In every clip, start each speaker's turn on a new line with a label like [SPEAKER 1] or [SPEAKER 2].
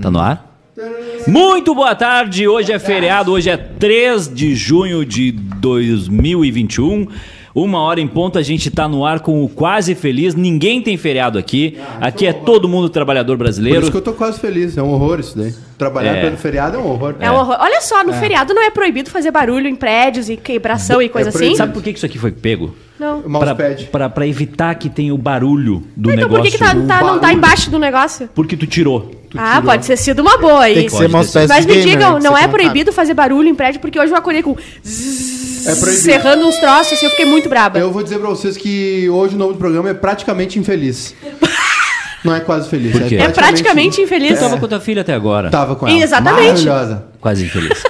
[SPEAKER 1] Tá no ar?
[SPEAKER 2] Hum.
[SPEAKER 3] Muito boa tarde, hoje é feriado, hoje é 3 de junho de 2021. Uma hora em ponto, a gente tá no ar com o Quase Feliz. Ninguém tem feriado aqui.
[SPEAKER 2] Ah,
[SPEAKER 3] Aqui é todo mundo trabalhador
[SPEAKER 2] então Por isso que
[SPEAKER 3] brasileiro.
[SPEAKER 2] eu tô quase feliz, é um horror isso daí. Trabalhar
[SPEAKER 3] É.
[SPEAKER 2] pelo feriado é um horror.
[SPEAKER 4] É um horror. Olha só, no feriado não é proibido fazer barulho em prédios e quebração e coisa assim?
[SPEAKER 2] proibido.
[SPEAKER 3] Sabe por que que isso aqui foi pego?
[SPEAKER 2] É.
[SPEAKER 4] Não.
[SPEAKER 3] Pra-
[SPEAKER 2] Mousepad.
[SPEAKER 3] Pra pra evitar que tenha o barulho do
[SPEAKER 4] Então por
[SPEAKER 3] negócio.
[SPEAKER 4] que, que tá- tá- não tá
[SPEAKER 2] barulho.
[SPEAKER 4] embaixo do negócio?
[SPEAKER 3] Porque tu tirou.
[SPEAKER 4] ah, pode ter sido uma boa aí.
[SPEAKER 5] Tem que ser
[SPEAKER 3] Pode
[SPEAKER 5] mouse
[SPEAKER 3] ter
[SPEAKER 5] pad
[SPEAKER 4] Mas me
[SPEAKER 5] gamer,
[SPEAKER 4] digam, não
[SPEAKER 5] que você
[SPEAKER 4] é
[SPEAKER 5] não sabe.
[SPEAKER 4] proibido fazer barulho em prédio, porque hoje eu acordei com.
[SPEAKER 2] É proibido.
[SPEAKER 4] Cerrando uns troços, assim, eu fiquei muito braba.
[SPEAKER 2] Eu vou dizer pra vocês que hoje o nome do programa é Praticamente Infeliz. Não é quase feliz.
[SPEAKER 3] Por quê?
[SPEAKER 4] é praticamente
[SPEAKER 3] Tu
[SPEAKER 4] infeliz.
[SPEAKER 3] tava com tua filha até agora.
[SPEAKER 2] Tava com ela.
[SPEAKER 4] Exatamente.
[SPEAKER 2] Maravilhosa.
[SPEAKER 3] Quase infeliz.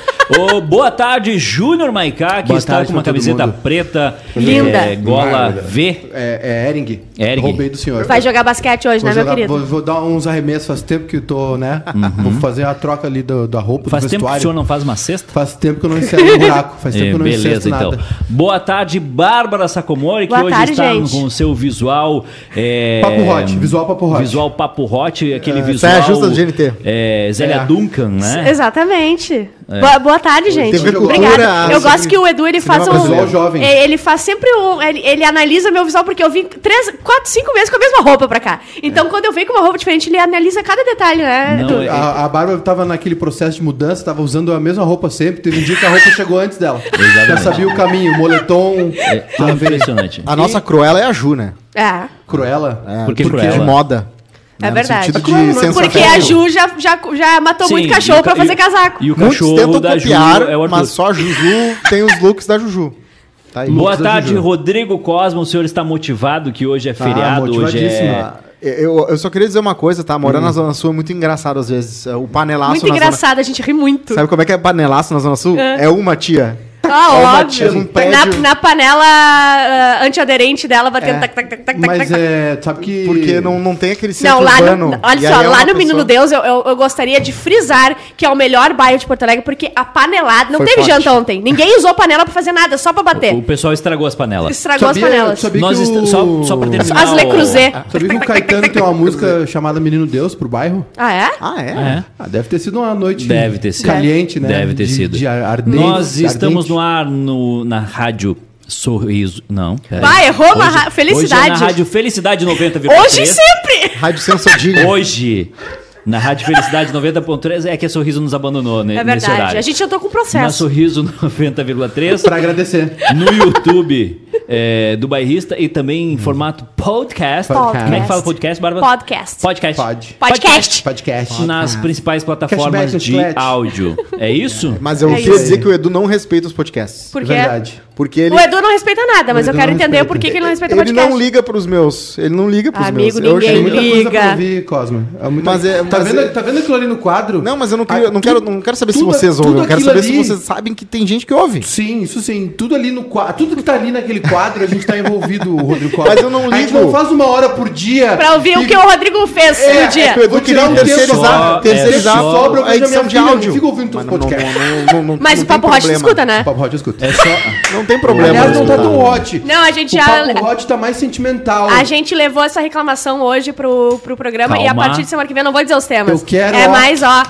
[SPEAKER 3] Ô, boa tarde, Júnior Maiká, que
[SPEAKER 2] Boa
[SPEAKER 3] está com
[SPEAKER 2] tarde
[SPEAKER 3] uma
[SPEAKER 2] pra todo
[SPEAKER 3] camiseta
[SPEAKER 2] mundo.
[SPEAKER 3] preta,
[SPEAKER 4] Linda.
[SPEAKER 3] é, gola
[SPEAKER 2] Maravilha.
[SPEAKER 3] V.
[SPEAKER 2] É, é Ering.
[SPEAKER 3] Ehring.
[SPEAKER 2] Roubei do senhor.
[SPEAKER 4] Vai jogar basquete hoje,
[SPEAKER 2] Vou,
[SPEAKER 4] né, meu
[SPEAKER 2] jogar-
[SPEAKER 4] querido?
[SPEAKER 2] vou- vou dar uns arremessos, faz tempo que eu tô, né? Vou fazer a troca ali do- da roupa,
[SPEAKER 3] Faz
[SPEAKER 2] do
[SPEAKER 3] tempo que o
[SPEAKER 2] vestuário.
[SPEAKER 3] senhor não faz uma cesta?
[SPEAKER 2] Faz tempo que eu não encerro um buraco, faz tempo
[SPEAKER 3] É,
[SPEAKER 2] que eu não
[SPEAKER 3] beleza,
[SPEAKER 2] encerro
[SPEAKER 3] então.
[SPEAKER 2] nada.
[SPEAKER 3] Boa tarde, Bárbara Sacomori, que
[SPEAKER 4] Boa
[SPEAKER 3] hoje
[SPEAKER 4] tarde,
[SPEAKER 3] está
[SPEAKER 4] gente.
[SPEAKER 3] com o seu visual. é,
[SPEAKER 2] Papo hot, visual papo hot.
[SPEAKER 3] Visual papo hot, aquele visual.
[SPEAKER 5] saia justa do GNT.
[SPEAKER 3] É, Zélia
[SPEAKER 2] É.
[SPEAKER 3] Duncan, né?
[SPEAKER 4] Exatamente.
[SPEAKER 3] É.
[SPEAKER 4] Boa, boa tarde, gente.
[SPEAKER 5] TV Cultura,
[SPEAKER 4] Obrigada. Eu
[SPEAKER 5] sobre-
[SPEAKER 4] gosto que o Edu ele
[SPEAKER 5] cinema
[SPEAKER 4] faz um.
[SPEAKER 2] brasileiro. Visual jovem.
[SPEAKER 4] É, Ele faz sempre um. Ele, ele analisa meu visual, porque eu vim três, quatro, cinco meses com a mesma roupa pra cá. Então, quando eu venho com uma roupa diferente, ele analisa cada detalhe, né,
[SPEAKER 3] É. Não,
[SPEAKER 4] Edu?
[SPEAKER 3] é-
[SPEAKER 2] A, a Bárbara tava naquele processo de mudança, tava usando a mesma roupa sempre. Teve um dia que a roupa chegou antes dela.
[SPEAKER 3] Exatamente.
[SPEAKER 2] Já sabia o caminho, moletom,
[SPEAKER 3] É impressionante.
[SPEAKER 5] A nossa Cruella é a Ju, né?
[SPEAKER 4] É.
[SPEAKER 2] cruela.
[SPEAKER 5] É,
[SPEAKER 3] Por que
[SPEAKER 5] de
[SPEAKER 3] Cruella?
[SPEAKER 5] moda.
[SPEAKER 4] É
[SPEAKER 5] né? No
[SPEAKER 4] verdade.
[SPEAKER 5] sentido de sensação.
[SPEAKER 4] Porque é a Ju já, já, já matou
[SPEAKER 3] Sim,
[SPEAKER 4] muito
[SPEAKER 3] e
[SPEAKER 4] cachorro
[SPEAKER 3] o ca-
[SPEAKER 4] pra fazer
[SPEAKER 3] e-
[SPEAKER 4] casaco.
[SPEAKER 3] E o
[SPEAKER 5] Muitos
[SPEAKER 3] cachorro
[SPEAKER 5] tentam
[SPEAKER 3] da Ju
[SPEAKER 5] copiar,
[SPEAKER 3] é o Arthur.
[SPEAKER 5] mas só a Juju tem os looks da Juju. Tá aí.
[SPEAKER 3] Boa
[SPEAKER 2] Lucas da
[SPEAKER 3] tarde,
[SPEAKER 2] Juju.
[SPEAKER 3] Rodrigo Cosmo. O senhor está motivado que hoje é feriado, hoje é.
[SPEAKER 2] motivadíssimo.
[SPEAKER 5] Ah, Eu, eu só queria dizer uma coisa, tá?
[SPEAKER 3] Hum.
[SPEAKER 5] Morar na Zona Sul é muito engraçado às vezes. É, O panelaço
[SPEAKER 4] Muito
[SPEAKER 5] na
[SPEAKER 4] engraçado, a gente ri muito.
[SPEAKER 5] Zona... Sabe como é que é panelaço na Zona Sul? É, uma tia.
[SPEAKER 4] Ah,
[SPEAKER 5] Ó,
[SPEAKER 4] óbvio.
[SPEAKER 5] Matias, um
[SPEAKER 4] na,
[SPEAKER 5] prédio-
[SPEAKER 4] na panela ah, antiaderente dela, batendo tac, tac, tac, tac, tac,
[SPEAKER 2] Mas
[SPEAKER 4] tac.
[SPEAKER 2] é, sabe que...
[SPEAKER 5] Porque não, não tem aquele
[SPEAKER 4] Não,
[SPEAKER 5] centro
[SPEAKER 4] lá
[SPEAKER 5] urbano.
[SPEAKER 4] no,
[SPEAKER 5] e
[SPEAKER 4] olha
[SPEAKER 5] aí
[SPEAKER 4] só,
[SPEAKER 5] é
[SPEAKER 4] lá
[SPEAKER 5] uma
[SPEAKER 4] no Menino
[SPEAKER 5] pessoa-
[SPEAKER 4] Deus eu, eu, eu gostaria de frisar que é o melhor bairro de Porto Alegre, porque a panelada. Não
[SPEAKER 5] Foi
[SPEAKER 4] teve
[SPEAKER 5] forte.
[SPEAKER 4] janta ontem. Ninguém usou panela pra fazer nada, só pra bater.
[SPEAKER 3] O pessoal estragou as panelas.
[SPEAKER 4] Estragou
[SPEAKER 2] Sabia-
[SPEAKER 4] as panelas.
[SPEAKER 2] sabia-
[SPEAKER 3] Nós
[SPEAKER 2] que
[SPEAKER 3] est-
[SPEAKER 2] o-
[SPEAKER 3] só, só pra terminar.
[SPEAKER 4] As Le
[SPEAKER 3] o-
[SPEAKER 4] Creuset.
[SPEAKER 2] Sabia é. que o Caetano tem uma música chamada Menino Deus pro bairro?
[SPEAKER 4] Ah, é?
[SPEAKER 5] Ah, é?
[SPEAKER 3] É.
[SPEAKER 2] Ah, deve ter sido uma noite
[SPEAKER 3] Deve ter sido.
[SPEAKER 2] caliente, né?
[SPEAKER 3] Deve ter
[SPEAKER 2] De-
[SPEAKER 3] sido.
[SPEAKER 2] De ar- ardente,
[SPEAKER 3] Nós estamos
[SPEAKER 2] ardente.
[SPEAKER 3] no ar no, na rádio Sorriso. Não. peraí.
[SPEAKER 4] Vai, errou na
[SPEAKER 3] Hoje-
[SPEAKER 4] ra- Felicidade.
[SPEAKER 3] Hoje é na rádio Felicidade 90,3.
[SPEAKER 4] Hoje sempre!
[SPEAKER 5] Rádio Sensodinho.
[SPEAKER 3] Hoje, na rádio Felicidade 90,3 é que a Sorriso nos abandonou, né?
[SPEAKER 4] É
[SPEAKER 3] Nesse
[SPEAKER 4] verdade.
[SPEAKER 3] horário.
[SPEAKER 4] A gente entrou com
[SPEAKER 3] Na
[SPEAKER 4] processo.
[SPEAKER 3] Sorriso 90,3.
[SPEAKER 2] Pra agradecer.
[SPEAKER 3] no YouTube é, do Bairrista e também em formato podcast.
[SPEAKER 4] Podcast.
[SPEAKER 3] Como é que fala podcast, Bárbara?
[SPEAKER 4] Podcast.
[SPEAKER 3] Podcast.
[SPEAKER 2] Pod.
[SPEAKER 4] Podcast.
[SPEAKER 2] Podcast. Ah,
[SPEAKER 3] Nas principais plataformas
[SPEAKER 2] Cashback,
[SPEAKER 3] de
[SPEAKER 2] chiclete.
[SPEAKER 3] áudio. É isso?
[SPEAKER 5] Mas eu
[SPEAKER 4] É
[SPEAKER 5] queria
[SPEAKER 4] isso.
[SPEAKER 5] dizer que o Edu não respeita os podcasts.
[SPEAKER 4] Por quê?
[SPEAKER 2] é Verdade.
[SPEAKER 5] Porque ele,
[SPEAKER 4] O Edu não respeita nada, mas
[SPEAKER 2] O
[SPEAKER 4] eu
[SPEAKER 2] Edu
[SPEAKER 4] quero
[SPEAKER 2] não
[SPEAKER 4] entender
[SPEAKER 2] respeita.
[SPEAKER 4] por que, que ele não respeita
[SPEAKER 5] ele
[SPEAKER 4] o podcast.
[SPEAKER 5] não liga pros meus. Ele não liga pros
[SPEAKER 4] Amigo,
[SPEAKER 5] meus. Eu
[SPEAKER 4] ninguém
[SPEAKER 2] Tem
[SPEAKER 5] achei
[SPEAKER 2] muita
[SPEAKER 5] muito-
[SPEAKER 2] coisa pra
[SPEAKER 4] Liga.
[SPEAKER 2] ouvir, Cosmo. É muita-
[SPEAKER 5] Mas é-
[SPEAKER 2] tá,
[SPEAKER 5] mas
[SPEAKER 2] vendo,
[SPEAKER 5] é-
[SPEAKER 2] tá vendo aquilo ali no quadro?
[SPEAKER 5] Não, mas eu não, queria,
[SPEAKER 2] Ah,
[SPEAKER 5] não, quero,
[SPEAKER 2] tu-
[SPEAKER 5] não quero saber
[SPEAKER 2] tudo-
[SPEAKER 5] se vocês ouvem.
[SPEAKER 2] tudo
[SPEAKER 5] Eu quero
[SPEAKER 2] aquilo
[SPEAKER 5] saber se
[SPEAKER 2] ali-
[SPEAKER 5] vocês sabem que tem gente que ouve.
[SPEAKER 2] Sim, isso sim. Tudo ali no quadro. Tudo que tá ali naquele quadro, a gente tá envolvido, Rodrigo Costa.
[SPEAKER 5] Mas eu não
[SPEAKER 2] A gente
[SPEAKER 5] ligo.
[SPEAKER 2] não faz uma hora por dia.
[SPEAKER 4] Pra ouvir o que o Rodrigo fez
[SPEAKER 2] É,
[SPEAKER 4] no dia.
[SPEAKER 5] É que o Edu
[SPEAKER 2] Vou
[SPEAKER 5] queria
[SPEAKER 2] tirar um tempo
[SPEAKER 5] terceirizar,
[SPEAKER 3] só-
[SPEAKER 5] terceirizar
[SPEAKER 3] é só-
[SPEAKER 5] a
[SPEAKER 2] pra ouvir a
[SPEAKER 5] edição
[SPEAKER 2] minha
[SPEAKER 5] de
[SPEAKER 2] filha, eu
[SPEAKER 5] áudio.
[SPEAKER 2] não fico ouvindo
[SPEAKER 5] Mas
[SPEAKER 2] teus podcasts.
[SPEAKER 5] não- não- não- não-
[SPEAKER 4] mas
[SPEAKER 5] não
[SPEAKER 4] o Papo
[SPEAKER 5] tem
[SPEAKER 4] Hot tu
[SPEAKER 5] problema.
[SPEAKER 4] escuta, né?
[SPEAKER 2] Papo Hot escuta.
[SPEAKER 3] É só.
[SPEAKER 5] Não tem problema.
[SPEAKER 2] Aliás, não tá
[SPEAKER 5] escutar.
[SPEAKER 2] tão hot.
[SPEAKER 4] Não, a gente
[SPEAKER 2] o
[SPEAKER 4] já-
[SPEAKER 2] Papo Hot tá mais sentimental.
[SPEAKER 4] A gente levou essa reclamação hoje pro, pro programa e a
[SPEAKER 3] Calma.
[SPEAKER 4] partir de semana que vem eu não vou dizer os temas.
[SPEAKER 2] Eu quero,
[SPEAKER 4] É
[SPEAKER 2] ó.
[SPEAKER 4] mais, ó.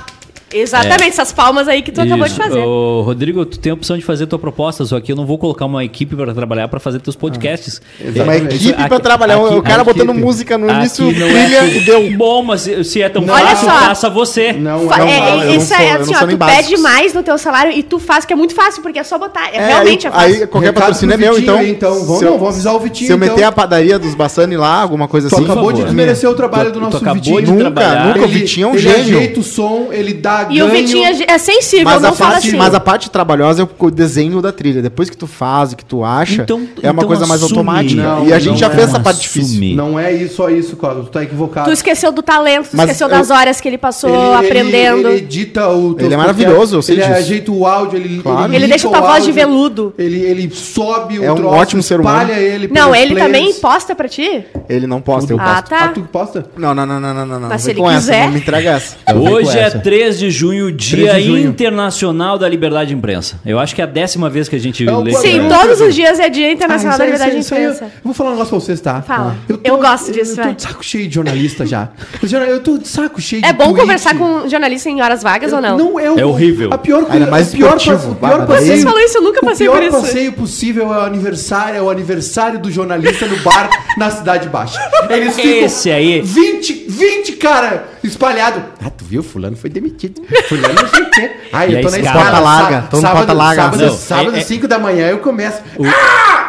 [SPEAKER 4] Exatamente, essas palmas aí que tu acabou de
[SPEAKER 3] Isso.
[SPEAKER 4] fazer.
[SPEAKER 3] Ô, Rodrigo, tu tem a opção de fazer tua proposta, só que eu não vou colocar uma equipe pra trabalhar pra fazer teus podcasts. É,
[SPEAKER 2] exato.
[SPEAKER 5] Ah, Uma
[SPEAKER 2] Isso,
[SPEAKER 5] equipe
[SPEAKER 3] aqui-
[SPEAKER 5] pra trabalhar.
[SPEAKER 3] aqui-
[SPEAKER 5] o cara
[SPEAKER 2] aqui-
[SPEAKER 5] botando música no início,
[SPEAKER 3] Aqui não é
[SPEAKER 5] trilha
[SPEAKER 3] assim.
[SPEAKER 5] e deu.
[SPEAKER 3] Bom, mas se- se é tão
[SPEAKER 4] Olha
[SPEAKER 3] fácil,
[SPEAKER 4] só.
[SPEAKER 3] faça você.
[SPEAKER 2] Não,
[SPEAKER 4] Fa-
[SPEAKER 2] não
[SPEAKER 4] é,
[SPEAKER 2] fala,
[SPEAKER 4] é,
[SPEAKER 5] eu
[SPEAKER 4] isso
[SPEAKER 5] não
[SPEAKER 4] é
[SPEAKER 5] sou- eu
[SPEAKER 4] assim,
[SPEAKER 5] não
[SPEAKER 4] ó,
[SPEAKER 5] sou
[SPEAKER 4] tu
[SPEAKER 5] nem
[SPEAKER 4] pede
[SPEAKER 5] básicos.
[SPEAKER 4] mais no teu salário e tu faz, que é muito fácil, porque é só botar. É,
[SPEAKER 5] É,
[SPEAKER 4] realmente é
[SPEAKER 5] aí,
[SPEAKER 4] fácil.
[SPEAKER 5] aí qualquer
[SPEAKER 2] Recado pro
[SPEAKER 5] patrocínio é meu,
[SPEAKER 2] Vitinho,
[SPEAKER 5] então.
[SPEAKER 2] hein, então. Vamos-
[SPEAKER 5] se eu-
[SPEAKER 2] não, vamos avisar o Vitinho,
[SPEAKER 5] Se eu
[SPEAKER 2] então.
[SPEAKER 5] meter a padaria dos Bassani lá, alguma coisa
[SPEAKER 2] Tu
[SPEAKER 5] assim.
[SPEAKER 2] acabou
[SPEAKER 3] favor.
[SPEAKER 2] de desmerecer o trabalho
[SPEAKER 3] Tu
[SPEAKER 2] do nosso
[SPEAKER 3] acabou
[SPEAKER 2] Vitinho.
[SPEAKER 3] de trabalhar.
[SPEAKER 5] nunca,
[SPEAKER 2] Ele,
[SPEAKER 5] o Vitinho é um
[SPEAKER 2] ele
[SPEAKER 5] gênio.
[SPEAKER 2] ajeita o som, ele dá
[SPEAKER 4] E o
[SPEAKER 2] ganho.
[SPEAKER 4] Vitinho é, é sensível,
[SPEAKER 5] Mas,
[SPEAKER 4] não
[SPEAKER 5] a
[SPEAKER 4] fala
[SPEAKER 5] parte,
[SPEAKER 4] assim.
[SPEAKER 5] mas a parte trabalhosa é o desenho da trilha. Depois que tu faz, o que tu acha,
[SPEAKER 3] Então-
[SPEAKER 5] é uma
[SPEAKER 3] então
[SPEAKER 5] coisa mais
[SPEAKER 3] assume.
[SPEAKER 5] automática.
[SPEAKER 2] Não,
[SPEAKER 5] e a gente
[SPEAKER 2] não
[SPEAKER 5] já
[SPEAKER 2] é.
[SPEAKER 5] fez essa parte
[SPEAKER 3] Assume.
[SPEAKER 5] difícil.
[SPEAKER 2] Não é isso, só isso, Cosmo. Tu tá equivocado.
[SPEAKER 4] Tu esqueceu do talento, tu
[SPEAKER 5] Mas
[SPEAKER 4] esqueceu
[SPEAKER 5] eu-
[SPEAKER 4] das horas que ele passou aprendendo.
[SPEAKER 2] Ele edita o teu
[SPEAKER 5] Ele é maravilhoso, eu sei
[SPEAKER 2] Ele
[SPEAKER 5] disso.
[SPEAKER 2] ajeita o áudio, ele
[SPEAKER 5] Claro.
[SPEAKER 4] Ele
[SPEAKER 2] limpa
[SPEAKER 4] deixa
[SPEAKER 2] o
[SPEAKER 4] tua voz de
[SPEAKER 2] áudio,
[SPEAKER 4] veludo.
[SPEAKER 2] Ele, ele sobe o
[SPEAKER 5] É um
[SPEAKER 2] troço,
[SPEAKER 5] ótimo ser humano.
[SPEAKER 2] espalha ele
[SPEAKER 4] Não,
[SPEAKER 2] pelos
[SPEAKER 4] ele
[SPEAKER 2] players.
[SPEAKER 4] também posta pra ti?
[SPEAKER 5] Ele não posta, eu
[SPEAKER 4] Ah,
[SPEAKER 5] posto.
[SPEAKER 4] tá.
[SPEAKER 2] Ah, tu posta?
[SPEAKER 5] Não, não, não, não, não, não. não.
[SPEAKER 4] Mas se
[SPEAKER 5] Vem
[SPEAKER 4] ele
[SPEAKER 5] com essa,
[SPEAKER 4] quiser.
[SPEAKER 5] não me entrega essa.
[SPEAKER 3] Hoje é 3 de de junho,
[SPEAKER 2] 3
[SPEAKER 3] Dia
[SPEAKER 2] de junho.
[SPEAKER 3] Internacional da Liberdade de Imprensa. Eu acho que é a décima vez que a gente
[SPEAKER 2] É o
[SPEAKER 3] lê.
[SPEAKER 2] quadro-
[SPEAKER 3] isso
[SPEAKER 4] Sim,
[SPEAKER 3] aí.
[SPEAKER 2] tô-
[SPEAKER 4] todos os dias é Dia
[SPEAKER 2] Ah,
[SPEAKER 4] Internacional
[SPEAKER 2] isso aí,
[SPEAKER 4] da Liberdade de
[SPEAKER 2] isso aí, isso
[SPEAKER 4] Imprensa.
[SPEAKER 2] aí, eu vou falar um negócio pra vocês, tá?
[SPEAKER 4] Fala. Eu gosto disso,
[SPEAKER 2] Eu tô
[SPEAKER 4] vai.
[SPEAKER 2] de saco cheio de jornalista já. Eu tô de saco cheio de
[SPEAKER 4] É bom
[SPEAKER 2] tweet.
[SPEAKER 4] conversar com jornalista em horas vagas ou não?
[SPEAKER 2] é,
[SPEAKER 3] É horrível.
[SPEAKER 2] A pior coisa.
[SPEAKER 5] Ainda mais
[SPEAKER 2] o pior,
[SPEAKER 5] esportivo,
[SPEAKER 2] passe- o pior
[SPEAKER 5] Bárbara.
[SPEAKER 2] passeio.
[SPEAKER 4] Vocês falam isso, eu nunca passei
[SPEAKER 2] o
[SPEAKER 4] por
[SPEAKER 2] pior
[SPEAKER 4] isso.
[SPEAKER 2] passeio possível é o aniversário, é o aniversário do jornalista no bar na Cidade Baixa. Eles ficam
[SPEAKER 3] Esse aí.
[SPEAKER 2] 20, 20 cara espalhado. Ah, tu viu? Fulano foi demitido. Fulano não sei o quê. Ah,
[SPEAKER 3] E
[SPEAKER 2] eu
[SPEAKER 3] aí
[SPEAKER 2] tô na
[SPEAKER 3] escala.
[SPEAKER 2] escala.
[SPEAKER 5] Pata larga,
[SPEAKER 2] Sá-
[SPEAKER 5] tô no
[SPEAKER 2] sábado,
[SPEAKER 5] pata larga.
[SPEAKER 2] Sábado,
[SPEAKER 3] Não,
[SPEAKER 2] sábado,
[SPEAKER 3] é- é-
[SPEAKER 2] 5 da manhã eu começo.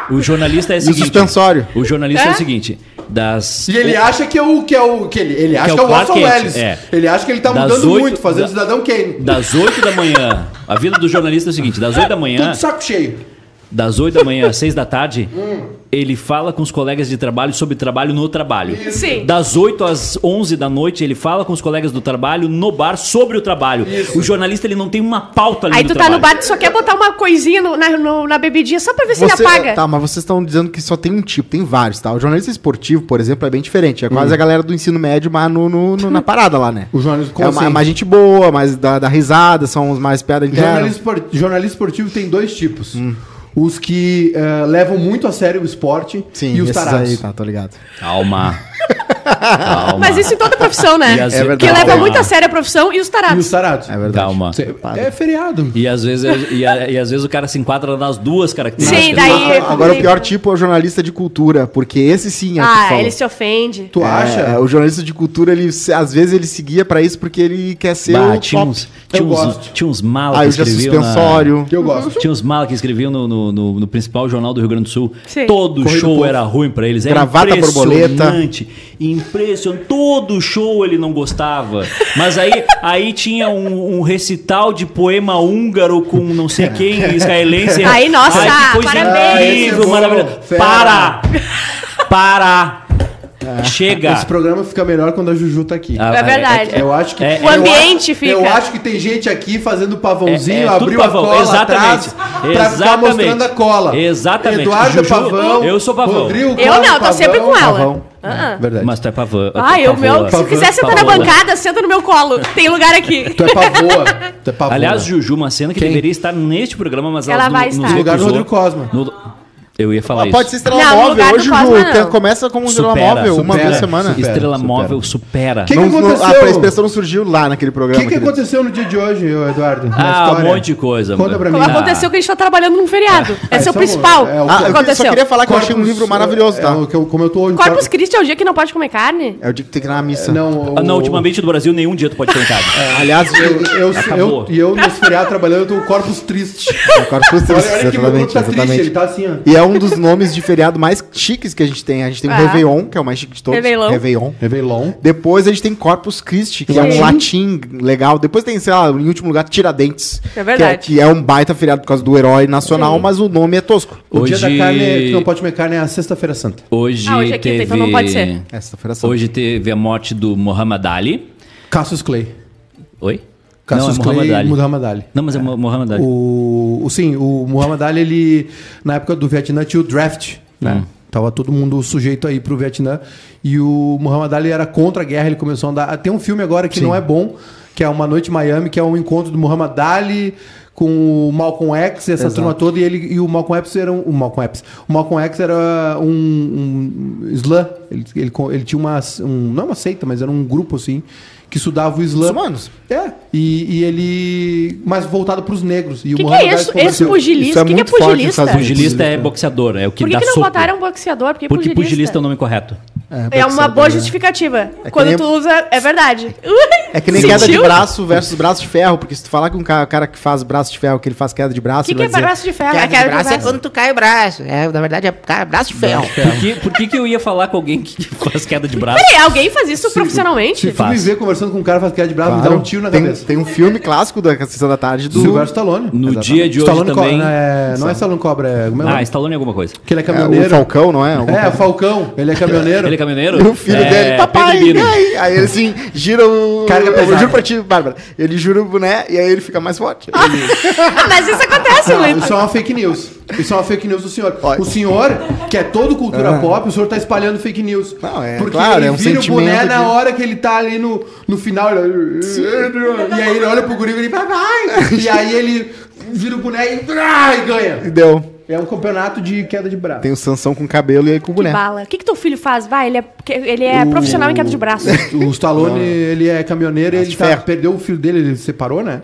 [SPEAKER 3] O jornalista é o
[SPEAKER 5] E o
[SPEAKER 3] seguinte.
[SPEAKER 5] suspensório?
[SPEAKER 3] O jornalista é,
[SPEAKER 4] É?
[SPEAKER 3] o seguinte. Das.
[SPEAKER 2] E ele acha que é o que é o que ele, ele acha que é o
[SPEAKER 3] Clark
[SPEAKER 2] Orson
[SPEAKER 3] Kent,
[SPEAKER 2] Welles.
[SPEAKER 3] é.
[SPEAKER 2] Ele acha que ele tá
[SPEAKER 3] Das
[SPEAKER 2] mudando
[SPEAKER 3] oito-
[SPEAKER 2] muito, fazendo
[SPEAKER 3] da-
[SPEAKER 2] cidadão Kane.
[SPEAKER 3] Das 8 da manhã. A vida do jornalista é o seguinte: das 8 da
[SPEAKER 2] Tudo
[SPEAKER 3] manhã,
[SPEAKER 2] de saco cheio.
[SPEAKER 3] das 8 da manhã às 6 da tarde, ele fala com os colegas de trabalho sobre trabalho no trabalho.
[SPEAKER 4] Sim.
[SPEAKER 3] Das 8 às 11 da noite, ele fala com os colegas do trabalho no bar sobre o trabalho. O jornalista ele não tem uma pauta ali
[SPEAKER 4] Aí
[SPEAKER 3] no
[SPEAKER 4] tu tá
[SPEAKER 3] trabalho.
[SPEAKER 4] no bar, tu só quer botar uma coisinha no- na, no- na bebidinha só pra ver se
[SPEAKER 5] Você-
[SPEAKER 4] ele apaga.
[SPEAKER 5] Tá, mas vocês estão dizendo que só tem um tipo, tem vários, tá? O jornalista esportivo, por exemplo, é bem diferente. É
[SPEAKER 2] Hum.
[SPEAKER 5] quase a galera do ensino médio, mas no, no- no- na parada lá, né?
[SPEAKER 2] O jornalista- como
[SPEAKER 5] é uma,
[SPEAKER 2] assim?
[SPEAKER 5] mais gente boa, mais da, da risada, são os mais piada interna.
[SPEAKER 2] Jornalista, espor- jornalista esportivo tem dois tipos.
[SPEAKER 5] Hum.
[SPEAKER 2] Os que eh, levam muito a sério o esporte
[SPEAKER 5] Sim,
[SPEAKER 2] e os
[SPEAKER 5] esses
[SPEAKER 2] tarados.
[SPEAKER 5] aí, tá, tô ligado.
[SPEAKER 3] Calma. Calma.
[SPEAKER 4] Mas isso em toda profissão, né?
[SPEAKER 3] E às tá
[SPEAKER 5] É
[SPEAKER 3] ve-
[SPEAKER 5] verdade.
[SPEAKER 4] Que leva
[SPEAKER 5] Calma.
[SPEAKER 4] muito a sério a profissão e os
[SPEAKER 2] E os
[SPEAKER 4] tarados.
[SPEAKER 2] tarados.
[SPEAKER 5] É verdade.
[SPEAKER 3] Calma.
[SPEAKER 2] Cê- É, feriado.
[SPEAKER 3] E às, vezes, e, a- e às vezes o cara se enquadra nas duas características.
[SPEAKER 4] Sim, daí-
[SPEAKER 5] Ah, Agora o pior tipo é o jornalista de cultura, porque esse sim é o que tu
[SPEAKER 4] Ah,
[SPEAKER 5] falou.
[SPEAKER 4] ele se ofende.
[SPEAKER 2] Tu
[SPEAKER 5] É,
[SPEAKER 2] acha?
[SPEAKER 5] é, o jornalista de cultura, ele se- às vezes ele seguia pra isso porque ele quer ser
[SPEAKER 3] Bah,
[SPEAKER 5] o
[SPEAKER 3] tinha,
[SPEAKER 5] top.
[SPEAKER 3] uns, tinha,
[SPEAKER 2] Eu
[SPEAKER 3] uns,
[SPEAKER 2] gosto.
[SPEAKER 3] tinha uns mala
[SPEAKER 5] Aí
[SPEAKER 3] que
[SPEAKER 5] o já
[SPEAKER 3] escreviam na-
[SPEAKER 5] suspensório.
[SPEAKER 2] Que eu gosto.
[SPEAKER 3] Tinha uns malas que escreviam no, no, no- no principal jornal do Rio Grande do Sul.
[SPEAKER 4] Sim.
[SPEAKER 3] Todo
[SPEAKER 5] Correio do
[SPEAKER 3] show
[SPEAKER 5] Povo.
[SPEAKER 3] era ruim pra eles. Era
[SPEAKER 5] Gravata borboleta.
[SPEAKER 3] impressionante. Impressionante. Todo show ele não gostava. Mas aí, aí tinha um, um recital de poema húngaro com não sei quem, israelense.
[SPEAKER 4] Aí, nossa,
[SPEAKER 3] que coisa
[SPEAKER 4] parabéns.
[SPEAKER 3] incrível,
[SPEAKER 2] Ah, esse é bom.
[SPEAKER 3] maravilhoso.
[SPEAKER 2] Fera.
[SPEAKER 3] Para! Para!
[SPEAKER 5] Ah.
[SPEAKER 3] Chega!
[SPEAKER 2] Esse programa fica melhor quando a Juju tá aqui.
[SPEAKER 3] Ah,
[SPEAKER 4] É verdade.
[SPEAKER 2] Eu acho que
[SPEAKER 3] É,
[SPEAKER 4] O
[SPEAKER 2] eu
[SPEAKER 4] ambiente
[SPEAKER 2] acho-
[SPEAKER 4] fica.
[SPEAKER 2] Eu acho que tem gente aqui fazendo pavãozinho,
[SPEAKER 3] É, é, tudo
[SPEAKER 2] abriu
[SPEAKER 3] pavão,
[SPEAKER 2] a cola
[SPEAKER 3] exatamente.
[SPEAKER 2] atrás pra ficar
[SPEAKER 3] Exatamente.
[SPEAKER 2] mostrando a cola.
[SPEAKER 3] Exatamente.
[SPEAKER 2] Eduardo é
[SPEAKER 3] Juju,
[SPEAKER 2] pavão.
[SPEAKER 3] eu sou pavão.
[SPEAKER 2] Rodrigo,
[SPEAKER 4] Eu
[SPEAKER 2] Cláudio,
[SPEAKER 4] não, eu tô
[SPEAKER 2] pavão,
[SPEAKER 4] sempre com ela.
[SPEAKER 5] pavão.
[SPEAKER 4] Ah, ah.
[SPEAKER 2] Verdade.
[SPEAKER 3] Mas tu é pavão.
[SPEAKER 4] Ai, o Ah, meu, se
[SPEAKER 2] Pavão.
[SPEAKER 4] quiser sentar na
[SPEAKER 3] Pavão.
[SPEAKER 4] bancada, senta no meu colo. Tem lugar aqui.
[SPEAKER 2] Tu é pavoa. Tu é pavoa.
[SPEAKER 3] Aliás, Juju, uma cena que
[SPEAKER 2] Quem?
[SPEAKER 3] deveria estar neste programa, mas
[SPEAKER 4] Ela vai
[SPEAKER 3] nos
[SPEAKER 4] estar.
[SPEAKER 2] no lugar do
[SPEAKER 3] recusou.
[SPEAKER 2] Rodrigo Cosma.
[SPEAKER 3] No- Eu ia falar
[SPEAKER 5] Ah,
[SPEAKER 3] isso.
[SPEAKER 5] pode ser estrela
[SPEAKER 4] Não, no lugar
[SPEAKER 5] móvel.
[SPEAKER 4] do
[SPEAKER 5] Hoje
[SPEAKER 4] Cosma,
[SPEAKER 5] o tem-
[SPEAKER 4] não.
[SPEAKER 5] começa como estrela
[SPEAKER 3] Supera,
[SPEAKER 5] móvel uma
[SPEAKER 2] supera,
[SPEAKER 5] vez por semana.
[SPEAKER 2] supera.
[SPEAKER 3] Estrela
[SPEAKER 2] supera.
[SPEAKER 3] móvel supera.
[SPEAKER 2] Que-
[SPEAKER 5] Não- não-
[SPEAKER 2] aconteceu?
[SPEAKER 5] a expressão não surgiu lá naquele
[SPEAKER 2] O
[SPEAKER 5] programa.
[SPEAKER 2] que, que
[SPEAKER 5] querido.
[SPEAKER 2] aconteceu no dia de hoje, ô, Eduardo? na
[SPEAKER 3] Ah, um
[SPEAKER 2] história?
[SPEAKER 3] monte de coisa.
[SPEAKER 2] Conta pra mim.
[SPEAKER 4] Como
[SPEAKER 2] Ah.
[SPEAKER 4] aconteceu que a gente tá trabalhando num
[SPEAKER 2] Ah,
[SPEAKER 4] feriado. Esse é
[SPEAKER 2] isso é
[SPEAKER 4] o
[SPEAKER 2] bom.
[SPEAKER 4] principal.
[SPEAKER 2] É, o-
[SPEAKER 5] Ah, eu que-
[SPEAKER 4] aconteceu.
[SPEAKER 5] só queria falar que eu
[SPEAKER 2] Corpus-
[SPEAKER 5] achei um livro maravilhoso,
[SPEAKER 2] é,
[SPEAKER 5] tá?
[SPEAKER 2] o que eu- como eu tô hoje.
[SPEAKER 4] Corpus Christi é o dia que não pode comer carne?
[SPEAKER 5] É o dia que tem que ir na missa.
[SPEAKER 2] Não,
[SPEAKER 3] Ah,
[SPEAKER 2] o-
[SPEAKER 3] Não, ultimamente no Brasil nenhum dia tu pode ter entrado.
[SPEAKER 2] É.
[SPEAKER 5] Aliás,
[SPEAKER 2] Eu,
[SPEAKER 5] eu,
[SPEAKER 2] eu,
[SPEAKER 3] Acabou.
[SPEAKER 2] eu- e eu, nesse feriado trabalhando, eu tô com o corpus triste.
[SPEAKER 5] o Corpus Christi,
[SPEAKER 2] Olha, olha que meu corpo
[SPEAKER 5] exatamente,
[SPEAKER 2] tá triste, ele
[SPEAKER 5] exatamente.
[SPEAKER 2] tá assim, ó.
[SPEAKER 5] E é um dos nomes de feriado mais chiques que a gente tem. A gente tem o
[SPEAKER 4] Ah.
[SPEAKER 5] Réveillon, que é o mais chique de todos.
[SPEAKER 4] Réveillon.
[SPEAKER 5] Réveillon.
[SPEAKER 2] Revelon.
[SPEAKER 5] Depois a gente tem Corpus Christi, que é um latim legal. Depois tem, sei lá, em último lugar, Tiradentes.
[SPEAKER 4] É verdade.
[SPEAKER 5] Que é, que é um baita feriado por causa do herói nacional, mas o nome é tosco.
[SPEAKER 2] O dia
[SPEAKER 3] Hoje-
[SPEAKER 2] da carne, que não pode comer carne, é a sexta-feira santa.
[SPEAKER 3] Hoje,
[SPEAKER 4] Ah, hoje é
[SPEAKER 3] teve...
[SPEAKER 4] quinta, então não pode ser.
[SPEAKER 5] É, sexta-feira santa.
[SPEAKER 3] Hoje teve a morte do Muhammad Ali.
[SPEAKER 2] Cassius Clay.
[SPEAKER 3] Oi?
[SPEAKER 2] Cassius
[SPEAKER 3] não, é Muhammad
[SPEAKER 2] Clay
[SPEAKER 3] Ali.
[SPEAKER 2] e Muhammad Ali.
[SPEAKER 3] Não, mas é, Mu- Muhammad Ali.
[SPEAKER 2] O, o- sim, o Muhammad Ali, ele, na época do Vietnã, tinha o draft, né? Tava todo mundo sujeito aí pro Vietnã. E o Muhammad Ali era contra a guerra, ele começou a andar. Tem um filme agora que não é bom, que é Uma Noite em Miami, que é um encontro do Muhammad Ali com o Malcolm X, essa turma toda, e ele e o Malcolm X era um, o Malcolm X. O Malcolm X era um, um islã, ele, ele, co- ele tinha uma um, não uma seita, mas era um grupo assim que estudava o islã.
[SPEAKER 5] Muçulmanos.
[SPEAKER 2] É. E, e ele mais voltado pros negros. E
[SPEAKER 4] O que,
[SPEAKER 2] o
[SPEAKER 4] que é
[SPEAKER 2] Muhammad Ali
[SPEAKER 4] isso?
[SPEAKER 2] converteu.
[SPEAKER 4] Esse
[SPEAKER 5] Isso
[SPEAKER 4] pugilista?
[SPEAKER 5] é
[SPEAKER 4] O que, que é
[SPEAKER 5] muito forte nos
[SPEAKER 4] pugilista?
[SPEAKER 5] Estados Unidos.
[SPEAKER 3] Pugilista é boxeador, é o que
[SPEAKER 4] Por que,
[SPEAKER 3] dá
[SPEAKER 4] que não
[SPEAKER 3] soco.
[SPEAKER 4] botaram um boxeador? Por que
[SPEAKER 3] Porque
[SPEAKER 4] pugilista?
[SPEAKER 3] pugilista é o nome correto.
[SPEAKER 4] É uma boa justificativa. Quando
[SPEAKER 5] né? nem-
[SPEAKER 4] tu usa, é verdade.
[SPEAKER 5] É que nem
[SPEAKER 4] Sentiu?
[SPEAKER 5] queda de braço versus braço de ferro, porque se tu falar com um cara, cara que faz braço de ferro, que ele faz queda de braço,
[SPEAKER 4] Que
[SPEAKER 5] ele
[SPEAKER 4] que é
[SPEAKER 5] vai dizer,
[SPEAKER 4] braço de ferro?
[SPEAKER 1] Queda
[SPEAKER 4] É
[SPEAKER 1] de braço é quando tu cai o braço. É, na verdade, é ca- braço de ferro.
[SPEAKER 3] Por que, por que, que eu ia falar com alguém que faz queda de braço?
[SPEAKER 4] Peraí, alguém faz isso profissionalmente?
[SPEAKER 2] Se tu me
[SPEAKER 3] Fácil.
[SPEAKER 2] ver conversando com um cara faz queda de braço, me
[SPEAKER 5] claro,
[SPEAKER 2] dá um tiro na
[SPEAKER 5] tem,
[SPEAKER 2] cabeça.
[SPEAKER 5] Tem um filme clássico da Sessão da Tarde do...
[SPEAKER 2] Silvestre Stallone.
[SPEAKER 3] No
[SPEAKER 2] Exatamente.
[SPEAKER 3] dia de hoje
[SPEAKER 2] Stallone
[SPEAKER 3] também-
[SPEAKER 2] Cobra, né? Não é Stallone Cobra, é... Como é o
[SPEAKER 3] Ah,
[SPEAKER 2] nome?
[SPEAKER 3] Stallone é alguma coisa.
[SPEAKER 2] Que ele é
[SPEAKER 5] é, o
[SPEAKER 2] caminhoneiro.
[SPEAKER 5] Falcão, não é? Alguma
[SPEAKER 2] É,
[SPEAKER 5] coisa.
[SPEAKER 2] Falcão. Ele é caminhoneiro.
[SPEAKER 3] Ele é caminhoneiro?
[SPEAKER 5] E o filho
[SPEAKER 3] É,
[SPEAKER 5] dele,
[SPEAKER 3] Pedro
[SPEAKER 5] papai,
[SPEAKER 3] Bino.
[SPEAKER 5] ai. aí ele assim, gira o...
[SPEAKER 2] Cara,
[SPEAKER 5] carga pesada. Eu juro pra ti, Bárbara. Ele jura, né? E aí ele fica mais forte.
[SPEAKER 2] Ah.
[SPEAKER 4] Ah, Mas isso
[SPEAKER 5] Ah,
[SPEAKER 4] acontece
[SPEAKER 2] Não,
[SPEAKER 4] muito.
[SPEAKER 2] isso é uma fake news. Isso é uma fake news do senhor.
[SPEAKER 5] Olha. Ah.
[SPEAKER 2] O senhor, que é todo cultura pop, o senhor tá espalhando fake news.
[SPEAKER 5] Não, é claro,
[SPEAKER 2] ele
[SPEAKER 5] é um
[SPEAKER 2] vira o boné
[SPEAKER 5] sentimento
[SPEAKER 2] na
[SPEAKER 5] de-
[SPEAKER 2] hora que ele tá ali no, no final. ele- E aí ele olha pro guri e ele vai, vai. E aí ele vira o boné e, ah, e ganha.
[SPEAKER 5] Ele... Deu.
[SPEAKER 2] É um campeonato de queda de braço.
[SPEAKER 5] Tem o Sansão com cabelo e aí com o boneco.
[SPEAKER 4] Bala. O Ah, que, que teu filho faz? Vai, ele é, ele é
[SPEAKER 5] Uh.
[SPEAKER 4] profissional em queda de braço.
[SPEAKER 2] O Stallone, ele é caminhoneiro,
[SPEAKER 5] Braço
[SPEAKER 2] ele
[SPEAKER 5] Ah. de
[SPEAKER 2] tá-
[SPEAKER 5] ferro.
[SPEAKER 2] perdeu o filho dele, ele separou, né?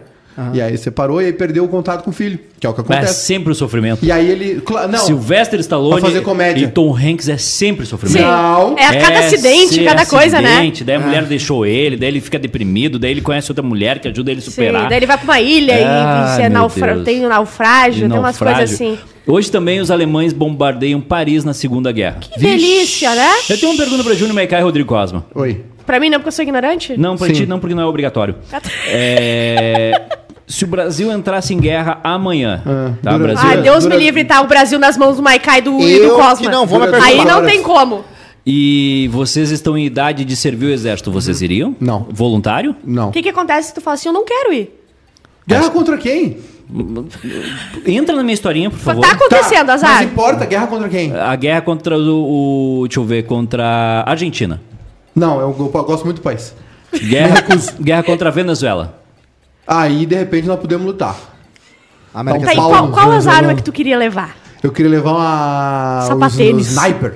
[SPEAKER 2] E aí separou e aí perdeu o contato com o filho, que é o que
[SPEAKER 3] É
[SPEAKER 2] acontece.
[SPEAKER 3] sempre o sofrimento.
[SPEAKER 2] E aí ele, cla- não,
[SPEAKER 3] Sylvester Stallone
[SPEAKER 2] Pra fazer comédia.
[SPEAKER 3] e Tom Hanks é sempre
[SPEAKER 4] Sim.
[SPEAKER 3] sofrimento.
[SPEAKER 2] Não.
[SPEAKER 4] É a cada acidente,
[SPEAKER 3] sim,
[SPEAKER 4] cada coisa, né?
[SPEAKER 3] acidente, Daí
[SPEAKER 2] Ah.
[SPEAKER 3] a mulher deixou ele, daí ele fica deprimido, daí ele conhece outra mulher que ajuda ele a
[SPEAKER 4] Sim,
[SPEAKER 3] superar.
[SPEAKER 4] daí ele vai pra uma ilha e-
[SPEAKER 3] Ah,
[SPEAKER 4] e se é
[SPEAKER 3] meu
[SPEAKER 4] naufra-
[SPEAKER 3] Deus.
[SPEAKER 4] tem um
[SPEAKER 3] De
[SPEAKER 4] naufrágio, tem umas
[SPEAKER 3] naufrágio.
[SPEAKER 4] coisas assim.
[SPEAKER 3] Hoje também os alemães bombardeiam Paris na Segunda Guerra.
[SPEAKER 4] Que delícia, né?
[SPEAKER 3] Eu tenho uma pergunta pra Júnior Maicá e Rodrigo Cosma.
[SPEAKER 2] Oi.
[SPEAKER 4] Pra mim não, porque eu sou ignorante?
[SPEAKER 3] Não, pra
[SPEAKER 2] Sim.
[SPEAKER 3] ti não, porque não é obrigatório.
[SPEAKER 4] Ah, tá.
[SPEAKER 3] É, Se o Brasil entrasse em guerra amanhã,
[SPEAKER 2] Ah,
[SPEAKER 3] tá?
[SPEAKER 2] dura-
[SPEAKER 3] Brasil,
[SPEAKER 4] Ai, Deus me
[SPEAKER 2] Dura-
[SPEAKER 4] livre, tá? O Brasil nas mãos do Maikai e do, e
[SPEAKER 5] Eu
[SPEAKER 4] do
[SPEAKER 5] que
[SPEAKER 4] Cosma.
[SPEAKER 5] não vou me
[SPEAKER 4] Aí
[SPEAKER 5] perturbar.
[SPEAKER 4] não tem como.
[SPEAKER 3] E vocês estão em idade de servir o exército, vocês iriam?
[SPEAKER 2] Uhum. Não.
[SPEAKER 3] Voluntário?
[SPEAKER 2] Não.
[SPEAKER 4] O que, que acontece se tu fala assim, eu não quero ir?
[SPEAKER 2] Guerra contra quem?
[SPEAKER 3] Entra na minha historinha, por favor.
[SPEAKER 4] Tá acontecendo, azar.
[SPEAKER 2] Mas importa, guerra contra quem?
[SPEAKER 3] A guerra contra o, o- Deixa eu ver, contra a Argentina.
[SPEAKER 2] Não, eu, eu gosto muito do país.
[SPEAKER 3] Guerra, guerra contra a Venezuela.
[SPEAKER 2] Aí, de repente, nós podemos lutar.
[SPEAKER 5] América
[SPEAKER 4] Tá, e
[SPEAKER 5] Central.
[SPEAKER 2] Paulo,
[SPEAKER 4] qual, qual as
[SPEAKER 2] Venezuela.
[SPEAKER 4] armas que tu queria levar?
[SPEAKER 2] Eu queria levar uma...
[SPEAKER 4] Sapatênis.
[SPEAKER 2] Os, os sniper.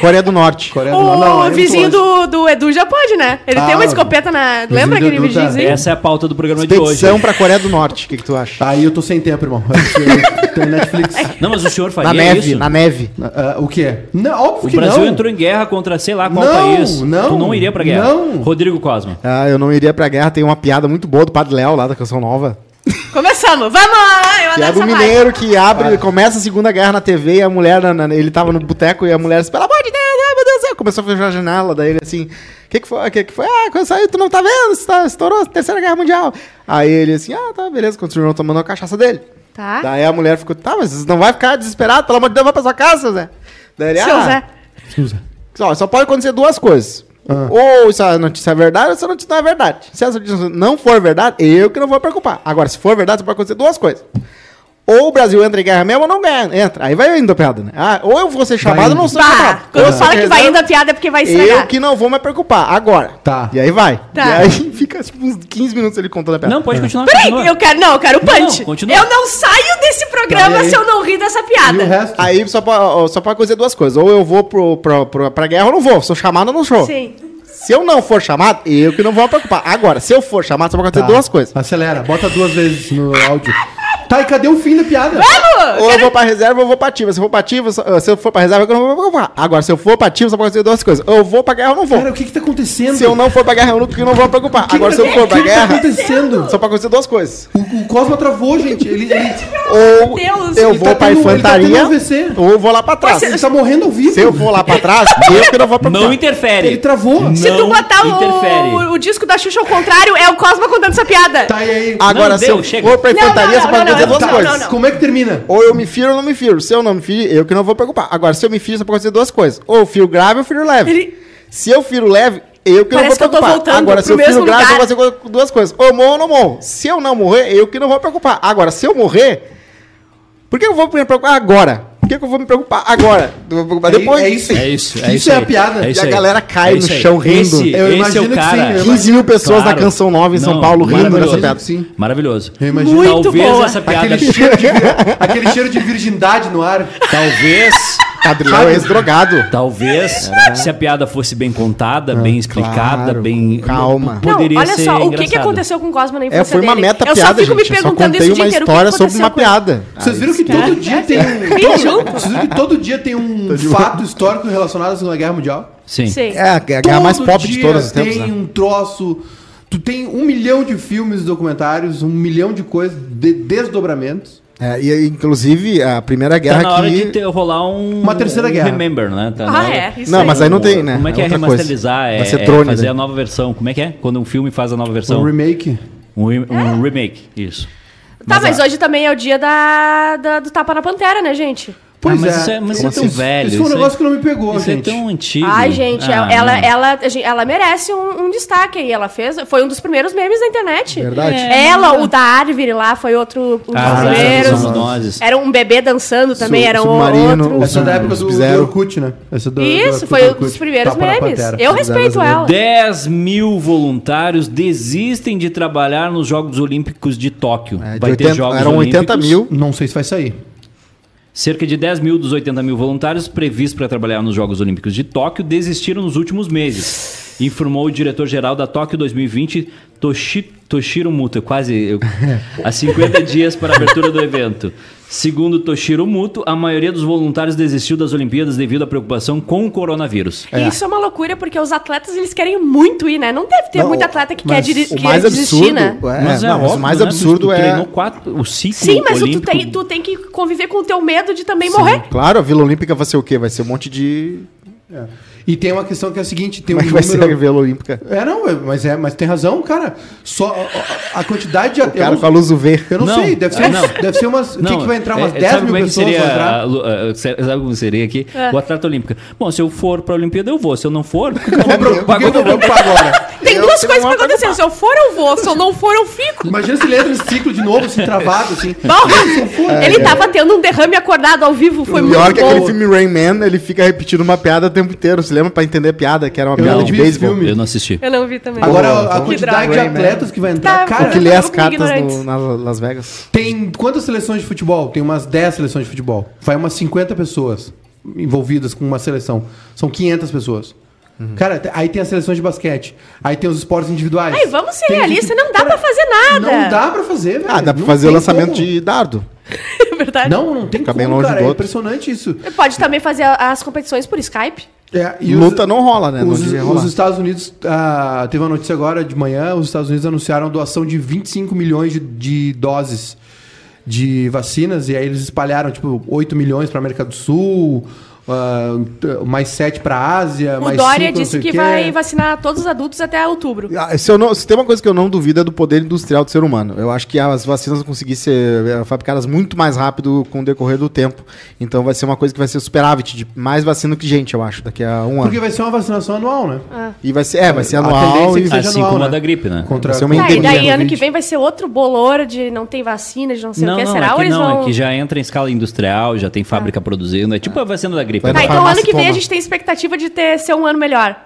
[SPEAKER 5] Coreia do Norte.
[SPEAKER 2] Coreia
[SPEAKER 4] o
[SPEAKER 2] aí é muito
[SPEAKER 4] vizinho
[SPEAKER 2] longe.
[SPEAKER 4] do, do Edu já pode, né? Ele
[SPEAKER 2] Ah,
[SPEAKER 4] tem uma escopeta na.
[SPEAKER 2] vizinho
[SPEAKER 4] Lembra
[SPEAKER 2] do
[SPEAKER 4] aquele
[SPEAKER 2] Edu tá-
[SPEAKER 4] vizinho?
[SPEAKER 3] Essa é a pauta do programa de hoje.
[SPEAKER 5] Expedição pra Coreia do Norte. O que, que tu acha?
[SPEAKER 2] Aí eu tô sem tempo, irmão. Eu Tô no Netflix.
[SPEAKER 4] É.
[SPEAKER 3] Não, mas o senhor faria
[SPEAKER 5] Na neve,
[SPEAKER 3] é isso?
[SPEAKER 5] na neve.
[SPEAKER 2] Ah, ah, o quê? Não, óbvio
[SPEAKER 3] O
[SPEAKER 2] que
[SPEAKER 3] Brasil
[SPEAKER 2] não.
[SPEAKER 3] entrou em guerra contra sei lá qual
[SPEAKER 2] Não,
[SPEAKER 3] país.
[SPEAKER 2] não,
[SPEAKER 3] tu não iria pra guerra.
[SPEAKER 2] não.
[SPEAKER 3] Rodrigo Cosma.
[SPEAKER 5] Ah, eu não iria pra guerra. Tem uma piada muito boa do Padre Léo lá da Canção Nova.
[SPEAKER 4] Começamos, vamos! Eu adoro
[SPEAKER 5] Que é do
[SPEAKER 4] essa
[SPEAKER 5] mineiro que abre, começa a Segunda Guerra na TV e a mulher, na- na- ele tava no boteco e a mulher disse, pelo amor de Deus, ai, meu Deus do céu, começou a fechar a janela, daí ele assim, o que que foi, o que que foi, ah, quando saiu, tu não tá vendo, Está- estourou a Terceira Guerra Mundial. Aí ele assim, ah, tá, beleza, continuou tomando a cachaça dele.
[SPEAKER 4] Tá.
[SPEAKER 5] Daí a mulher ficou, tá, mas você não vai ficar desesperado, pelo amor de Deus, vai pra sua casa, Zé. Daí ele, "Ah,
[SPEAKER 4] parte. Seu Zé.
[SPEAKER 5] Só, só pode acontecer duas coisas. Ou se a notícia é verdade, ou se a notícia não é verdade. Se essa notícia não for verdade, eu que não vou me preocupar. Agora, se for verdade, só pode acontecer duas coisas. Ou o Brasil entra em guerra mesmo ou não ganha. Entra. Aí vai indo a piada, né? Ah, ou eu vou ser chamado ou não sou
[SPEAKER 4] Bah,
[SPEAKER 5] chamado.
[SPEAKER 4] quando
[SPEAKER 5] Eu
[SPEAKER 4] fala
[SPEAKER 5] sou
[SPEAKER 4] que vai
[SPEAKER 5] reserva,
[SPEAKER 4] indo a piada é porque vai
[SPEAKER 5] Eu
[SPEAKER 4] estragar.
[SPEAKER 5] que não vou me preocupar. Agora.
[SPEAKER 2] Tá.
[SPEAKER 5] E aí vai.
[SPEAKER 4] Tá.
[SPEAKER 5] E aí fica tipo, uns 15 minutos ele contando a piada.
[SPEAKER 3] Não, pode
[SPEAKER 2] Tá.
[SPEAKER 3] continuar. continua.
[SPEAKER 4] Peraí, eu quero. Não, eu quero o
[SPEAKER 3] Não,
[SPEAKER 4] punch.
[SPEAKER 3] continua.
[SPEAKER 4] eu não saio desse programa
[SPEAKER 2] Tá, e aí?
[SPEAKER 4] se eu não rir dessa
[SPEAKER 2] E o
[SPEAKER 4] piada.
[SPEAKER 2] resto?
[SPEAKER 5] Aí só pode, só pode acontecer duas coisas. Ou eu vou pro, pro, pro, pra guerra ou não vou. Sou chamado ou não sou.
[SPEAKER 4] Sim.
[SPEAKER 5] Se eu não for chamado, eu que não vou me preocupar. Agora, se eu for chamado, só vai acontecer
[SPEAKER 2] Tá.
[SPEAKER 5] duas coisas.
[SPEAKER 2] Acelera, bota duas vezes no áudio. Tá, e cadê o fim da piada?
[SPEAKER 4] Vamos!
[SPEAKER 5] Ou eu vou pra reserva ou eu vou pra ativa. Se eu for pra ativa, só- ah, se eu for pra reserva, eu não vou me preocupar. Agora, se eu for pra ativa, só pode acontecer duas coisas. Ou eu vou pra guerra ou não vou.
[SPEAKER 2] Cara, o que que tá acontecendo?
[SPEAKER 5] Se eu não for pra guerra, eu não, eu não vou me preocupar.
[SPEAKER 2] que
[SPEAKER 5] Agora,
[SPEAKER 2] que
[SPEAKER 5] se
[SPEAKER 2] tá-
[SPEAKER 5] eu for pra
[SPEAKER 2] que que tá
[SPEAKER 5] guerra,
[SPEAKER 2] acontecendo?
[SPEAKER 5] só pode acontecer duas coisas.
[SPEAKER 2] O, o Cosmo travou, gente. Ele, ele,
[SPEAKER 5] Ou
[SPEAKER 4] Deus,
[SPEAKER 5] eu
[SPEAKER 2] ele
[SPEAKER 5] vou
[SPEAKER 2] tá
[SPEAKER 5] pra
[SPEAKER 2] tendo- ele tá
[SPEAKER 5] infantaria,
[SPEAKER 2] tendo AVC.
[SPEAKER 5] ou eu vou lá pra trás.
[SPEAKER 2] ele tá morrendo ao vivo.
[SPEAKER 5] Se eu for lá pra trás, eu que não vou me preocupar.
[SPEAKER 3] Não interfere.
[SPEAKER 2] Ele tá travou.
[SPEAKER 4] Se tu
[SPEAKER 3] Não
[SPEAKER 4] botar
[SPEAKER 3] interfere.
[SPEAKER 4] o, o disco da Xuxa ao contrário, é o Cosma contando essa piada.
[SPEAKER 2] Tá, e aí?
[SPEAKER 5] Agora,
[SPEAKER 3] Não,
[SPEAKER 5] se
[SPEAKER 3] deu,
[SPEAKER 5] eu
[SPEAKER 3] chega.
[SPEAKER 5] for pra
[SPEAKER 4] Não,
[SPEAKER 5] infantaria,
[SPEAKER 4] não,
[SPEAKER 5] só pode
[SPEAKER 4] não,
[SPEAKER 5] acontecer
[SPEAKER 4] não,
[SPEAKER 5] duas
[SPEAKER 4] não,
[SPEAKER 5] coisas.
[SPEAKER 4] não, não.
[SPEAKER 2] Como é que termina?
[SPEAKER 5] Ou eu me firo ou não me firo. Se eu não me firo, eu que não vou preocupar. Agora, se eu me firo, só pode acontecer duas coisas. Ou eu firo grave ou eu firo leve.
[SPEAKER 4] Ele-
[SPEAKER 5] Se eu firo leve, eu que
[SPEAKER 4] Parece que eu
[SPEAKER 5] não vou
[SPEAKER 4] tô
[SPEAKER 5] preocupar.
[SPEAKER 4] voltando
[SPEAKER 5] Agora, se
[SPEAKER 4] pro
[SPEAKER 5] eu firo
[SPEAKER 4] mesmo
[SPEAKER 5] grave, só
[SPEAKER 4] lugar.
[SPEAKER 5] pode acontecer duas coisas. Ou eu morro ou não morro. Se eu não morrer, eu que não vou preocupar. Agora, se eu morrer, por que eu vou me preocupar agora? Por que que eu vou me preocupar agora? Eu vou me preocupar
[SPEAKER 2] É-
[SPEAKER 5] depois.
[SPEAKER 2] é isso.
[SPEAKER 3] É isso, é
[SPEAKER 2] Isso
[SPEAKER 3] isso.
[SPEAKER 2] é a
[SPEAKER 3] aí,
[SPEAKER 2] piada.
[SPEAKER 5] E a
[SPEAKER 3] aí.
[SPEAKER 5] galera cai
[SPEAKER 3] É
[SPEAKER 5] no
[SPEAKER 3] isso aí.
[SPEAKER 5] chão rindo.
[SPEAKER 3] Esse,
[SPEAKER 2] Eu
[SPEAKER 3] esse é
[SPEAKER 2] imagino
[SPEAKER 3] o
[SPEAKER 2] que
[SPEAKER 3] cara.
[SPEAKER 2] sim, eu
[SPEAKER 5] 15 mil pessoas
[SPEAKER 3] Claro.
[SPEAKER 5] da Canção Nova em São
[SPEAKER 3] Não,
[SPEAKER 5] Paulo rindo
[SPEAKER 3] maravilhoso.
[SPEAKER 5] dessa piada.
[SPEAKER 2] Sim.
[SPEAKER 3] Maravilhoso.
[SPEAKER 2] Eu imagino.
[SPEAKER 4] Muito
[SPEAKER 3] Talvez
[SPEAKER 4] boa.
[SPEAKER 3] essa piada.
[SPEAKER 2] Aquele cheiro, de, vir- aquele cheiro de virgindade no ar.
[SPEAKER 3] Talvez.
[SPEAKER 5] Adriel é ex-drogado.
[SPEAKER 3] Talvez, se a piada fosse bem contada, bem explicada,
[SPEAKER 5] Ah, claro,
[SPEAKER 3] bem.
[SPEAKER 5] com calma.
[SPEAKER 4] Não,
[SPEAKER 3] Poderia
[SPEAKER 4] olha
[SPEAKER 3] ser
[SPEAKER 4] só, o que, que
[SPEAKER 3] engraçado.
[SPEAKER 4] aconteceu com o Cosma na infância
[SPEAKER 5] É, foi uma
[SPEAKER 4] dele?
[SPEAKER 5] meta
[SPEAKER 4] eu só
[SPEAKER 5] piada,
[SPEAKER 4] fico
[SPEAKER 5] gente.
[SPEAKER 4] me
[SPEAKER 5] Eu só
[SPEAKER 4] perguntando isso
[SPEAKER 5] contei
[SPEAKER 4] o dia
[SPEAKER 5] uma
[SPEAKER 4] inteiro.
[SPEAKER 5] história
[SPEAKER 4] o que
[SPEAKER 5] sobre uma
[SPEAKER 4] aconteceu
[SPEAKER 5] piada.
[SPEAKER 2] Vocês viram que todo dia tem um.
[SPEAKER 4] Vem
[SPEAKER 2] todo-
[SPEAKER 4] junto.
[SPEAKER 2] Vocês viram que todo dia tem um fato histórico relacionado à Segunda Guerra Mundial?
[SPEAKER 3] Sim.
[SPEAKER 4] com ele? Sim.
[SPEAKER 5] É a guerra mais
[SPEAKER 2] Todo
[SPEAKER 5] pop de
[SPEAKER 2] dia
[SPEAKER 5] todos os tempos,
[SPEAKER 2] Tem
[SPEAKER 5] né?
[SPEAKER 2] um troço. Tu tem um milhão de filmes, documentários, um milhão de coisas, de desdobramentos.
[SPEAKER 5] É, e, inclusive, a Primeira
[SPEAKER 3] Tá
[SPEAKER 5] Guerra
[SPEAKER 3] na hora
[SPEAKER 5] que...
[SPEAKER 3] de ter- rolar um.
[SPEAKER 2] Uma terceira
[SPEAKER 3] um
[SPEAKER 2] guerra.
[SPEAKER 3] Remember, né? Tá na
[SPEAKER 4] Ah,
[SPEAKER 3] hora-
[SPEAKER 4] é. Isso
[SPEAKER 5] Não, mas aí não tem, né?
[SPEAKER 3] Como é que é,
[SPEAKER 5] outra coisa.
[SPEAKER 3] remasterizar? É,
[SPEAKER 5] Vai ser
[SPEAKER 3] é
[SPEAKER 5] drone,
[SPEAKER 3] fazer
[SPEAKER 5] né?
[SPEAKER 3] a nova versão. Como é que é? Quando um filme faz a nova
[SPEAKER 2] Um
[SPEAKER 5] Então.
[SPEAKER 3] versão.
[SPEAKER 2] remake.
[SPEAKER 3] Um, re- um remake. Isso.
[SPEAKER 4] é Tá, mas hoje também é o dia da, da- do tapa na pantera, né, gente?
[SPEAKER 2] Pois
[SPEAKER 3] mas
[SPEAKER 2] é.
[SPEAKER 3] Isso é, mas isso
[SPEAKER 5] Como
[SPEAKER 3] é tão
[SPEAKER 5] assim?
[SPEAKER 3] velho.
[SPEAKER 2] Esse foi um
[SPEAKER 3] isso é-
[SPEAKER 2] negócio que não me pegou,
[SPEAKER 3] Isso
[SPEAKER 2] gente.
[SPEAKER 3] é tão antigo.
[SPEAKER 4] Ai, gente, é,
[SPEAKER 3] Ah,
[SPEAKER 4] ela, ela,
[SPEAKER 3] não.
[SPEAKER 4] ela, ela merece um, um destaque aí. Ela fez. Foi um dos primeiros memes da internet.
[SPEAKER 5] Verdade.
[SPEAKER 3] É,
[SPEAKER 4] ela,
[SPEAKER 3] não é.
[SPEAKER 4] o da árvore lá, foi outro. Um dos
[SPEAKER 3] Ah,
[SPEAKER 2] Os
[SPEAKER 3] é,
[SPEAKER 4] primeiros.
[SPEAKER 3] somos nós.
[SPEAKER 4] Era um bebê dançando também,
[SPEAKER 5] Su-
[SPEAKER 4] era um
[SPEAKER 5] submarino,
[SPEAKER 4] outro.
[SPEAKER 5] o
[SPEAKER 2] Essa é da época do, do
[SPEAKER 5] Sub-Zero.
[SPEAKER 2] Orkut, né? Essa do,
[SPEAKER 4] Isso,
[SPEAKER 2] do-
[SPEAKER 4] foi
[SPEAKER 2] do
[SPEAKER 4] um
[SPEAKER 2] Orkut.
[SPEAKER 4] dos primeiros
[SPEAKER 2] Tapa na
[SPEAKER 4] memes.
[SPEAKER 2] Pantera,
[SPEAKER 4] Eu
[SPEAKER 2] Sub-Zero
[SPEAKER 4] respeito
[SPEAKER 2] brasileiro.
[SPEAKER 4] ela.
[SPEAKER 3] 10 mil voluntários desistem de trabalhar nos Jogos Olímpicos de Tóquio.
[SPEAKER 5] É, de
[SPEAKER 3] Vai ter
[SPEAKER 5] 80
[SPEAKER 3] Jogos
[SPEAKER 5] eram 80
[SPEAKER 3] Olímpicos.
[SPEAKER 5] mil.
[SPEAKER 2] Não sei se vai sair.
[SPEAKER 3] Cerca de 10 mil dos 80 mil voluntários previstos para trabalhar nos Jogos Olímpicos de Tóquio desistiram nos últimos meses, informou o diretor-geral da Tóquio 2020, Toshi, Toshiro Muto. Eu Quase eu, há 50 dias para a abertura do evento. Segundo Toshiro Muto, a maioria dos voluntários desistiu das Olimpíadas devido à preocupação com o coronavírus.
[SPEAKER 4] E Isso é uma loucura, porque os atletas eles querem muito ir, né? Não deve ter
[SPEAKER 5] Não,
[SPEAKER 4] muito atleta que
[SPEAKER 5] mas
[SPEAKER 4] quer, diri-
[SPEAKER 5] o
[SPEAKER 4] que
[SPEAKER 5] mais
[SPEAKER 4] desistir,
[SPEAKER 5] absurdo,
[SPEAKER 4] né?
[SPEAKER 5] é, não, mas o
[SPEAKER 3] óbvio,
[SPEAKER 5] mais
[SPEAKER 3] né? Tu-
[SPEAKER 5] absurdo
[SPEAKER 3] tu
[SPEAKER 5] é
[SPEAKER 3] treinou quatro, o ciclo
[SPEAKER 4] Sim, mas tu
[SPEAKER 3] olímpico.
[SPEAKER 4] tem, tu tem que conviver com o teu medo de também
[SPEAKER 5] Sim.
[SPEAKER 4] morrer.
[SPEAKER 5] Claro, a Vila Olímpica vai ser o quê? Vai ser um monte de.
[SPEAKER 2] E tem uma questão que é a seguinte, tem
[SPEAKER 5] Como é
[SPEAKER 2] um
[SPEAKER 5] que vai ser a
[SPEAKER 2] número...
[SPEAKER 5] Vila Olímpica?
[SPEAKER 2] É, não, é, mas, é, mas tem razão, cara. Só a, a quantidade de...
[SPEAKER 5] O cara
[SPEAKER 2] eu,
[SPEAKER 5] com a luz UV.
[SPEAKER 2] eu não,
[SPEAKER 3] Não,
[SPEAKER 2] sei, deve ser,
[SPEAKER 3] é, não.
[SPEAKER 2] deve ser umas... O que, que vai entrar? Umas
[SPEAKER 3] é,
[SPEAKER 2] 10
[SPEAKER 3] sabe
[SPEAKER 2] mil
[SPEAKER 3] como é que
[SPEAKER 2] pessoas vão
[SPEAKER 3] seria
[SPEAKER 2] entrar?
[SPEAKER 3] a lu- a- Sabe como seria aqui?
[SPEAKER 4] É.
[SPEAKER 3] O atleta olímpico. Bom, se eu for pra Olimpíada, eu vou. Se eu não for,
[SPEAKER 2] Por é que que eu vou preocupar agora?
[SPEAKER 4] Tem
[SPEAKER 5] Eu
[SPEAKER 4] duas
[SPEAKER 5] tenho
[SPEAKER 4] coisas
[SPEAKER 5] uma
[SPEAKER 4] pra acontecer. Se eu for, eu vou. Se eu não for, eu fico.
[SPEAKER 2] Imagina se ele entra nesse ciclo de novo, assim, travado, assim.
[SPEAKER 4] Bom, ele tava tendo um derrame acordado ao vivo, foi
[SPEAKER 5] é. o
[SPEAKER 4] muito
[SPEAKER 5] pior é que aquele
[SPEAKER 4] bom.
[SPEAKER 5] filme Rain Man, ele fica repetindo uma piada o tempo inteiro. Você lembra pra entender a piada, que era uma
[SPEAKER 2] Eu
[SPEAKER 5] piada
[SPEAKER 2] não
[SPEAKER 5] de
[SPEAKER 2] vi esse
[SPEAKER 5] beisebol?
[SPEAKER 2] filme.
[SPEAKER 3] eu não assisti.
[SPEAKER 4] Eu não vi também.
[SPEAKER 2] Agora, a- a
[SPEAKER 5] Que
[SPEAKER 2] quantidade de
[SPEAKER 5] droga, hein,
[SPEAKER 2] atletas que vai entrar,
[SPEAKER 4] Tá,
[SPEAKER 5] O
[SPEAKER 2] cara...
[SPEAKER 5] que lê
[SPEAKER 4] Grupo
[SPEAKER 5] as
[SPEAKER 4] de
[SPEAKER 5] cartas no,
[SPEAKER 4] ignorantes.
[SPEAKER 5] na Las Vegas.
[SPEAKER 2] Tem quantas seleções de futebol? Tem umas 10 seleções de futebol. Vai umas 50 pessoas envolvidas com uma seleção. São 500 pessoas.
[SPEAKER 5] Uhum.
[SPEAKER 2] Cara, te- aí tem as seleções de basquete. Aí tem os esportes individuais.
[SPEAKER 4] Ai, vamos ser
[SPEAKER 2] Tem gente
[SPEAKER 4] realistas,
[SPEAKER 2] que-
[SPEAKER 4] não dá
[SPEAKER 2] Cara,
[SPEAKER 4] pra fazer nada.
[SPEAKER 2] Não dá pra fazer, velho.
[SPEAKER 5] Ah, dá pra
[SPEAKER 2] Não
[SPEAKER 5] fazer o
[SPEAKER 2] tem
[SPEAKER 5] lançamento
[SPEAKER 2] como.
[SPEAKER 5] de dardo.
[SPEAKER 4] É verdade.
[SPEAKER 2] Não, não tem
[SPEAKER 5] Fica
[SPEAKER 2] como,
[SPEAKER 5] bem longe
[SPEAKER 2] cara.
[SPEAKER 5] do
[SPEAKER 2] É
[SPEAKER 5] outro.
[SPEAKER 2] impressionante isso.
[SPEAKER 4] Pode também fazer a- as competições por Skype.
[SPEAKER 2] É, e os-
[SPEAKER 5] Luta não rola, né?
[SPEAKER 2] Os,
[SPEAKER 5] não devia
[SPEAKER 2] os
[SPEAKER 5] rolar.
[SPEAKER 2] Estados Unidos, ah, teve uma notícia agora de manhã, os Estados Unidos anunciaram a doação de 25 milhões de, de doses de vacinas, e aí eles espalharam, tipo, 8 milhões para América do Sul, ah, t- mais 7 para
[SPEAKER 5] É
[SPEAKER 2] Ásia,
[SPEAKER 4] O
[SPEAKER 2] mais
[SPEAKER 4] Dória
[SPEAKER 2] cinco, não sei
[SPEAKER 4] disse
[SPEAKER 2] o
[SPEAKER 4] que
[SPEAKER 2] quê.
[SPEAKER 4] vai vacinar todos os adultos até outubro.
[SPEAKER 5] Ah, Se, eu não- se tem uma coisa que eu não duvido é do poder industrial do ser humano. Eu acho que as vacinas vão conseguir ser eh, fabricadas muito mais rápido com o decorrer do tempo. Então vai ser uma coisa que vai ser superávit de mais vacina que gente, eu acho, daqui a um ano.
[SPEAKER 2] Porque vai ser uma vacinação anual, né?
[SPEAKER 4] Ah.
[SPEAKER 5] E vai ser, é, vai ser
[SPEAKER 2] A
[SPEAKER 5] anual
[SPEAKER 2] tendência
[SPEAKER 5] e
[SPEAKER 2] é que seja
[SPEAKER 3] Assim
[SPEAKER 2] anual,
[SPEAKER 3] como a
[SPEAKER 2] né?
[SPEAKER 3] da gripe, né?
[SPEAKER 2] Contra,
[SPEAKER 5] É, Vai ser uma
[SPEAKER 4] Tá,
[SPEAKER 2] contra
[SPEAKER 4] e
[SPEAKER 5] pandemia,
[SPEAKER 4] daí
[SPEAKER 2] o
[SPEAKER 4] ano que
[SPEAKER 2] Covid.
[SPEAKER 4] vem vai ser outro bolor de não tem vacina, de não sei
[SPEAKER 3] Não,
[SPEAKER 4] o que.
[SPEAKER 3] não,
[SPEAKER 4] Será?
[SPEAKER 3] é
[SPEAKER 4] Ou
[SPEAKER 3] que
[SPEAKER 4] eles
[SPEAKER 3] não,
[SPEAKER 4] vão. Ah.
[SPEAKER 3] é que já entra em escala industrial, já tem fábrica produzindo. É tipo a vacina da gripe.
[SPEAKER 5] Vai
[SPEAKER 3] né?
[SPEAKER 4] Tá,
[SPEAKER 5] na
[SPEAKER 4] então ano
[SPEAKER 5] farmácia
[SPEAKER 4] que vem a
[SPEAKER 5] toma.
[SPEAKER 4] gente tem expectativa de ter ser um ano melhor.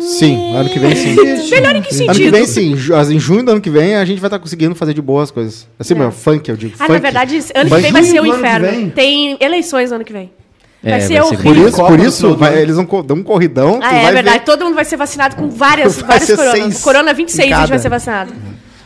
[SPEAKER 5] Sim, ano que vem sim.
[SPEAKER 4] Melhor em que
[SPEAKER 5] Ano que
[SPEAKER 4] sentido?
[SPEAKER 5] vem, sim. Ju- Em junho do ano que vem, a gente vai estar conseguindo fazer de boas coisas. Assim, meu, funk, eu digo.
[SPEAKER 4] Ah, na
[SPEAKER 5] funk.
[SPEAKER 4] verdade, ano que
[SPEAKER 5] Funk.
[SPEAKER 4] vem vai ser o
[SPEAKER 2] Junho do ano que vem?
[SPEAKER 4] inferno. Tem eleições ano que vem.
[SPEAKER 3] É,
[SPEAKER 4] Vai
[SPEAKER 3] vai
[SPEAKER 4] ser
[SPEAKER 3] ser
[SPEAKER 5] Por
[SPEAKER 4] horrível.
[SPEAKER 5] isso,
[SPEAKER 2] Copa
[SPEAKER 5] por
[SPEAKER 2] no
[SPEAKER 5] isso
[SPEAKER 2] final do
[SPEAKER 5] vai-
[SPEAKER 2] ano.
[SPEAKER 5] eles vão co- dar um corridão. tu
[SPEAKER 4] né? Ah, é
[SPEAKER 5] vai ver-
[SPEAKER 4] verdade. Todo mundo vai ser vacinado com várias,
[SPEAKER 5] Vai
[SPEAKER 4] várias
[SPEAKER 5] ser
[SPEAKER 4] coronas.
[SPEAKER 5] seis
[SPEAKER 4] O corona 26 a
[SPEAKER 5] em
[SPEAKER 4] gente
[SPEAKER 5] cada.
[SPEAKER 4] vai ser vacinado.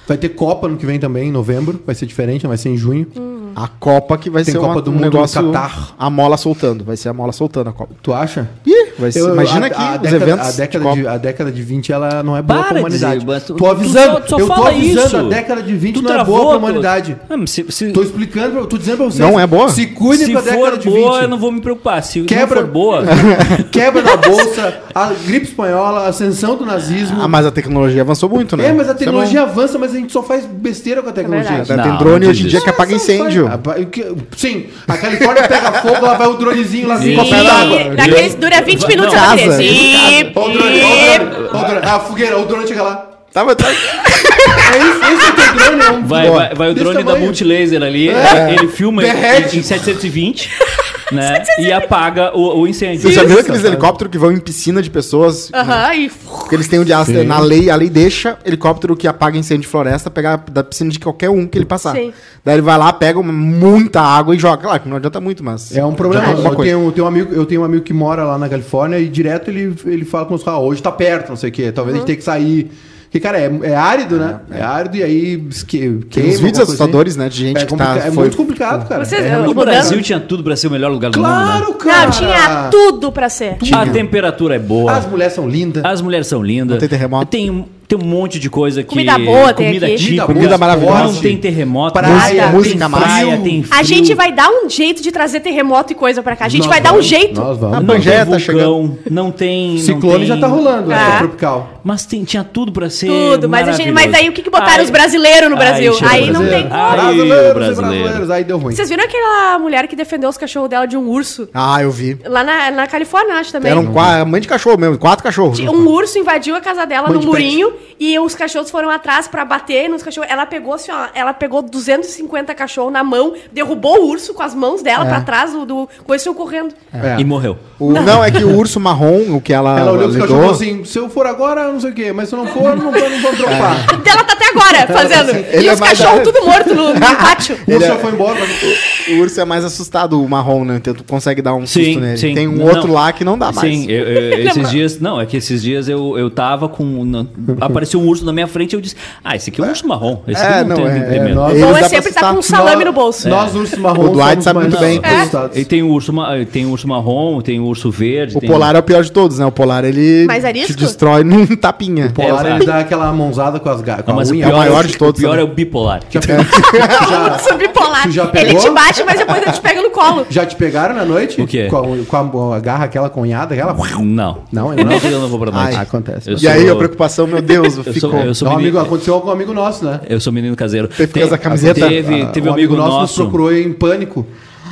[SPEAKER 2] Vai ter Copa ano que vem também, em novembro. Vai ser diferente, vai ser em junho.
[SPEAKER 4] Hum.
[SPEAKER 5] A Copa que vai
[SPEAKER 2] Tem
[SPEAKER 5] ser uma-
[SPEAKER 2] Copa do
[SPEAKER 5] um
[SPEAKER 2] Mundo no
[SPEAKER 5] negócio.
[SPEAKER 2] Catar.
[SPEAKER 5] A mola soltando. Vai ser a mola soltando a Copa.
[SPEAKER 2] Tu acha?
[SPEAKER 5] Ih, vai ser-
[SPEAKER 2] Eu-
[SPEAKER 5] imagina
[SPEAKER 2] a-
[SPEAKER 5] que
[SPEAKER 2] a
[SPEAKER 5] os
[SPEAKER 2] década,
[SPEAKER 5] eventos.
[SPEAKER 2] A década,
[SPEAKER 5] Copa-
[SPEAKER 2] de, a década de 20 ela não é boa
[SPEAKER 3] Para
[SPEAKER 2] pra
[SPEAKER 3] de
[SPEAKER 2] humanidade.
[SPEAKER 3] dizer, mas tu-
[SPEAKER 2] tô
[SPEAKER 3] tu
[SPEAKER 2] avisando,
[SPEAKER 3] só- só
[SPEAKER 2] eu tô
[SPEAKER 3] fala
[SPEAKER 2] avisando,
[SPEAKER 3] isso.
[SPEAKER 2] a década de 20
[SPEAKER 3] Tu
[SPEAKER 2] não é boa
[SPEAKER 3] travou,
[SPEAKER 2] pra
[SPEAKER 3] tu-
[SPEAKER 2] humanidade.
[SPEAKER 3] Ah, mas se, se,
[SPEAKER 2] Tô explicando, pra, tô dizendo pra vocês.
[SPEAKER 5] Não é boa?
[SPEAKER 2] Se cuidem
[SPEAKER 3] se
[SPEAKER 2] com a década
[SPEAKER 3] for
[SPEAKER 2] de
[SPEAKER 3] boa,
[SPEAKER 2] 20.
[SPEAKER 3] eu não vou me preocupar. Se
[SPEAKER 2] Quebra-
[SPEAKER 3] não for boa,
[SPEAKER 2] Quebra da bolsa, a gripe espanhola, a ascensão do nazismo.
[SPEAKER 5] Ah, mas a tecnologia avançou muito, né?
[SPEAKER 2] é, mas a
[SPEAKER 5] Isso
[SPEAKER 2] tecnologia avança, mas a gente só faz besteira com a tecnologia.
[SPEAKER 4] verdade.
[SPEAKER 5] bom. Tem
[SPEAKER 3] Não,
[SPEAKER 5] drone
[SPEAKER 3] não
[SPEAKER 5] hoje em
[SPEAKER 3] diz
[SPEAKER 5] dia
[SPEAKER 3] isso.
[SPEAKER 5] que apaga incêndio.
[SPEAKER 2] Ah, pá, o que- Sim, a Califórnia pega fogo, lá vai o dronezinho lá
[SPEAKER 4] Sim,
[SPEAKER 2] com a pé d'água.
[SPEAKER 4] daqueles dura 20
[SPEAKER 3] Não,
[SPEAKER 4] minutos
[SPEAKER 5] casa.
[SPEAKER 4] a bateria. Sim,
[SPEAKER 2] Ó o drone, ó o drone, ó o drone. Ah, a fogueira, ó o drone chega lá.
[SPEAKER 5] Tá, mas tá-
[SPEAKER 2] É isso, esse é o teu drone, é um
[SPEAKER 3] vai, vai, vai o
[SPEAKER 2] desse
[SPEAKER 3] drone da
[SPEAKER 2] tamanho. É.
[SPEAKER 3] multilaser ali, ele filma em,
[SPEAKER 2] Derrete.
[SPEAKER 3] em 720, né? e apaga o, o incêndio.
[SPEAKER 5] Você já viu
[SPEAKER 2] Isso,
[SPEAKER 5] aqueles
[SPEAKER 2] cara.
[SPEAKER 5] helicópteros que vão em piscina de pessoas?
[SPEAKER 4] Aham, e
[SPEAKER 5] Porque eles têm o de ácido, na lei, a lei deixa helicóptero que apaga incêndio de floresta pegar da piscina de qualquer um que ele passar.
[SPEAKER 4] Sim.
[SPEAKER 5] Daí ele vai lá, pega uma- muita água e joga. Claro que não adianta muito, mas.
[SPEAKER 2] É um problema.
[SPEAKER 5] adianta alguma
[SPEAKER 2] Eu
[SPEAKER 5] coisa.
[SPEAKER 2] tenho, eu tenho um amigo, eu tenho um amigo que mora lá na Califórnia e direto ele, ele fala com os caras, ah, hoje tá perto, não sei o quê, talvez
[SPEAKER 4] Uhum.
[SPEAKER 2] a gente tenha que sair. Porque, cara, é, é árido, né? É, árido e aí esque,
[SPEAKER 5] Tem
[SPEAKER 2] queima,
[SPEAKER 5] uns vídeos
[SPEAKER 2] alguma coisa
[SPEAKER 5] assustadores, né? De
[SPEAKER 2] assim.
[SPEAKER 5] gente
[SPEAKER 2] É,
[SPEAKER 5] que tá.
[SPEAKER 2] complica- é
[SPEAKER 5] foi-
[SPEAKER 2] muito complicado, cara.
[SPEAKER 4] Vocês-
[SPEAKER 2] é
[SPEAKER 3] O
[SPEAKER 2] realmente
[SPEAKER 4] mudando.
[SPEAKER 3] Brasil tinha tudo pra ser o melhor lugar do mundo, né?
[SPEAKER 2] Claro, cara!
[SPEAKER 4] Não, tinha tudo pra ser.
[SPEAKER 3] A temperatura é boa.
[SPEAKER 2] As mulheres são lindas.
[SPEAKER 3] As mulheres são lindas.
[SPEAKER 5] Não tem terremoto.
[SPEAKER 3] Tem, Tem um monte de coisa que...
[SPEAKER 4] Comida boa tem
[SPEAKER 3] comida
[SPEAKER 4] aqui.
[SPEAKER 3] típica,
[SPEAKER 5] Comida maravilhosa.
[SPEAKER 3] Não tem terremoto.
[SPEAKER 2] Praia,
[SPEAKER 3] não
[SPEAKER 1] música
[SPEAKER 3] tem praia,
[SPEAKER 2] maravilhosa.
[SPEAKER 3] tem
[SPEAKER 4] A
[SPEAKER 3] frio.
[SPEAKER 4] gente vai dar um jeito de trazer terremoto e coisa pra cá. A gente
[SPEAKER 2] Nós
[SPEAKER 4] vai dar um
[SPEAKER 2] vamos,
[SPEAKER 4] jeito.
[SPEAKER 2] Nós
[SPEAKER 5] A
[SPEAKER 2] vamos.
[SPEAKER 3] Não tem
[SPEAKER 5] Pangeia tá
[SPEAKER 3] vulcão, não tem... não
[SPEAKER 2] Ciclone
[SPEAKER 3] tem-
[SPEAKER 2] já tá rolando, né?
[SPEAKER 4] Ah.
[SPEAKER 2] Tropical.
[SPEAKER 3] Mas tem- tinha tudo pra ser
[SPEAKER 4] Tudo, mas, a gente, mas
[SPEAKER 3] maravilhoso.
[SPEAKER 4] aí o que, que botaram
[SPEAKER 3] Aí-
[SPEAKER 4] os brasileiros no
[SPEAKER 3] aí
[SPEAKER 4] Brasil?
[SPEAKER 3] chegou
[SPEAKER 4] Aí,
[SPEAKER 3] o
[SPEAKER 4] não
[SPEAKER 3] brasileiro.
[SPEAKER 4] tem como.
[SPEAKER 3] Aí,
[SPEAKER 2] Brasileiros
[SPEAKER 3] o brasileiro.
[SPEAKER 2] e brasileiros. Aí deu ruim.
[SPEAKER 4] Vocês viram aquela mulher que defendeu os cachorros dela de um urso?
[SPEAKER 5] Ah, eu vi.
[SPEAKER 4] Lá na, na Califórnia, acho também.
[SPEAKER 5] Era um qua- mãe de cachorro mesmo, quatro cachorros.
[SPEAKER 4] Tinha Um urso invadiu a casa dela
[SPEAKER 2] Mãe
[SPEAKER 4] no
[SPEAKER 2] de pet.
[SPEAKER 4] murinho e os cachorros foram atrás pra bater nos cachorros. Ela pegou assim, ó, ela pegou 250 cachorros na mão, derrubou o urso com as mãos dela pra trás do, do coisa e saiu correndo.
[SPEAKER 2] É.
[SPEAKER 3] E morreu.
[SPEAKER 5] O- não, é que o urso marrom, o que ela,
[SPEAKER 2] Ela olhou pros cachorros e
[SPEAKER 5] alegou,
[SPEAKER 2] falou assim: se eu for agora, não sei o quê, mas se eu não for, não vou, não vou dropar.
[SPEAKER 5] É.
[SPEAKER 4] Ela tá até agora fazendo.
[SPEAKER 5] Ele
[SPEAKER 4] e
[SPEAKER 5] é
[SPEAKER 4] os
[SPEAKER 5] mais-
[SPEAKER 4] cachorros tudo morto no, no pátio.
[SPEAKER 2] O
[SPEAKER 5] Ele
[SPEAKER 2] urso já
[SPEAKER 5] é-
[SPEAKER 2] foi embora. mas-
[SPEAKER 5] o urso é mais assustado, o marrom, né? Tu consegue dar um susto nele. Tem um
[SPEAKER 3] Não,
[SPEAKER 5] outro
[SPEAKER 3] não.
[SPEAKER 5] lá que não dá mais.
[SPEAKER 3] Sim, eu- eu- esses dias. Não, é que esses dias eu, eu tava com. na- apareceu um urso na minha frente e eu disse: Ah, esse aqui é um urso marrom. Esse
[SPEAKER 5] É,
[SPEAKER 3] aqui não,
[SPEAKER 5] não,
[SPEAKER 3] tem,
[SPEAKER 5] é-
[SPEAKER 3] tem
[SPEAKER 2] é,
[SPEAKER 3] medo."
[SPEAKER 2] nós-
[SPEAKER 4] O
[SPEAKER 5] Ele
[SPEAKER 4] bom
[SPEAKER 5] dá
[SPEAKER 4] é
[SPEAKER 5] pra
[SPEAKER 4] sempre tá
[SPEAKER 5] assustar.
[SPEAKER 4] com um salame no bolso.
[SPEAKER 2] Nós, urso marrom,
[SPEAKER 5] É. O Dwight
[SPEAKER 2] somos
[SPEAKER 5] sabe muito
[SPEAKER 2] mais
[SPEAKER 5] bem. É.
[SPEAKER 2] assustados.
[SPEAKER 3] E tem o urso, ma- tem o urso marrom, tem o urso verde.
[SPEAKER 5] O
[SPEAKER 3] tem- um-
[SPEAKER 5] polar é o pior de todos, né? O polar ele
[SPEAKER 4] Mais
[SPEAKER 5] te
[SPEAKER 4] arisco?
[SPEAKER 5] destrói num tapinha.
[SPEAKER 2] O Polar,
[SPEAKER 3] É,
[SPEAKER 2] ele dá aquela mãozada com as garras.
[SPEAKER 3] Ah, mas o
[SPEAKER 5] unha,
[SPEAKER 3] pior,
[SPEAKER 5] é o maior de
[SPEAKER 3] o
[SPEAKER 5] todos,
[SPEAKER 3] pior
[SPEAKER 5] né?
[SPEAKER 3] é o bipolar.
[SPEAKER 2] Já, pegou- já-
[SPEAKER 4] Urso bipolar.
[SPEAKER 2] Tu já
[SPEAKER 4] Ele
[SPEAKER 2] pegou?
[SPEAKER 4] te bate, mas depois ele te pega no colo.
[SPEAKER 2] já te pegaram na noite?
[SPEAKER 3] O quê?
[SPEAKER 2] Com a, com a- a garra, aquela cunhada, aquela.
[SPEAKER 3] Não.
[SPEAKER 2] Não,
[SPEAKER 3] eu
[SPEAKER 2] eu não.
[SPEAKER 3] não, eu não vou pra noite.
[SPEAKER 2] Ai, acontece.
[SPEAKER 3] Eu
[SPEAKER 5] e aí
[SPEAKER 3] sou-
[SPEAKER 5] a preocupação, meu Deus,
[SPEAKER 3] eu
[SPEAKER 5] ficou.
[SPEAKER 3] sou, eu sou
[SPEAKER 2] um amigo,
[SPEAKER 3] menino,
[SPEAKER 2] aconteceu com um amigo nosso, né?
[SPEAKER 3] eu sou menino caseiro.
[SPEAKER 5] Teve que usar
[SPEAKER 3] Te-
[SPEAKER 5] camiseta?
[SPEAKER 3] Teve,
[SPEAKER 2] Ah,
[SPEAKER 3] teve um amigo nosso.
[SPEAKER 2] nos procurou em pânico.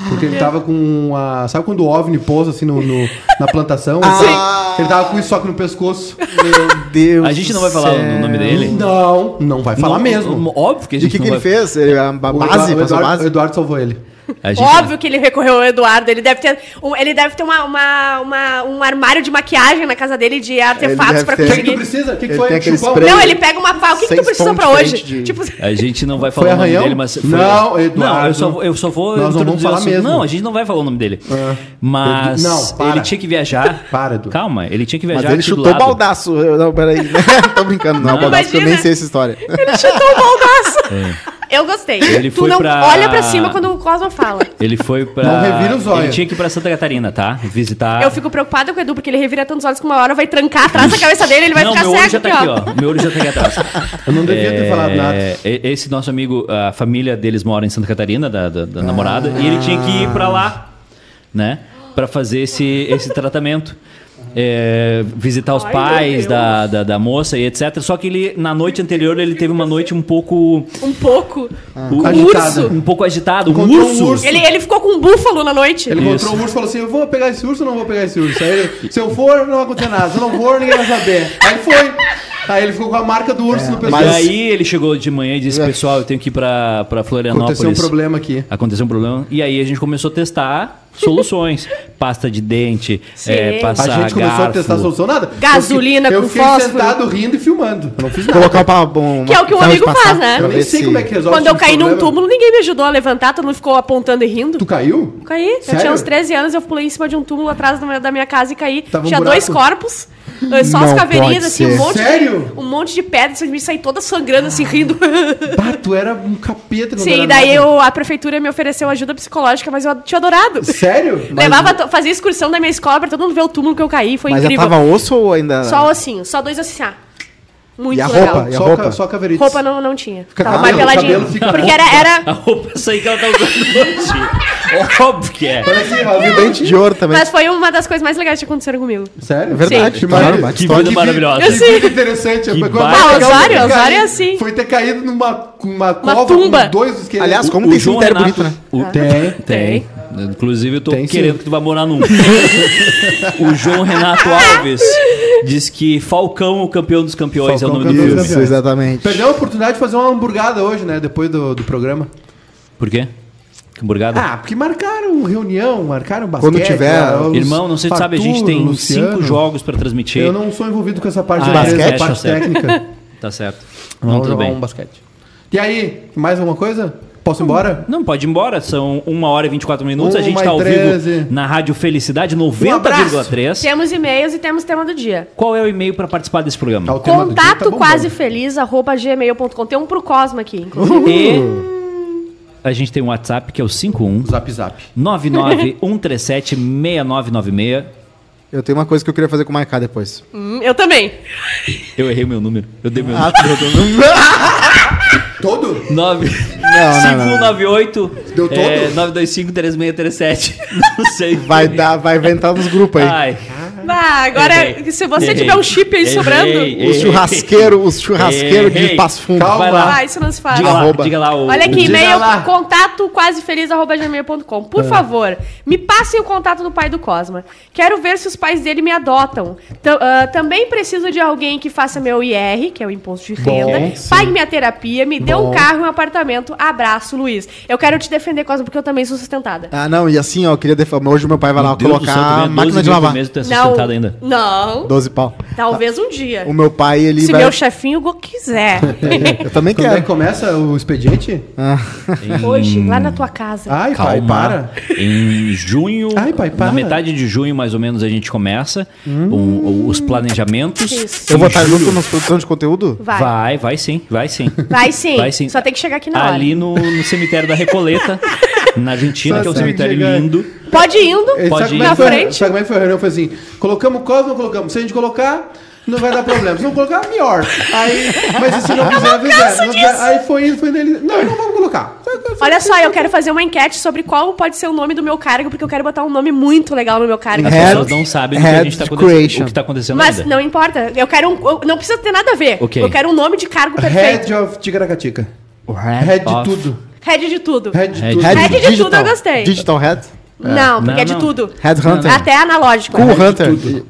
[SPEAKER 2] Porque ele tava com a. Sabe quando o OVNI pousa assim no, no- na plantação?
[SPEAKER 5] Ah.
[SPEAKER 2] Ele, ele tava com isso só que no pescoço.
[SPEAKER 5] Meu Deus.
[SPEAKER 3] A gente não
[SPEAKER 5] do
[SPEAKER 3] vai falar
[SPEAKER 5] céu.
[SPEAKER 3] o nome dele?
[SPEAKER 2] Não, não vai falar
[SPEAKER 3] Não,
[SPEAKER 2] mesmo.
[SPEAKER 3] Óbvio que a
[SPEAKER 5] E o
[SPEAKER 3] gente
[SPEAKER 5] que, que
[SPEAKER 3] não
[SPEAKER 5] ele
[SPEAKER 3] vai-
[SPEAKER 5] fez? Ele, é a
[SPEAKER 2] O
[SPEAKER 5] base,
[SPEAKER 2] Eduardo, o
[SPEAKER 5] passou a
[SPEAKER 2] Eduardo, o
[SPEAKER 5] base?
[SPEAKER 2] Eduardo salvou ele.
[SPEAKER 3] a gente-
[SPEAKER 4] Óbvio que ele recorreu ao Eduardo. Ele deve ter, um, ele deve ter uma, uma- uma- um armário de maquiagem na casa dele de artefatos
[SPEAKER 5] deve
[SPEAKER 4] pra
[SPEAKER 5] ter.
[SPEAKER 2] O que, que tu
[SPEAKER 4] conseguir.
[SPEAKER 2] precisa? O que, que
[SPEAKER 5] Ele
[SPEAKER 2] foi?
[SPEAKER 5] tem aquele
[SPEAKER 2] Chupão?
[SPEAKER 5] spray.
[SPEAKER 4] Não, ele pega uma pá. O que, que tu
[SPEAKER 5] Seis
[SPEAKER 4] precisa
[SPEAKER 5] pontos
[SPEAKER 4] pra hoje?
[SPEAKER 5] diferentes de-
[SPEAKER 4] Tipo,
[SPEAKER 3] A gente não vai
[SPEAKER 2] Foi
[SPEAKER 3] falar o nome
[SPEAKER 2] arranhão?
[SPEAKER 3] dele, mas.
[SPEAKER 2] Não, Eduardo.
[SPEAKER 3] Não, eu só, vou- eu só vou.
[SPEAKER 2] Nós não vamos
[SPEAKER 3] introduzir
[SPEAKER 2] falar
[SPEAKER 3] o assunto.
[SPEAKER 2] mesmo.
[SPEAKER 3] Não, a gente não vai falar o nome dele. Mas.
[SPEAKER 2] Edu- não, para.
[SPEAKER 3] ele tinha que viajar.
[SPEAKER 2] Para, Edu.
[SPEAKER 3] Calma, ele tinha que
[SPEAKER 5] Mas
[SPEAKER 3] viajar.
[SPEAKER 5] ele
[SPEAKER 3] aqui do
[SPEAKER 5] chutou o
[SPEAKER 3] lado.
[SPEAKER 5] baldaço. Eu- Não, peraí. Tô brincando, não, é o
[SPEAKER 3] Não.
[SPEAKER 5] baldaço, porque eu nem
[SPEAKER 4] Imagina.
[SPEAKER 5] sei essa história.
[SPEAKER 4] ele chutou o baldaço. Eu gostei.
[SPEAKER 3] É. Ele
[SPEAKER 4] tu
[SPEAKER 3] foi
[SPEAKER 4] não
[SPEAKER 3] pra-
[SPEAKER 4] olha pra cima quando o Cosma fala.
[SPEAKER 3] Ele foi pra.
[SPEAKER 2] Não revira os olhos.
[SPEAKER 3] Ele tinha que ir pra Santa Catarina, tá? Visitar.
[SPEAKER 4] Eu fico preocupada com o Edu, porque ele revira tantos olhos que uma hora vai trancar atrás da cabeça dele ele vai
[SPEAKER 3] não,
[SPEAKER 4] ficar
[SPEAKER 3] meu
[SPEAKER 4] cego
[SPEAKER 3] olho já tá aqui, ó. Meu olho já tá aqui atrás.
[SPEAKER 2] Eu não devia ter falado nada.
[SPEAKER 3] É, e- Esse nosso amigo, a família deles mora em Santa Catarina, da, da- da namorada, e ele tinha que ir pra lá, né? Pra fazer esse, esse tratamento. É, visitar os
[SPEAKER 4] Ai, meu
[SPEAKER 3] pais
[SPEAKER 4] Deus.
[SPEAKER 3] da, da, da moça e etc. Só que ele, na noite anterior, ele teve uma noite um pouco.
[SPEAKER 4] Um pouco.
[SPEAKER 3] o-
[SPEAKER 2] Agitado.
[SPEAKER 3] Um pouco agitado. Um
[SPEAKER 2] Ah, Encontrou um
[SPEAKER 3] urso.
[SPEAKER 2] urso.
[SPEAKER 4] Ele, ele ficou com um búfalo na noite.
[SPEAKER 2] Ele
[SPEAKER 3] Isso.
[SPEAKER 2] encontrou o urso e falou assim: Eu vou pegar esse urso ou não vou pegar esse urso? Aí ele, se eu for, não vai acontecer nada. Se eu não for, ninguém vai saber. Aí foi. Aí ele ficou com a marca do urso no pescoço.
[SPEAKER 3] Mas aí ele chegou de manhã e disse: Pessoal, eu tenho que ir pra, pra Florianópolis.
[SPEAKER 2] Aconteceu um problema aqui.
[SPEAKER 3] Aconteceu um problema. E aí a gente começou a testar soluções. Pasta de dente,
[SPEAKER 4] Sim.
[SPEAKER 3] é,
[SPEAKER 2] A
[SPEAKER 3] passar
[SPEAKER 2] gente começou a testar a
[SPEAKER 3] garfo.
[SPEAKER 2] solução, nada.
[SPEAKER 4] Gasolina
[SPEAKER 2] eu
[SPEAKER 4] com
[SPEAKER 2] fiquei, Eu
[SPEAKER 4] fósforo.
[SPEAKER 2] fiquei sentado rindo e filmando. Eu não fiz nada.
[SPEAKER 5] Colocar uma, uma
[SPEAKER 4] Que é o que o
[SPEAKER 5] ferro de
[SPEAKER 4] amigo
[SPEAKER 5] passar
[SPEAKER 4] faz, né?
[SPEAKER 5] pra
[SPEAKER 2] Eu nem
[SPEAKER 5] ver
[SPEAKER 2] sei
[SPEAKER 5] se-
[SPEAKER 2] como é que resolve
[SPEAKER 4] Quando eu
[SPEAKER 2] esse
[SPEAKER 4] caí num
[SPEAKER 2] problema.
[SPEAKER 4] túmulo, ninguém me ajudou a levantar, todo mundo ficou apontando e rindo.
[SPEAKER 2] Tu caiu?
[SPEAKER 4] Eu Caí. Eu
[SPEAKER 2] Sério?
[SPEAKER 4] tinha uns 13 anos, eu pulei em cima de um túmulo atrás da minha, da minha casa e caí.
[SPEAKER 2] Tava um
[SPEAKER 4] tinha
[SPEAKER 2] buraco.
[SPEAKER 4] dois corpos, eh, só as
[SPEAKER 5] Não
[SPEAKER 4] caveirinhas,
[SPEAKER 5] pode
[SPEAKER 4] assim,
[SPEAKER 5] ser.
[SPEAKER 4] um monte,
[SPEAKER 2] Sério?
[SPEAKER 4] De, um monte de pedra, assim, me saí toda sangrando, assim, rindo.
[SPEAKER 2] Bah, tu era um capeta. quando
[SPEAKER 4] Sim,
[SPEAKER 2] era
[SPEAKER 4] daí
[SPEAKER 2] nada.
[SPEAKER 4] eu, a prefeitura me ofereceu ajuda psicológica, mas eu ad- tinha adorado.
[SPEAKER 2] Sério?
[SPEAKER 4] Levava, to- fazia excursão da minha escola pra todo mundo ver o túmulo que eu caí, foi
[SPEAKER 5] Mas já
[SPEAKER 4] incrível.
[SPEAKER 5] tava osso ou ainda.
[SPEAKER 4] Só assim, só dois assim, ah. Muito
[SPEAKER 5] E a
[SPEAKER 4] legal.
[SPEAKER 5] roupa? E a
[SPEAKER 2] só,
[SPEAKER 5] roupa?
[SPEAKER 2] ca- só caveirinha.
[SPEAKER 4] Roupa não, não tinha.
[SPEAKER 2] Fica
[SPEAKER 4] Tava mais
[SPEAKER 2] cabelo,
[SPEAKER 4] peladinha.
[SPEAKER 2] cabelo fica
[SPEAKER 4] Porque era, era,
[SPEAKER 3] A roupa essa aí que ela tá usando hoje. Óbvio que é.
[SPEAKER 2] Olha aqui, ó,
[SPEAKER 5] E
[SPEAKER 2] viu?
[SPEAKER 5] o dente de ouro também.
[SPEAKER 4] Mas foi uma das coisas mais legais que aconteceram comigo.
[SPEAKER 2] Sério?
[SPEAKER 5] É verdade,
[SPEAKER 2] Sim.
[SPEAKER 5] claro,
[SPEAKER 2] Que
[SPEAKER 5] bate
[SPEAKER 3] Que
[SPEAKER 5] história
[SPEAKER 3] vida
[SPEAKER 5] de-
[SPEAKER 3] maravilhosa.
[SPEAKER 4] Eu
[SPEAKER 2] Que
[SPEAKER 4] sei.
[SPEAKER 2] vida interessante.
[SPEAKER 3] Que
[SPEAKER 2] Foi
[SPEAKER 3] baita-
[SPEAKER 2] foi
[SPEAKER 3] Ah,
[SPEAKER 4] Osório,
[SPEAKER 2] ter
[SPEAKER 4] Osório
[SPEAKER 2] caído-
[SPEAKER 4] é assim.
[SPEAKER 2] Foi ter caído numa uma cova
[SPEAKER 4] tumba.
[SPEAKER 2] com dois esqueletos.
[SPEAKER 5] Aliás, como
[SPEAKER 3] O
[SPEAKER 5] tem
[SPEAKER 3] João
[SPEAKER 5] cemitério
[SPEAKER 3] Renato-
[SPEAKER 5] bonito, né?
[SPEAKER 3] o-
[SPEAKER 2] Tem.
[SPEAKER 3] Tem. Inclusive, eu tô
[SPEAKER 2] Tem, sim.
[SPEAKER 3] querendo que tu vá morar num. o João Renato Alves diz que Falcão, o campeão dos campeões, é o
[SPEAKER 2] Falcão,
[SPEAKER 3] nome do
[SPEAKER 2] campeão
[SPEAKER 3] filme.
[SPEAKER 2] dos
[SPEAKER 5] Isso, exatamente.
[SPEAKER 2] Perdeu a oportunidade de fazer uma hamburgada hoje, né? Depois do, do programa.
[SPEAKER 3] Por quê? Que Hamburgada?
[SPEAKER 2] Ah, porque marcaram reunião, marcaram basquete.
[SPEAKER 5] Quando tiver,
[SPEAKER 2] ah, os
[SPEAKER 3] Irmão, não sei se tu sabe, a gente
[SPEAKER 2] Faturo,
[SPEAKER 3] tem
[SPEAKER 2] Luciano.
[SPEAKER 3] cinco jogos pra transmitir.
[SPEAKER 2] Eu não sou envolvido com essa parte
[SPEAKER 3] Ah,
[SPEAKER 2] da
[SPEAKER 3] é,
[SPEAKER 2] empresa,
[SPEAKER 3] basquete,
[SPEAKER 2] parte
[SPEAKER 3] tá certo.
[SPEAKER 2] técnica.
[SPEAKER 3] Tá certo. Não,
[SPEAKER 2] Vamos
[SPEAKER 3] tudo
[SPEAKER 2] jogar
[SPEAKER 3] bem.
[SPEAKER 2] um basquete. E aí, mais alguma coisa? Posso ir embora?
[SPEAKER 3] Não, pode ir embora. São 1 hora e 24 minutos. a
[SPEAKER 2] Uma
[SPEAKER 3] gente
[SPEAKER 2] e
[SPEAKER 3] tá ao vivo
[SPEAKER 2] 13.
[SPEAKER 3] na Rádio Felicidade
[SPEAKER 5] Um
[SPEAKER 2] abraço.
[SPEAKER 3] 90,3.
[SPEAKER 4] Temos e-mails e temos tema do dia.
[SPEAKER 3] Qual é o e-mail pra participar desse
[SPEAKER 2] Tá,
[SPEAKER 3] programa?
[SPEAKER 2] o tema do dia tá
[SPEAKER 4] Contato
[SPEAKER 2] bombando.
[SPEAKER 4] quase feliz, arroba gmail.com. Tem um pro Cosma aqui. inclusive.
[SPEAKER 3] E a gente tem um WhatsApp que é o 51
[SPEAKER 2] Zap zap.
[SPEAKER 3] 991376996.
[SPEAKER 5] Eu tenho uma coisa que eu queria fazer com o Maiká depois.
[SPEAKER 4] Hum, eu também.
[SPEAKER 3] Eu errei o meu número. Eu dei meu
[SPEAKER 5] Ah.
[SPEAKER 4] Ah,
[SPEAKER 3] número.
[SPEAKER 4] tá.
[SPEAKER 2] Todo?
[SPEAKER 3] 9...
[SPEAKER 5] Não, não, não.
[SPEAKER 3] 5198
[SPEAKER 2] Deu todo?
[SPEAKER 3] É, 925 3637. Não sei.
[SPEAKER 5] Vai, dar, vai inventar nos grupos aí.
[SPEAKER 3] Ai.
[SPEAKER 4] Ah, agora,
[SPEAKER 3] Errei.
[SPEAKER 4] se você
[SPEAKER 3] Errei.
[SPEAKER 4] tiver um chip aí
[SPEAKER 3] Errei.
[SPEAKER 4] sobrando.
[SPEAKER 5] Os churrasqueiros, os churrasqueiros de
[SPEAKER 3] Errei.
[SPEAKER 5] Passo Fundo.
[SPEAKER 2] Calma.
[SPEAKER 3] Vai lá.
[SPEAKER 4] Ah, isso não se fala.
[SPEAKER 3] Diga lá,
[SPEAKER 5] Arroba.
[SPEAKER 3] diga lá o-
[SPEAKER 4] Olha aqui,
[SPEAKER 3] o-
[SPEAKER 4] e-mail
[SPEAKER 2] lá.
[SPEAKER 4] contato quasefeliz.gmail.com. Por
[SPEAKER 2] É.
[SPEAKER 4] favor, me passem o contato do pai do Cosma. Quero ver se os pais dele me adotam. Tam- ah, também preciso de alguém que faça meu IR, que é o imposto de renda, pague minha terapia, me dê um carro e um apartamento. Abraço, Luiz. Eu quero te defender, Cosma, porque eu também sou sustentada.
[SPEAKER 3] Tá,
[SPEAKER 5] Ah, não, e assim, ó, eu queria defender. Hoje meu pai vai lá
[SPEAKER 3] Deus do
[SPEAKER 5] colocar
[SPEAKER 3] céu, tu ganha
[SPEAKER 5] a
[SPEAKER 3] 12
[SPEAKER 5] máquina de
[SPEAKER 3] mil por
[SPEAKER 5] lavar.
[SPEAKER 3] mês, tu é
[SPEAKER 4] Não,
[SPEAKER 3] sustentado ainda.
[SPEAKER 4] não,
[SPEAKER 5] 12 pau.
[SPEAKER 4] talvez um dia.
[SPEAKER 5] Tá. O meu pai, ele
[SPEAKER 4] Se
[SPEAKER 5] vai.
[SPEAKER 4] meu chefinho go- quiser.
[SPEAKER 5] Eu também
[SPEAKER 2] Quando é
[SPEAKER 5] quero.
[SPEAKER 2] que começa o expediente?
[SPEAKER 4] Hoje, lá na tua casa.
[SPEAKER 2] Ai, pai,
[SPEAKER 3] Calma.
[SPEAKER 2] para.
[SPEAKER 3] Em junho,
[SPEAKER 2] Ai, pai, para.
[SPEAKER 3] na metade de junho mais ou menos a gente começa um, o- o- os planejamentos.
[SPEAKER 4] Isso.
[SPEAKER 5] Eu vou estar junto na produção de conteúdo?
[SPEAKER 4] Vai. Vai,
[SPEAKER 3] Vai, vai sim, vai sim.
[SPEAKER 4] sim.
[SPEAKER 3] Vai sim.
[SPEAKER 4] Só tem que chegar aqui na hora.
[SPEAKER 3] Ali no, no cemitério da Recoleta, na Argentina,
[SPEAKER 2] Só
[SPEAKER 3] que é um
[SPEAKER 2] sei
[SPEAKER 3] cemitério
[SPEAKER 2] chegar.
[SPEAKER 3] lindo.
[SPEAKER 4] Pode ir indo.
[SPEAKER 2] Ele
[SPEAKER 3] Pode
[SPEAKER 2] sabe
[SPEAKER 3] ir.
[SPEAKER 2] como, é
[SPEAKER 4] Na
[SPEAKER 2] que foi,
[SPEAKER 4] frente.
[SPEAKER 2] sabe como é que foi a reunião? Foi assim, colocamos Cosmo, não colocamos. Se a gente colocar, não vai dar problema. Se não colocar, melhor. Aí, mas se não quiser, fizer. Não quiser. Aí foi indo, foi nele. Não, não vamos colocar.
[SPEAKER 4] Olha só, eu quero fazer uma enquete sobre qual pode ser o nome do meu cargo, porque eu quero botar um nome muito legal no meu cargo.
[SPEAKER 3] As
[SPEAKER 5] Head-
[SPEAKER 3] pessoas não sabem o que a gente tá
[SPEAKER 5] Head
[SPEAKER 3] acontecendo-
[SPEAKER 5] creation.
[SPEAKER 3] o que está acontecendo
[SPEAKER 4] Mas
[SPEAKER 3] ainda.
[SPEAKER 4] não importa. Eu quero um. eu- não precisa ter nada a ver.
[SPEAKER 3] Ok.
[SPEAKER 4] Eu quero um nome de cargo perfeito.
[SPEAKER 2] Head of Ticaracatica.
[SPEAKER 3] Head
[SPEAKER 2] Head de
[SPEAKER 3] of-
[SPEAKER 2] tudo.
[SPEAKER 4] Head de tudo.
[SPEAKER 2] Head de
[SPEAKER 3] Head
[SPEAKER 2] tudo.
[SPEAKER 4] Head de tudo eu gostei.
[SPEAKER 5] Digital Head?
[SPEAKER 4] Não, porque
[SPEAKER 3] Não,
[SPEAKER 4] é de
[SPEAKER 3] não.
[SPEAKER 4] tudo.
[SPEAKER 5] Headhunter.
[SPEAKER 4] Até analógico.
[SPEAKER 5] Cool
[SPEAKER 2] de
[SPEAKER 5] Hunter.
[SPEAKER 2] tudo.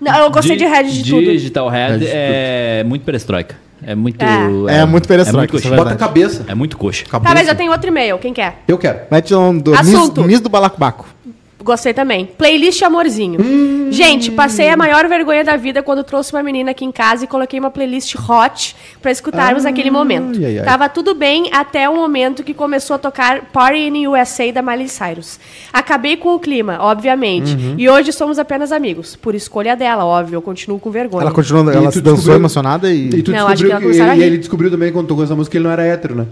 [SPEAKER 4] Não, eu gostei de, head de tudo.
[SPEAKER 3] Digital Head
[SPEAKER 5] Head de
[SPEAKER 3] é muito perestroika. É muito.
[SPEAKER 4] É.
[SPEAKER 5] É muito perestroika,
[SPEAKER 3] muito
[SPEAKER 5] isso
[SPEAKER 3] coxa.
[SPEAKER 5] é verdade.
[SPEAKER 2] Bota a cabeça.
[SPEAKER 3] É muito coxa.
[SPEAKER 4] Tá, mas eu tenho outro e-mail. Quem quer?
[SPEAKER 2] Eu quero.
[SPEAKER 5] Mete um do
[SPEAKER 4] Assunto.
[SPEAKER 5] Miss, Miss do Balacobaco.
[SPEAKER 4] Gostei também. Playlist Amorzinho.
[SPEAKER 5] Hum.
[SPEAKER 4] Gente, passei a maior vergonha da vida quando trouxe uma menina aqui em casa e coloquei uma playlist hot pra escutarmos
[SPEAKER 5] Ah,
[SPEAKER 4] naquele momento.
[SPEAKER 2] ai, ai.
[SPEAKER 4] Tava tudo bem até o momento que começou a tocar Party in USA da Miley Cyrus. Acabei com o clima, obviamente.
[SPEAKER 5] Uhum.
[SPEAKER 4] E hoje somos apenas amigos. Por escolha dela, óbvio. Eu continuo com vergonha.
[SPEAKER 5] Ela continuou,
[SPEAKER 2] E
[SPEAKER 5] ela
[SPEAKER 2] tu
[SPEAKER 5] se dançou
[SPEAKER 2] descobriu-
[SPEAKER 5] emocionada e.
[SPEAKER 2] E tu
[SPEAKER 4] Não, acho que
[SPEAKER 2] descobriu
[SPEAKER 4] ela
[SPEAKER 2] que,
[SPEAKER 4] começaram a
[SPEAKER 2] ele,
[SPEAKER 4] rir.
[SPEAKER 2] ele descobriu também quando tocou essa música que ele não era hétero, né?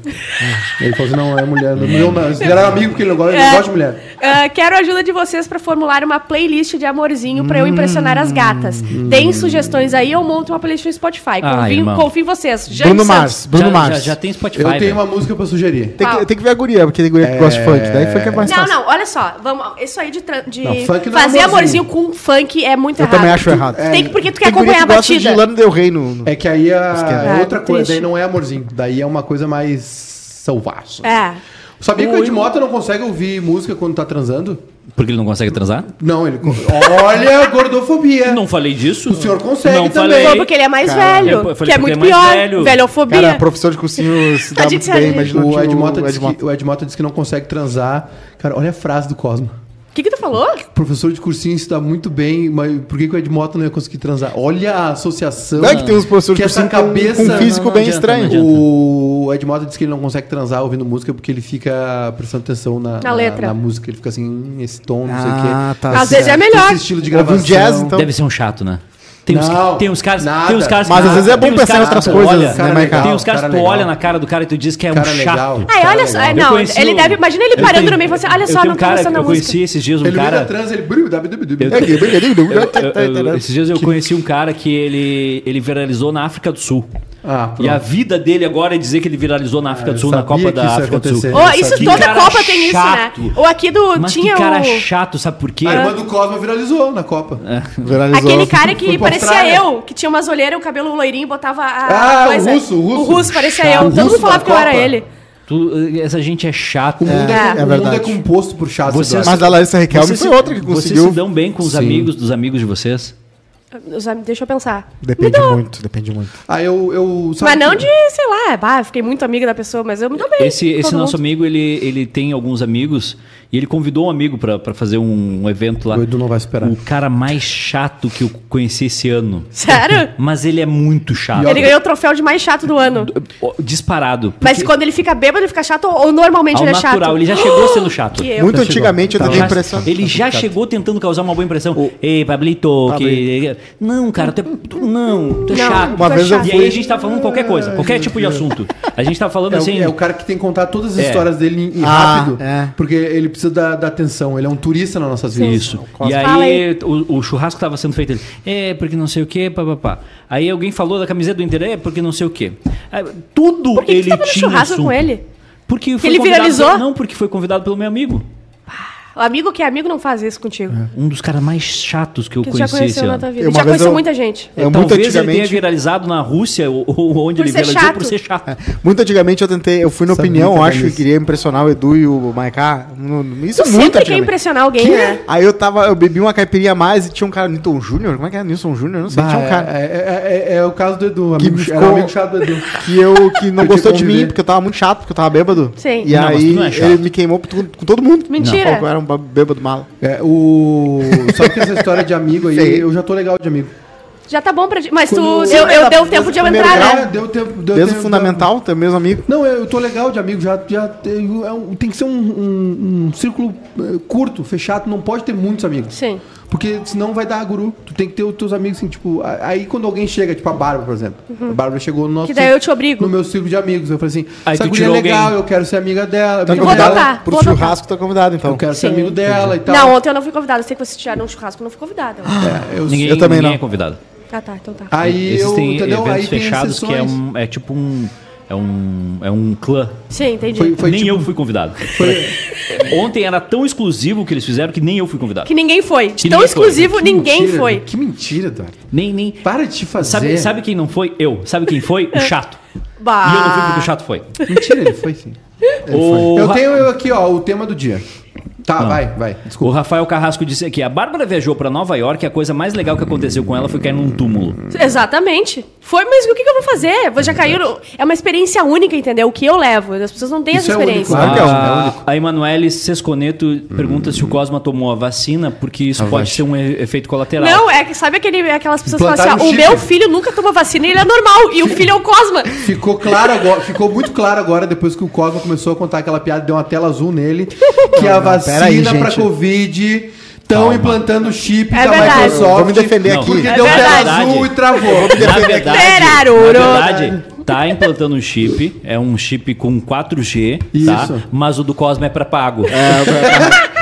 [SPEAKER 2] ele falou assim: não, é mulher. Não, não, não. Eles viraram amigo porque ele não
[SPEAKER 4] É.
[SPEAKER 2] gosta, ele não gosta de mulher.
[SPEAKER 4] Ah, quero a ajuda de vocês pra formular uma playlist de amorzinho pra eu impressionar as gatas.
[SPEAKER 5] Hum.
[SPEAKER 4] Deem sugestões aí, eu monto uma playlist no Spotify.
[SPEAKER 3] Ah,
[SPEAKER 4] Confio,
[SPEAKER 3] irmão.
[SPEAKER 4] confio em vocês. Jane
[SPEAKER 5] Bruno
[SPEAKER 4] Santos.
[SPEAKER 5] Mars.
[SPEAKER 3] Já-
[SPEAKER 5] Bruno
[SPEAKER 3] já,
[SPEAKER 5] Mars.
[SPEAKER 3] já tem Spotify.
[SPEAKER 2] Eu tenho
[SPEAKER 3] velho.
[SPEAKER 2] uma música pra sugerir.
[SPEAKER 5] Tem,
[SPEAKER 4] Qual?
[SPEAKER 5] que, tem que ver a guria, porque tem guria que gosta de funk. Daí funk é mais
[SPEAKER 4] Não,
[SPEAKER 5] fácil.
[SPEAKER 4] não, olha só. Vamos, isso aí de, tra- de
[SPEAKER 2] Não, funk não é
[SPEAKER 4] fazer
[SPEAKER 2] amorzinho.
[SPEAKER 4] amorzinho. com funk é muito
[SPEAKER 5] Eu
[SPEAKER 4] errado.
[SPEAKER 5] também acho errado. É,
[SPEAKER 4] Tem que, porque tu quer
[SPEAKER 5] Tem guria
[SPEAKER 4] acompanhar a
[SPEAKER 5] que gosta
[SPEAKER 4] batida.
[SPEAKER 5] de Lana Del Rey no. no-
[SPEAKER 2] É que aí a,
[SPEAKER 4] Ah,
[SPEAKER 2] é outra
[SPEAKER 5] tá
[SPEAKER 2] coisa,
[SPEAKER 4] triste.
[SPEAKER 2] aí não é amorzinho. Daí é uma coisa mais selvagem.
[SPEAKER 4] É.
[SPEAKER 2] Sabia que o Edmota não consegue ouvir música quando tá transando?
[SPEAKER 3] Porque ele não consegue transar?
[SPEAKER 2] Não, ele. Olha a gordofobia.
[SPEAKER 3] Não falei disso. O
[SPEAKER 2] senhor consegue
[SPEAKER 3] não
[SPEAKER 2] também.
[SPEAKER 3] Falei.
[SPEAKER 4] Foi porque ele é mais
[SPEAKER 3] Eu
[SPEAKER 4] velho.
[SPEAKER 3] falei
[SPEAKER 4] Que
[SPEAKER 3] porque
[SPEAKER 4] é muito
[SPEAKER 3] ele é mais
[SPEAKER 4] pior.
[SPEAKER 3] velho.
[SPEAKER 4] Velhofobia.
[SPEAKER 5] Cara, professor de cursinho se dá
[SPEAKER 4] Tadinho de
[SPEAKER 5] bem,
[SPEAKER 4] Sérgio.
[SPEAKER 5] imagina
[SPEAKER 2] O
[SPEAKER 5] que
[SPEAKER 2] Ed Mota
[SPEAKER 5] o
[SPEAKER 2] disse
[SPEAKER 5] Ed Mota.
[SPEAKER 2] que, o Ed Mota disse que não consegue transar. Cara, olha a frase do Cosmo.
[SPEAKER 4] O que, que tu falou?
[SPEAKER 2] Professor de cursinho está muito bem, mas por que, que o Ed Mota não ia conseguir transar? Olha a associação.
[SPEAKER 5] Não é que tem uns professores
[SPEAKER 2] que
[SPEAKER 5] de
[SPEAKER 2] essa
[SPEAKER 5] cursinho com-
[SPEAKER 2] cabeça.
[SPEAKER 5] com físico
[SPEAKER 3] não
[SPEAKER 5] bem
[SPEAKER 3] adianta,
[SPEAKER 5] estranho.
[SPEAKER 3] não adianta.
[SPEAKER 2] O Ed Mota disse que ele não consegue transar ouvindo música porque ele fica prestando atenção na,
[SPEAKER 4] Na letra.
[SPEAKER 2] na música. Ele fica assim, "Hum, esse tom, não sei o quê.
[SPEAKER 5] Ah, tá
[SPEAKER 4] Às vezes é melhor.
[SPEAKER 2] Esse estilo de
[SPEAKER 5] Ouve um
[SPEAKER 2] gravação.
[SPEAKER 5] jazz, então.
[SPEAKER 3] Deve ser um chato, né? Tem uns,
[SPEAKER 2] Não,
[SPEAKER 3] tem uns caras.
[SPEAKER 2] nada.
[SPEAKER 3] tem uns caras
[SPEAKER 5] Mas às vezes é bom
[SPEAKER 3] tem uns
[SPEAKER 5] pensar em
[SPEAKER 3] caras
[SPEAKER 5] outras
[SPEAKER 3] que tu
[SPEAKER 5] coisas,
[SPEAKER 3] olha-
[SPEAKER 5] né,
[SPEAKER 2] cara
[SPEAKER 5] Maiká?
[SPEAKER 2] legal,
[SPEAKER 3] Tem uns caras que
[SPEAKER 2] cara é
[SPEAKER 3] tu
[SPEAKER 2] legal.
[SPEAKER 3] olha na cara do cara e tu diz que é um
[SPEAKER 2] Cara
[SPEAKER 3] chato.
[SPEAKER 2] legal.
[SPEAKER 4] Ai,
[SPEAKER 2] cara
[SPEAKER 4] olha só.
[SPEAKER 2] legal.
[SPEAKER 4] é, Não,
[SPEAKER 3] conheci
[SPEAKER 4] ele
[SPEAKER 3] o-
[SPEAKER 4] deve. Imagina ele
[SPEAKER 3] eu
[SPEAKER 4] parando
[SPEAKER 3] tenho-
[SPEAKER 4] no meio e falando assim: olha
[SPEAKER 3] eu
[SPEAKER 4] só,
[SPEAKER 3] tenho
[SPEAKER 4] não
[SPEAKER 3] um
[SPEAKER 4] tá
[SPEAKER 3] cara,
[SPEAKER 4] gostando da
[SPEAKER 3] Eu conheci
[SPEAKER 4] música.
[SPEAKER 3] esses dias um
[SPEAKER 2] Ele tá cara...
[SPEAKER 3] cara.
[SPEAKER 2] trans, ele... blu, dá, blu, blu, blu.
[SPEAKER 3] Eu- Eu- eu- eu- esses dias eu conheci um cara que ele, ele viralizou na África do Sul.
[SPEAKER 2] Ah, pronto.
[SPEAKER 3] e a vida dele agora é dizer que ele viralizou na África
[SPEAKER 2] Ah,
[SPEAKER 3] do
[SPEAKER 2] eu
[SPEAKER 3] Sul, na
[SPEAKER 2] sabia
[SPEAKER 3] Copa
[SPEAKER 2] que isso
[SPEAKER 3] da
[SPEAKER 2] ia
[SPEAKER 3] África do Sul.
[SPEAKER 2] acontecer.
[SPEAKER 4] Oh,
[SPEAKER 2] Essa
[SPEAKER 4] isso
[SPEAKER 2] aqui.
[SPEAKER 4] toda
[SPEAKER 3] Que cara
[SPEAKER 4] Copa tem isso,
[SPEAKER 3] chato.
[SPEAKER 4] né? Ou aqui do.
[SPEAKER 3] Mas
[SPEAKER 4] tinha
[SPEAKER 3] que cara
[SPEAKER 4] o.
[SPEAKER 3] chato, sabe por quê?
[SPEAKER 2] A irmã do Cosmo viralizou na Copa.
[SPEAKER 5] Viralizou.
[SPEAKER 4] Aquele cara que
[SPEAKER 2] Foi pra
[SPEAKER 4] parecia
[SPEAKER 2] Austrália.
[SPEAKER 4] eu, que tinha umas olheiras, o cabelo loirinho, botava a.
[SPEAKER 2] Ah,
[SPEAKER 4] a
[SPEAKER 2] o russo, o russo.
[SPEAKER 4] parecia
[SPEAKER 2] Chato.
[SPEAKER 4] eu.
[SPEAKER 2] O
[SPEAKER 4] Todo mundo
[SPEAKER 2] russo
[SPEAKER 4] falava
[SPEAKER 2] da
[SPEAKER 4] que eu era
[SPEAKER 2] Copa.
[SPEAKER 4] ele.
[SPEAKER 3] Tu- essa gente é chata.
[SPEAKER 2] O mundo
[SPEAKER 5] É,
[SPEAKER 2] é,
[SPEAKER 5] é
[SPEAKER 2] o mundo
[SPEAKER 5] verdade.
[SPEAKER 2] é composto por chato.
[SPEAKER 3] Você-
[SPEAKER 2] Eduardo.
[SPEAKER 5] Mas a Larissa Requelme
[SPEAKER 3] Vocês
[SPEAKER 5] foi
[SPEAKER 3] se-
[SPEAKER 5] outra É que
[SPEAKER 3] Vocês se
[SPEAKER 5] conseguiu.
[SPEAKER 3] dão bem com os amigos dos amigos de vocês?
[SPEAKER 4] Os am- Deixa eu pensar.
[SPEAKER 5] Depende muito, depende muito.
[SPEAKER 2] Ah, eu... eu
[SPEAKER 4] Mas
[SPEAKER 2] sabe
[SPEAKER 4] não
[SPEAKER 2] que-
[SPEAKER 4] de, sei lá, bah, fiquei muito amiga da pessoa, mas eu me dou bem.
[SPEAKER 3] Esse,
[SPEAKER 4] com
[SPEAKER 3] esse
[SPEAKER 4] todo
[SPEAKER 3] nosso
[SPEAKER 4] mundo.
[SPEAKER 3] amigo, ele, ele tem alguns amigos e ele convidou um amigo pra pra fazer um, um evento lá.
[SPEAKER 2] O Edu não vai superar.
[SPEAKER 3] O cara mais chato que eu conheci esse ano.
[SPEAKER 4] Sério?
[SPEAKER 3] Mas ele é muito chato.
[SPEAKER 4] Ele ganhou o troféu de mais chato do ano.
[SPEAKER 3] Ó, Disparado.
[SPEAKER 4] Mas
[SPEAKER 3] porque
[SPEAKER 4] quando ele fica bêbado, ele fica chato ou ou normalmente
[SPEAKER 3] ao
[SPEAKER 4] ele é
[SPEAKER 3] natural,
[SPEAKER 4] chato?
[SPEAKER 3] ele já chegou sendo chato.
[SPEAKER 4] Que eu.
[SPEAKER 5] Muito antigamente eu
[SPEAKER 3] Tá
[SPEAKER 5] tenho a
[SPEAKER 3] já-
[SPEAKER 5] impressão.
[SPEAKER 3] Ele já chegou tentando causar uma boa impressão. Ei, Pablito, que... Não, cara, tu é, tu- não, tu é chato.
[SPEAKER 5] uma
[SPEAKER 3] tu é
[SPEAKER 5] vez eu
[SPEAKER 3] chato. E aí
[SPEAKER 5] fui-
[SPEAKER 3] a gente tá falando qualquer coisa, qualquer tipo de assunto. A gente tá falando
[SPEAKER 2] É,
[SPEAKER 3] assim.
[SPEAKER 2] o, é o cara que tem que contar todas as
[SPEAKER 3] É.
[SPEAKER 2] histórias dele em- em
[SPEAKER 5] Ah,
[SPEAKER 2] rápido,
[SPEAKER 5] é.
[SPEAKER 2] porque ele precisa da, da atenção. Ele é um turista nas nossas vidas.
[SPEAKER 3] Isso. E
[SPEAKER 4] Fala
[SPEAKER 3] aí,
[SPEAKER 4] aí.
[SPEAKER 3] o, o churrasco tava sendo feito. ele, É, porque não sei o quê, papapá. Aí alguém falou da camiseta do Inter, é, porque não sei o quê. Aí, Tudo
[SPEAKER 4] Por que que
[SPEAKER 3] ele
[SPEAKER 4] tu tava no
[SPEAKER 3] tinha
[SPEAKER 4] churrasco
[SPEAKER 3] assunto.
[SPEAKER 4] com ele?
[SPEAKER 3] Porque foi
[SPEAKER 4] ele
[SPEAKER 3] convidado-
[SPEAKER 4] viralizou?
[SPEAKER 3] Não, porque foi convidado pelo meu amigo.
[SPEAKER 4] O amigo que é amigo não faz isso contigo.
[SPEAKER 3] Um dos caras mais chatos que eu
[SPEAKER 4] Que tu já
[SPEAKER 3] conheci esse
[SPEAKER 4] conheceu na
[SPEAKER 3] ano.
[SPEAKER 4] tua vida.
[SPEAKER 5] Eu, uma
[SPEAKER 4] já
[SPEAKER 5] vez
[SPEAKER 4] conheceu
[SPEAKER 5] eu-
[SPEAKER 4] muita gente.
[SPEAKER 5] É, muito
[SPEAKER 3] Talvez ele tenha
[SPEAKER 5] antigamente-
[SPEAKER 3] viralizado na Rússia ou, ou onde
[SPEAKER 4] Por
[SPEAKER 3] ele
[SPEAKER 4] ser
[SPEAKER 3] viralizou
[SPEAKER 4] chato.
[SPEAKER 3] por ser chato.
[SPEAKER 5] Muito antigamente eu tentei, eu fui na
[SPEAKER 2] Sabia
[SPEAKER 5] opinião,
[SPEAKER 2] que
[SPEAKER 5] eu
[SPEAKER 2] era
[SPEAKER 5] acho, e
[SPEAKER 2] isso.
[SPEAKER 5] queria impressionar o Edu e o Maiká. No- no- Isso é
[SPEAKER 4] Tu
[SPEAKER 5] muito
[SPEAKER 4] sempre quer
[SPEAKER 5] antigamente.
[SPEAKER 4] impressionar alguém, né?
[SPEAKER 5] Aí eu tava, eu bebi uma caipirinha a mais e tinha um cara, Newton Júnior, como é que é? Nilson Júnior, não sei,
[SPEAKER 2] Bah,
[SPEAKER 5] tinha um cara
[SPEAKER 2] é, é- é- é- é o caso do Edu,
[SPEAKER 5] Que
[SPEAKER 2] amigo,
[SPEAKER 5] ficou-
[SPEAKER 2] era amigo chato do Edu.
[SPEAKER 5] que eu que não
[SPEAKER 2] Eu te
[SPEAKER 5] gostou de mim,
[SPEAKER 2] convidei.
[SPEAKER 5] porque eu tava muito chato, porque eu tava bêbado.
[SPEAKER 4] Sim.
[SPEAKER 5] E
[SPEAKER 3] Não, mas
[SPEAKER 5] aí
[SPEAKER 3] tu não é chato.
[SPEAKER 5] ele me queimou com, tu- com todo mundo.
[SPEAKER 4] Mentira.
[SPEAKER 5] Falou que Eu era um ba- bêbado mal.
[SPEAKER 2] É, o... Só que é essa história de amigo aí,
[SPEAKER 5] Sei.
[SPEAKER 2] eu já tô legal de amigo.
[SPEAKER 4] Já tá bom pra ti. Mas
[SPEAKER 2] Quando-
[SPEAKER 4] tu. Eu, eu dei o tempo de eu
[SPEAKER 5] primeiro
[SPEAKER 4] entrar,
[SPEAKER 5] grau,
[SPEAKER 4] né?
[SPEAKER 2] É, deu tempo. Deu
[SPEAKER 5] Desde o
[SPEAKER 2] tempo-
[SPEAKER 5] fundamental, teu mesmo amigo.
[SPEAKER 2] Não, eu eu tô legal de amigo, já, já tenho- é um- tem que ser um, um- um círculo eh, curto, fechado, não pode ter muitos amigos.
[SPEAKER 4] Sim.
[SPEAKER 2] Porque senão vai dar guru. Tu tem que ter os teus amigos assim, tipo, a- aí quando alguém chega, tipo a Bárbara, por exemplo. A Bárbara chegou no nosso
[SPEAKER 4] Uhum. Que daí
[SPEAKER 2] círculo-
[SPEAKER 4] eu te obrigo.
[SPEAKER 2] no meu círculo de amigos, eu falei assim,
[SPEAKER 3] Aí
[SPEAKER 2] essa
[SPEAKER 3] tu
[SPEAKER 2] guria é
[SPEAKER 3] tirou
[SPEAKER 2] legal,
[SPEAKER 3] alguém.
[SPEAKER 2] eu quero ser amiga dela,
[SPEAKER 5] Tá
[SPEAKER 2] amigo
[SPEAKER 4] convidado
[SPEAKER 5] convidado
[SPEAKER 2] dela,
[SPEAKER 4] adotar,
[SPEAKER 5] pro
[SPEAKER 4] vou adotar.
[SPEAKER 5] churrasco, tá convidado então.
[SPEAKER 2] eu quero ser
[SPEAKER 4] Sim.
[SPEAKER 2] amigo dela e tal.
[SPEAKER 4] Não, ontem eu não fui convidada. Eu sei que vocês tiraram um churrasco, eu não fui convidada.
[SPEAKER 2] É, eu-
[SPEAKER 3] Ninguém,
[SPEAKER 5] eu também
[SPEAKER 3] ninguém
[SPEAKER 5] não.
[SPEAKER 3] é convidado.
[SPEAKER 4] Ah, tá, então tá.
[SPEAKER 2] Aí eu,
[SPEAKER 3] Existem
[SPEAKER 2] entendeu? Aí
[SPEAKER 3] eventos
[SPEAKER 2] tem
[SPEAKER 3] fechados que é,
[SPEAKER 2] exceções.
[SPEAKER 3] um, é tipo um. É um. É um clã.
[SPEAKER 4] Sim, entendi.
[SPEAKER 2] Foi-
[SPEAKER 3] nem
[SPEAKER 2] tipo-
[SPEAKER 3] eu fui convidado. Ontem era tão exclusivo que eles fizeram que nem eu fui convidado.
[SPEAKER 4] Que ninguém foi. De
[SPEAKER 3] Que
[SPEAKER 4] tão
[SPEAKER 3] ninguém foi.
[SPEAKER 4] exclusivo,
[SPEAKER 2] Que
[SPEAKER 4] ninguém
[SPEAKER 2] mentira,
[SPEAKER 4] foi.
[SPEAKER 2] Que mentira, Eduardo.
[SPEAKER 3] Nem, nem.
[SPEAKER 2] Para de te fazer.
[SPEAKER 3] Sabe, sabe quem não foi? Eu. Sabe quem foi? O chato.
[SPEAKER 4] Bah.
[SPEAKER 3] E eu não fui porque o chato foi.
[SPEAKER 2] Mentira, ele foi sim.
[SPEAKER 3] O,
[SPEAKER 2] Eu
[SPEAKER 3] Ra-
[SPEAKER 2] tenho eu aqui, ó, o tema do dia. Tá, vai, vai.
[SPEAKER 3] o
[SPEAKER 2] Desculpa.
[SPEAKER 3] Rafael Carrasco disse aqui: a Bárbara viajou pra Nova York e a coisa mais legal que aconteceu com ela foi cair num túmulo.
[SPEAKER 4] Exatamente. Foi, mas o que, que eu vou fazer? Vou- Já caiu. no- É uma experiência única, entendeu? O que eu levo. As pessoas não têm
[SPEAKER 2] Isso
[SPEAKER 4] essa
[SPEAKER 2] é único,
[SPEAKER 4] experiência.
[SPEAKER 2] né? Ah, é o
[SPEAKER 3] a a Emanuele Sesconeto pergunta se o Cosma tomou a vacina, porque isso pode ser um e- efeito colateral.
[SPEAKER 4] Não, é que sabe aquele, aquelas pessoas que falam assim,
[SPEAKER 2] Implantaram
[SPEAKER 4] ó, o
[SPEAKER 2] chip.
[SPEAKER 4] meu filho nunca toma vacina e ele é normal, e o filho é o Cosma.
[SPEAKER 2] Ficou claro agora, ficou muito claro agora depois que o Cosmo começou a contar aquela piada, deu uma tela azul nele, que a vacina
[SPEAKER 5] peraí,
[SPEAKER 2] pra
[SPEAKER 5] gente.
[SPEAKER 2] Covid estão implantando o chip
[SPEAKER 4] É
[SPEAKER 2] da
[SPEAKER 4] verdade.
[SPEAKER 2] Microsoft.
[SPEAKER 5] Vou me defender
[SPEAKER 3] Não,
[SPEAKER 5] aqui.
[SPEAKER 2] Porque
[SPEAKER 4] É
[SPEAKER 2] deu tela
[SPEAKER 4] verdade.
[SPEAKER 2] azul e tá travou.
[SPEAKER 3] Na verdade,
[SPEAKER 4] Peraruru.
[SPEAKER 3] na verdade, tá implantando um chip, é um chip com 4G, tá?
[SPEAKER 2] Isso.
[SPEAKER 3] Mas o do Cosma é pra pago.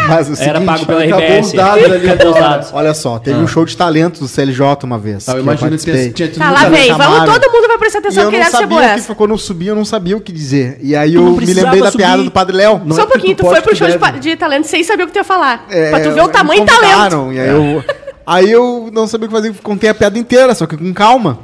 [SPEAKER 5] Mas o
[SPEAKER 3] Era
[SPEAKER 5] seguinte,
[SPEAKER 3] pago pela
[SPEAKER 2] acabou
[SPEAKER 3] RBS.
[SPEAKER 2] os dados ali
[SPEAKER 3] Acabou os
[SPEAKER 2] agora.
[SPEAKER 3] dados.
[SPEAKER 5] Olha só, teve um show de talento do CLJ uma vez. é
[SPEAKER 2] Ah, eu imagino que tinha,
[SPEAKER 5] participei.
[SPEAKER 2] tinha tido
[SPEAKER 4] Tá, lá
[SPEAKER 2] muita
[SPEAKER 4] vem. Vamos,
[SPEAKER 5] chamaram.
[SPEAKER 4] todo mundo vai prestar
[SPEAKER 5] E eu
[SPEAKER 4] atenção que
[SPEAKER 5] não
[SPEAKER 4] ele ser boa
[SPEAKER 5] sabia o que
[SPEAKER 4] é essa.
[SPEAKER 5] foi- quando eu subi, eu não sabia o que dizer. E aí
[SPEAKER 3] não
[SPEAKER 5] eu me
[SPEAKER 3] precisava
[SPEAKER 5] lembrei da
[SPEAKER 3] subir.
[SPEAKER 5] piada do Padre Léo.
[SPEAKER 2] Não
[SPEAKER 4] Só
[SPEAKER 2] é
[SPEAKER 4] um pouquinho,
[SPEAKER 2] que tu
[SPEAKER 4] tu foi
[SPEAKER 2] pode,
[SPEAKER 4] pro
[SPEAKER 2] tu
[SPEAKER 4] show de,
[SPEAKER 2] deve.
[SPEAKER 4] pa- de talento sem saber o que tu ia falar.
[SPEAKER 5] É,
[SPEAKER 4] pra tu ver o
[SPEAKER 5] me
[SPEAKER 4] tamanho e talento.
[SPEAKER 5] convidaram, E aí,
[SPEAKER 2] É.
[SPEAKER 5] eu, aí eu não sabia o que fazer, contei a piada inteira, só que com calma.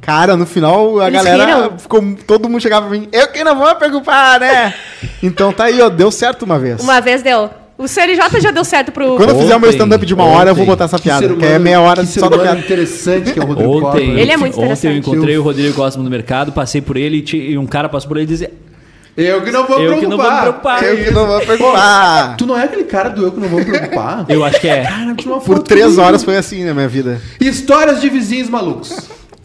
[SPEAKER 5] Cara, no final a
[SPEAKER 4] Eles
[SPEAKER 5] galera
[SPEAKER 4] riram?
[SPEAKER 5] ficou. Todo mundo chegava pra mim, eu que não vou me preocupar, né? então tá aí, ó, deu certo uma vez.
[SPEAKER 4] Uma vez deu. O CLJ já deu certo pro.
[SPEAKER 5] Quando eu fizer o meu
[SPEAKER 3] Ontem,
[SPEAKER 5] stand-up de uma hora, eu vou botar essa
[SPEAKER 2] Que
[SPEAKER 5] piada,
[SPEAKER 2] ser
[SPEAKER 5] porque é
[SPEAKER 2] humano-
[SPEAKER 5] meia hora
[SPEAKER 2] que ser
[SPEAKER 5] só da
[SPEAKER 2] humano
[SPEAKER 5] piada.
[SPEAKER 2] interessante que é o Rodrigo
[SPEAKER 3] Ontem,
[SPEAKER 2] Cosmo.
[SPEAKER 4] Ele é muito
[SPEAKER 3] ontem eu
[SPEAKER 4] interessante.
[SPEAKER 3] encontrei o Rodrigo Cosma no mercado, passei por ele e, ti- e um cara passou por ele e disse:
[SPEAKER 4] é
[SPEAKER 2] Eu que não vou É,
[SPEAKER 3] Eu que não vou me preocupar.
[SPEAKER 5] Eu que não vou me preocupar.
[SPEAKER 2] Tu não é aquele cara do eu que não vou me preocupar?
[SPEAKER 3] Eu acho que é.
[SPEAKER 2] Cara, tira uma
[SPEAKER 5] Por
[SPEAKER 2] foto
[SPEAKER 5] três
[SPEAKER 2] comigo.
[SPEAKER 5] horas foi assim na minha vida.
[SPEAKER 2] Histórias de vizinhos malucos.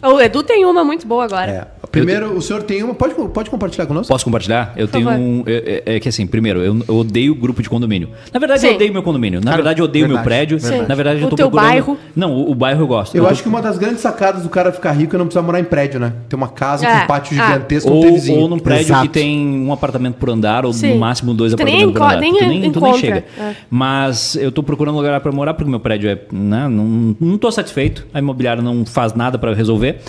[SPEAKER 4] O Oh, Edu tem uma muito boa agora.
[SPEAKER 2] É. Primeiro, o senhor tem uma. Pode, pode compartilhar conosco?
[SPEAKER 3] Posso compartilhar? Eu tenho
[SPEAKER 4] favor.
[SPEAKER 3] um. É, é- é que assim, primeiro, eu, eu odeio grupo de condomínio. Na verdade, eu
[SPEAKER 4] Sim.
[SPEAKER 3] odeio meu condomínio. Na verdade, eu odeio meu
[SPEAKER 5] verdade,
[SPEAKER 3] prédio.
[SPEAKER 4] verdade.
[SPEAKER 3] Na verdade, eu
[SPEAKER 4] O
[SPEAKER 3] tô
[SPEAKER 4] teu
[SPEAKER 3] procurando-
[SPEAKER 4] bairro.
[SPEAKER 3] Não, o, o bairro eu gosto.
[SPEAKER 2] Eu
[SPEAKER 3] tô-
[SPEAKER 2] acho que uma das grandes sacadas do cara ficar rico é não precisar morar em prédio, né? Ter uma casa
[SPEAKER 4] É,
[SPEAKER 2] com um pátio
[SPEAKER 4] ah.
[SPEAKER 2] gigantesco, não ter
[SPEAKER 3] Ou,
[SPEAKER 2] vizinho. Tipo,
[SPEAKER 3] ou num prédio
[SPEAKER 5] Exato.
[SPEAKER 3] que tem um apartamento por andar, ou
[SPEAKER 4] Sim.
[SPEAKER 3] no máximo dois
[SPEAKER 4] Tu nem
[SPEAKER 3] apartamentos por
[SPEAKER 4] enco-
[SPEAKER 3] andar.
[SPEAKER 4] nem
[SPEAKER 3] tu, nem, tu nem
[SPEAKER 4] encontra.
[SPEAKER 3] chega.
[SPEAKER 4] É.
[SPEAKER 3] Mas eu tô procurando um lugar pra morar, porque meu prédio é. né, não, não tô satisfeito. A imobiliária não faz nada pra resolver.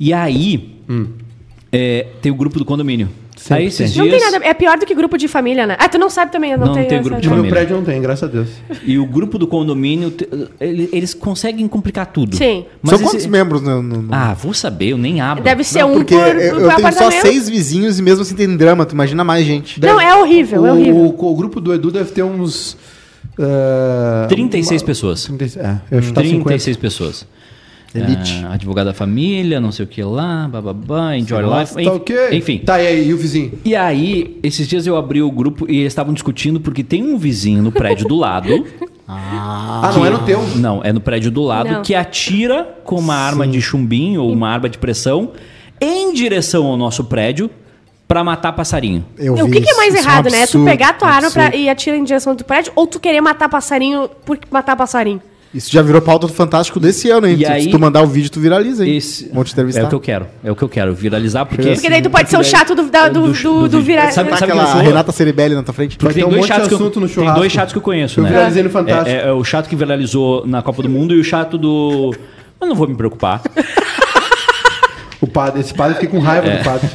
[SPEAKER 3] E aí.
[SPEAKER 5] Hum.
[SPEAKER 3] é, tem o grupo do condomínio.
[SPEAKER 2] Sempre
[SPEAKER 3] aí esses
[SPEAKER 2] tem.
[SPEAKER 4] Não tem
[SPEAKER 3] dias.
[SPEAKER 4] nada. É pior do que grupo de família, né? Ah, tu não sabe também, eu não,
[SPEAKER 3] Não,
[SPEAKER 4] tenho
[SPEAKER 3] tem
[SPEAKER 4] essa-
[SPEAKER 3] grupo de
[SPEAKER 2] No meu
[SPEAKER 3] família.
[SPEAKER 2] prédio não tem, graças a Deus.
[SPEAKER 3] E o grupo do condomínio, te- ele- eles conseguem complicar tudo.
[SPEAKER 4] Sim.
[SPEAKER 3] Mas
[SPEAKER 5] São quantos
[SPEAKER 3] esse-
[SPEAKER 5] membros no. no- no-
[SPEAKER 3] Ah, vou saber, eu nem abro.
[SPEAKER 4] Deve ser um
[SPEAKER 5] Porque
[SPEAKER 4] por, por
[SPEAKER 5] eu, eu tenho só
[SPEAKER 4] apartamento.
[SPEAKER 5] seis vizinhos e mesmo assim tem drama, tu imagina mais gente.
[SPEAKER 4] Não, é horrível, é
[SPEAKER 2] O-
[SPEAKER 4] horrível.
[SPEAKER 2] O, o grupo do Edu deve ter uns. ah,
[SPEAKER 3] 36 pessoas.
[SPEAKER 2] 36 é, eu acho que tá
[SPEAKER 3] 36
[SPEAKER 2] 50.
[SPEAKER 3] pessoas.
[SPEAKER 5] Elite.
[SPEAKER 3] Ah, advogado da família, não sei o que lá, bababá, enjoy life.
[SPEAKER 2] Tá
[SPEAKER 3] en-
[SPEAKER 2] ok?
[SPEAKER 3] Enfim.
[SPEAKER 2] Tá, e aí, e o vizinho?
[SPEAKER 3] E aí, esses dias eu abri o grupo e eles estavam discutindo porque tem um vizinho no prédio do lado.
[SPEAKER 2] Ah, não é no teu.
[SPEAKER 3] Não, é no prédio do lado
[SPEAKER 4] Não.
[SPEAKER 3] que atira com uma arma de chumbinho ou uma arma de pressão em direção ao nosso prédio pra matar passarinho.
[SPEAKER 5] Eu
[SPEAKER 4] o
[SPEAKER 5] vi
[SPEAKER 4] que, que é
[SPEAKER 5] isso,
[SPEAKER 4] mais
[SPEAKER 5] isso um
[SPEAKER 4] errado, né? Tu
[SPEAKER 5] absurdo,
[SPEAKER 4] pegar a tua arma pra-
[SPEAKER 5] absurdo.
[SPEAKER 4] e atirar em direção do prédio ou tu querer matar passarinho por matar passarinho?
[SPEAKER 5] Isso já virou pauta do Fantástico desse ano, hein?
[SPEAKER 3] E
[SPEAKER 5] Se-
[SPEAKER 3] aí-
[SPEAKER 5] Se tu mandar o vídeo, tu viraliza, hein? Um
[SPEAKER 3] Esse-
[SPEAKER 5] Vou te
[SPEAKER 3] É o
[SPEAKER 5] entrevistar.
[SPEAKER 3] que eu quero. É o que eu quero. Viralizar, porque. é
[SPEAKER 4] Porque daí tu pode ser o chato do- da- do- do- do virar-
[SPEAKER 3] Sabe,
[SPEAKER 5] Tá
[SPEAKER 3] sabe
[SPEAKER 5] aquela
[SPEAKER 3] quem eu sou?
[SPEAKER 5] Renata Ceribelli na tua frente.
[SPEAKER 2] Vai ter um monte de
[SPEAKER 3] chatos que eu-
[SPEAKER 2] assunto no
[SPEAKER 3] Tem
[SPEAKER 2] churrasco.
[SPEAKER 3] dois chatos que eu conheço,
[SPEAKER 2] Eu
[SPEAKER 3] né?
[SPEAKER 2] viralizei no Fantástico.
[SPEAKER 3] É, é- é o chato que viralizou na Copa do Mundo e o chato do. Eu não vou me preocupar.
[SPEAKER 2] O padre, esse padre fica com raiva
[SPEAKER 3] É.
[SPEAKER 2] do padre.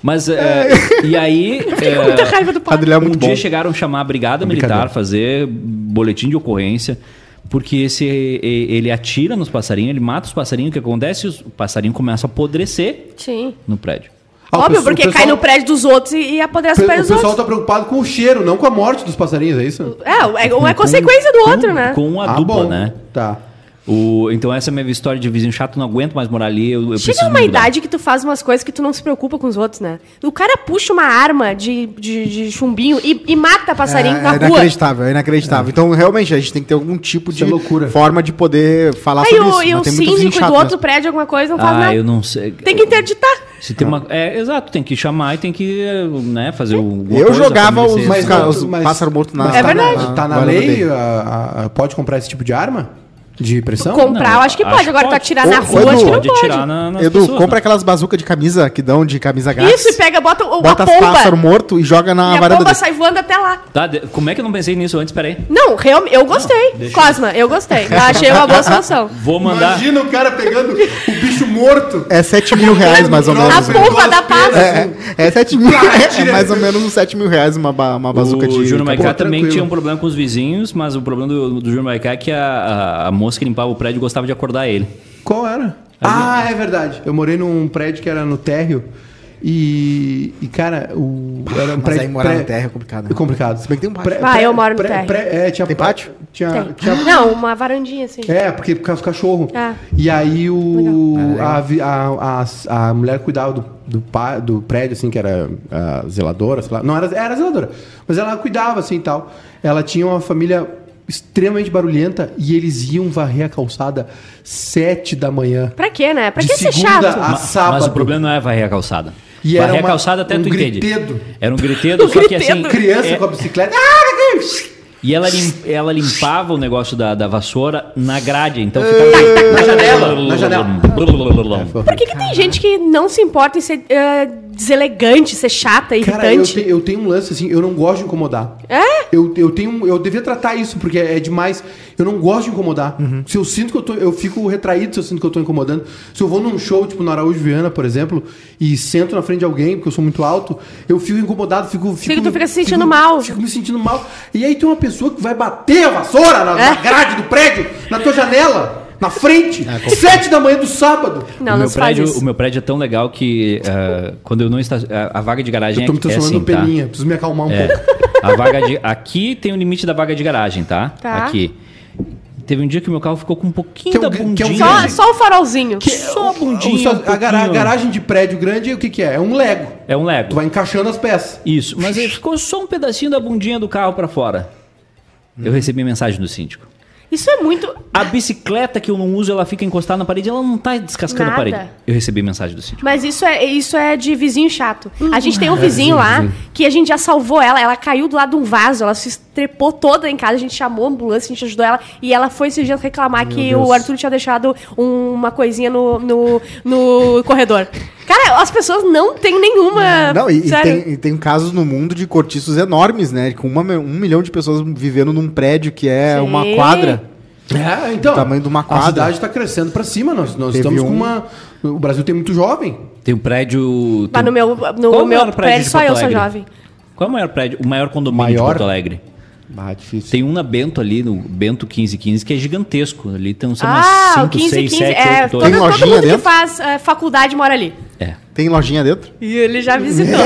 [SPEAKER 3] Mas. é, e aí. é,
[SPEAKER 4] Muita raiva do pai.
[SPEAKER 5] Adriano é
[SPEAKER 3] um
[SPEAKER 5] muito
[SPEAKER 3] dia
[SPEAKER 5] bom.
[SPEAKER 3] chegaram a chamar a
[SPEAKER 2] É
[SPEAKER 3] Brigada Militar, fazer boletim de ocorrência, porque esse, e- ele atira nos passarinhos, ele mata os passarinhos, o que acontece? Os- O passarinho começa a apodrecer
[SPEAKER 4] Sim.
[SPEAKER 3] no prédio.
[SPEAKER 2] Ah, o
[SPEAKER 4] Óbvio,
[SPEAKER 2] pessoal-
[SPEAKER 4] porque
[SPEAKER 2] o pessoal-
[SPEAKER 4] cai no prédio dos outros e, e apodrece o
[SPEAKER 2] O
[SPEAKER 4] prédio dos
[SPEAKER 2] pessoal tá
[SPEAKER 4] outros.
[SPEAKER 2] preocupado com o cheiro, não com a morte dos passarinhos, é isso?
[SPEAKER 5] tá-
[SPEAKER 2] Ah,
[SPEAKER 4] É, é,
[SPEAKER 3] Com-
[SPEAKER 4] um é
[SPEAKER 3] com-
[SPEAKER 4] consequência do
[SPEAKER 3] com-
[SPEAKER 4] outro, né?
[SPEAKER 3] Com a dupla, né?
[SPEAKER 2] Tá.
[SPEAKER 3] O- então essa é a minha história de vizinho chato, não aguento mais morar ali, eu, eu preciso
[SPEAKER 4] Chega numa
[SPEAKER 3] me mudar.
[SPEAKER 4] idade que tu faz umas coisas que tu não se preocupa com os outros, né? O cara puxa uma arma de, de, de chumbinho e, e mata passarinho
[SPEAKER 5] é,
[SPEAKER 4] na
[SPEAKER 5] é
[SPEAKER 4] rua.
[SPEAKER 5] inacreditável, é inacreditável. Então, realmente, a gente tem que ter algum tipo
[SPEAKER 2] Isso
[SPEAKER 5] de
[SPEAKER 2] é loucura.
[SPEAKER 5] forma de poder falar
[SPEAKER 4] Aí
[SPEAKER 5] sobre
[SPEAKER 4] o,
[SPEAKER 5] isso.
[SPEAKER 4] e
[SPEAKER 5] mas
[SPEAKER 4] o
[SPEAKER 5] tem muito vizinho
[SPEAKER 4] síndico
[SPEAKER 5] chato,
[SPEAKER 4] do
[SPEAKER 5] né?
[SPEAKER 4] outro prédio, alguma coisa, não faz
[SPEAKER 3] Ah,
[SPEAKER 4] nada.
[SPEAKER 3] eu não sei.
[SPEAKER 4] Tem que interditar.
[SPEAKER 3] Se tem uma, é, exato, tem que chamar e tem que eh, né, fazer o.
[SPEAKER 5] Eu jogava os-
[SPEAKER 2] Mas,
[SPEAKER 5] Mas, cara, os
[SPEAKER 2] mas-
[SPEAKER 5] pássaro morto na-
[SPEAKER 2] mas
[SPEAKER 4] É
[SPEAKER 2] tá
[SPEAKER 4] verdade.
[SPEAKER 2] Tá na
[SPEAKER 5] Guarda
[SPEAKER 2] lei?
[SPEAKER 5] dele.
[SPEAKER 2] a- a- a- pode comprar esse tipo de arma? De pressão?
[SPEAKER 4] Comprar,
[SPEAKER 3] não,
[SPEAKER 4] eu acho que
[SPEAKER 3] acho
[SPEAKER 4] pode.
[SPEAKER 3] que
[SPEAKER 4] Agora tu
[SPEAKER 3] pode.
[SPEAKER 4] atirar
[SPEAKER 5] Ô,
[SPEAKER 4] na
[SPEAKER 5] ô,
[SPEAKER 4] rua,
[SPEAKER 5] Edu,
[SPEAKER 4] acho que não
[SPEAKER 3] Pode
[SPEAKER 4] pode.
[SPEAKER 3] atirar na, nas
[SPEAKER 5] Edu,
[SPEAKER 3] pessoas,
[SPEAKER 5] compra
[SPEAKER 3] né?
[SPEAKER 5] aquelas bazucas de camisa que dão de camisa gás.
[SPEAKER 4] Isso, e pega, bota o,
[SPEAKER 5] Bota
[SPEAKER 4] a
[SPEAKER 5] as pássaro
[SPEAKER 4] pomba.
[SPEAKER 5] morto e joga na
[SPEAKER 4] E a
[SPEAKER 5] varanda
[SPEAKER 4] pomba
[SPEAKER 5] dele.
[SPEAKER 4] sai voando até lá.
[SPEAKER 3] Tá, de- como é que eu não pensei nisso antes? Peraí.
[SPEAKER 4] Não, realmente, eu gostei.
[SPEAKER 3] deixa
[SPEAKER 4] Cosma, eu gostei. Eu achei uma boa situação.
[SPEAKER 3] Vou mandar.
[SPEAKER 2] Imagina o cara pegando o bicho morto.
[SPEAKER 5] É 7 mil reais, mais ou
[SPEAKER 4] A
[SPEAKER 5] menos.
[SPEAKER 2] Nossa.
[SPEAKER 5] né?
[SPEAKER 4] pomba da paz.
[SPEAKER 5] É, é 7 mil é mais ou menos uns 7 mil reais uma, ba- uma bazuca de. tá
[SPEAKER 3] o Júnior Maicá
[SPEAKER 2] Pô,
[SPEAKER 3] também
[SPEAKER 2] tranquilo.
[SPEAKER 3] tinha um problema com os vizinhos, mas o problema do, do Júnior Maicá é que a, a- a moça que limpava o prédio gostava de acordar ele.
[SPEAKER 2] Qual era? Ah, é verdade. Eu morei num prédio que era no térreo. E, e cara, o. Era um
[SPEAKER 5] mas aí morar no térreo é complicado, né?
[SPEAKER 2] É complicado.
[SPEAKER 5] Se bem que tem um pátio.
[SPEAKER 4] Ah, eu moro no térreo.
[SPEAKER 2] é, tinha,
[SPEAKER 5] Tem pátio?
[SPEAKER 2] Tinha,
[SPEAKER 4] Tem.
[SPEAKER 2] tinha
[SPEAKER 4] Não, uma varandinha assim.
[SPEAKER 2] É, porque por causa do cachorro.
[SPEAKER 4] Ah.
[SPEAKER 2] E aí o,
[SPEAKER 5] Ah,
[SPEAKER 2] a, vi- a, a, a mulher cuidava do, do, pa- do prédio, assim, que era ah, zeladora, sei lá. Não, era, era zeladora. Mas ela cuidava, assim, e tal. Ela tinha uma família extremamente barulhenta e eles iam varrer a calçada sete da manhã.
[SPEAKER 4] Pra quê, né? Pra
[SPEAKER 2] De
[SPEAKER 4] que ser
[SPEAKER 2] segunda
[SPEAKER 4] chato?
[SPEAKER 2] a
[SPEAKER 3] Ma- Mas
[SPEAKER 2] sábado.
[SPEAKER 3] o problema não é varrer a calçada.
[SPEAKER 2] E era
[SPEAKER 3] varrer
[SPEAKER 2] uma-
[SPEAKER 3] a calçada até
[SPEAKER 2] um
[SPEAKER 3] tu entende.
[SPEAKER 2] gritedo.
[SPEAKER 3] Era um gritedo,
[SPEAKER 4] Um
[SPEAKER 3] só que assim.
[SPEAKER 4] gritedo.
[SPEAKER 2] Criança
[SPEAKER 3] é-
[SPEAKER 2] com a bicicleta. Ah,
[SPEAKER 3] E ela, lim- ela limpava o negócio da, da vassoura na grade, então ficava. na
[SPEAKER 2] janela, na janela.
[SPEAKER 4] Por que, que tem gente que não se importa em ser eh, deselegante, ser chata,
[SPEAKER 2] Cara, eu,
[SPEAKER 4] irritante?
[SPEAKER 2] te- eu tenho um lance assim, eu não gosto de incomodar.
[SPEAKER 4] É?
[SPEAKER 2] Eu, eu tenho, um- eu devia tratar isso porque é, é demais. Eu não gosto de incomodar.
[SPEAKER 3] Uhum.
[SPEAKER 2] Se eu sinto que eu tô, eu fico retraído se eu sinto que eu tô incomodando. Se eu vou num show, tipo no Araújo Viana, por exemplo, e sento na frente de alguém, porque eu sou muito alto, eu fico incomodado, fico fico,
[SPEAKER 4] Fica- tu fica se sentindo mal.
[SPEAKER 2] Fico me sentindo mal. E aí tem uma pessoa que vai bater a vassoura na, na
[SPEAKER 4] É.
[SPEAKER 2] grade do prédio, na tua janela, na frente,
[SPEAKER 3] É,
[SPEAKER 2] sete da manhã do sábado.
[SPEAKER 4] Não,
[SPEAKER 3] o,
[SPEAKER 4] não
[SPEAKER 3] meu
[SPEAKER 4] se faz
[SPEAKER 3] prédio,
[SPEAKER 4] isso.
[SPEAKER 3] o meu prédio é tão legal que ah, quando eu não está a, a vaga de garagem
[SPEAKER 2] Eu tô me
[SPEAKER 3] é, é
[SPEAKER 2] transformando
[SPEAKER 3] assim,
[SPEAKER 2] em
[SPEAKER 3] tá?
[SPEAKER 2] pelinha, preciso me acalmar um
[SPEAKER 3] É.
[SPEAKER 2] pouco.
[SPEAKER 3] A vaga de. Aqui tem o limite da vaga de garagem, tá?
[SPEAKER 4] Tá.
[SPEAKER 3] Aqui. Teve um dia que o meu carro ficou com um pouquinho
[SPEAKER 2] Que é o
[SPEAKER 3] da
[SPEAKER 2] gr-
[SPEAKER 3] bundinha.
[SPEAKER 2] que é o
[SPEAKER 4] Só, só o farolzinho.
[SPEAKER 3] só a
[SPEAKER 2] O
[SPEAKER 3] bundinha.
[SPEAKER 2] seu-
[SPEAKER 3] um
[SPEAKER 2] a, gara- a
[SPEAKER 3] pouquinho.
[SPEAKER 2] garagem de prédio grande, o que, que é? É um Lego.
[SPEAKER 3] É um Lego.
[SPEAKER 2] Tu vai encaixando as peças.
[SPEAKER 3] Isso. Mas aí ficou só um pedacinho da bundinha do carro pra fora. Eu recebi mensagem do síndico.
[SPEAKER 4] Isso é muito.
[SPEAKER 3] A bicicleta que eu não uso, ela fica encostada na parede, ela não tá descascando a
[SPEAKER 4] Nada.
[SPEAKER 3] parede. Eu recebi mensagem do síndico.
[SPEAKER 4] Mas isso é, isso é de vizinho chato.
[SPEAKER 3] Uhum.
[SPEAKER 4] A gente
[SPEAKER 5] É,
[SPEAKER 4] tem um vizinho lá que a gente já salvou ela. Ela caiu do lado de um vaso, ela se estrepou toda em casa. A gente chamou a ambulância, a gente ajudou ela. E ela foi esses dias reclamar que o Arthur tinha deixado um- uma coisinha no, no, no corredor. Cara, as pessoas não têm nenhuma.
[SPEAKER 5] Não, e, e
[SPEAKER 4] sério.
[SPEAKER 5] tem, e tem casos no mundo de cortiços enormes, né? Com uma, mi- um milhão de pessoas vivendo num prédio que é
[SPEAKER 4] Sim.
[SPEAKER 5] uma quadra.
[SPEAKER 2] É, então.
[SPEAKER 5] O tamanho de uma quadra.
[SPEAKER 2] A cidade tá crescendo pra cima. Nós, nós
[SPEAKER 5] Teve
[SPEAKER 2] estamos com
[SPEAKER 5] um-
[SPEAKER 2] uma. O Brasil tem muito jovem.
[SPEAKER 3] Tem um prédio.
[SPEAKER 4] Mas
[SPEAKER 3] tem-
[SPEAKER 4] Ah, no meu,
[SPEAKER 3] Qual
[SPEAKER 4] no
[SPEAKER 3] o maior
[SPEAKER 4] meu
[SPEAKER 3] prédio de
[SPEAKER 4] prédio só
[SPEAKER 3] Porto
[SPEAKER 4] eu sou
[SPEAKER 3] Alegre?
[SPEAKER 4] jovem.
[SPEAKER 3] Qual é o maior prédio? O maior condomínio de
[SPEAKER 2] Maior?
[SPEAKER 3] Porto Alegre?
[SPEAKER 5] Ah, difícil.
[SPEAKER 3] Tem um na Bento ali, no Bento 1515, que é gigantesco. Ali tem, são
[SPEAKER 4] Ah, o
[SPEAKER 3] umas 5,
[SPEAKER 4] 15,
[SPEAKER 3] 6,
[SPEAKER 4] 15.
[SPEAKER 3] 7,
[SPEAKER 4] é,
[SPEAKER 3] 8,
[SPEAKER 4] todo,
[SPEAKER 3] 8.
[SPEAKER 5] Tem
[SPEAKER 4] todo
[SPEAKER 5] lojinha
[SPEAKER 4] mundo
[SPEAKER 5] dentro?
[SPEAKER 4] que faz eh, faculdade mora ali.
[SPEAKER 3] É.
[SPEAKER 5] Tem lojinha dentro?
[SPEAKER 4] E ele já visitou.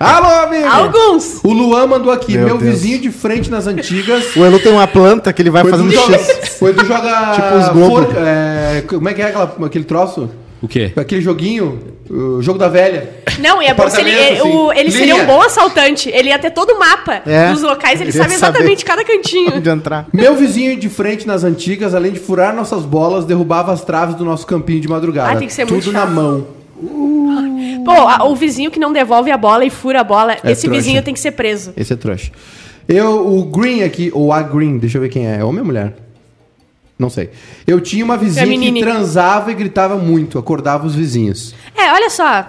[SPEAKER 2] Alô, amigo!
[SPEAKER 4] Alguns.
[SPEAKER 2] O Luan mandou aqui, meu,
[SPEAKER 5] Meu Deus.
[SPEAKER 2] vizinho de frente nas antigas.
[SPEAKER 5] O Elu tem uma planta que ele vai
[SPEAKER 2] O Edu
[SPEAKER 5] fazendo
[SPEAKER 2] joga,
[SPEAKER 5] X.
[SPEAKER 2] o Edu joga
[SPEAKER 5] Tipo os Globo.
[SPEAKER 2] forca- é, como é que é aquela- aquele troço?
[SPEAKER 3] O quê?
[SPEAKER 2] Aquele joguinho, o jogo da velha.
[SPEAKER 4] Não, e é bom se ele.
[SPEAKER 2] Apartamento,
[SPEAKER 4] Ele, o-
[SPEAKER 2] assim.
[SPEAKER 4] ele seria
[SPEAKER 2] Linha.
[SPEAKER 4] um bom assaltante. Ele ia ter todo o mapa
[SPEAKER 5] É.
[SPEAKER 4] dos locais, ele
[SPEAKER 5] Ele ia
[SPEAKER 4] sabe
[SPEAKER 5] saber.
[SPEAKER 4] exatamente cada cantinho.
[SPEAKER 5] De entrar.
[SPEAKER 2] Meu vizinho de frente nas antigas, além de furar nossas bolas, derrubava as traves do nosso campinho de madrugada.
[SPEAKER 4] Ah, tem que Ah, ser
[SPEAKER 2] Tudo
[SPEAKER 4] muito
[SPEAKER 2] na
[SPEAKER 4] chato.
[SPEAKER 2] mão.
[SPEAKER 4] Pô, a- o vizinho que não devolve a bola e fura a bola,
[SPEAKER 2] É
[SPEAKER 4] esse
[SPEAKER 2] trouxa.
[SPEAKER 4] vizinho tem que ser preso.
[SPEAKER 2] Esse é trouxa. Eu, o Green aqui, ou a Green, deixa eu ver quem é. É homem ou mulher? Não sei. Eu tinha uma vizinha que
[SPEAKER 4] Feminine.
[SPEAKER 2] transava e gritava muito, acordava os vizinhos.
[SPEAKER 4] É, olha só.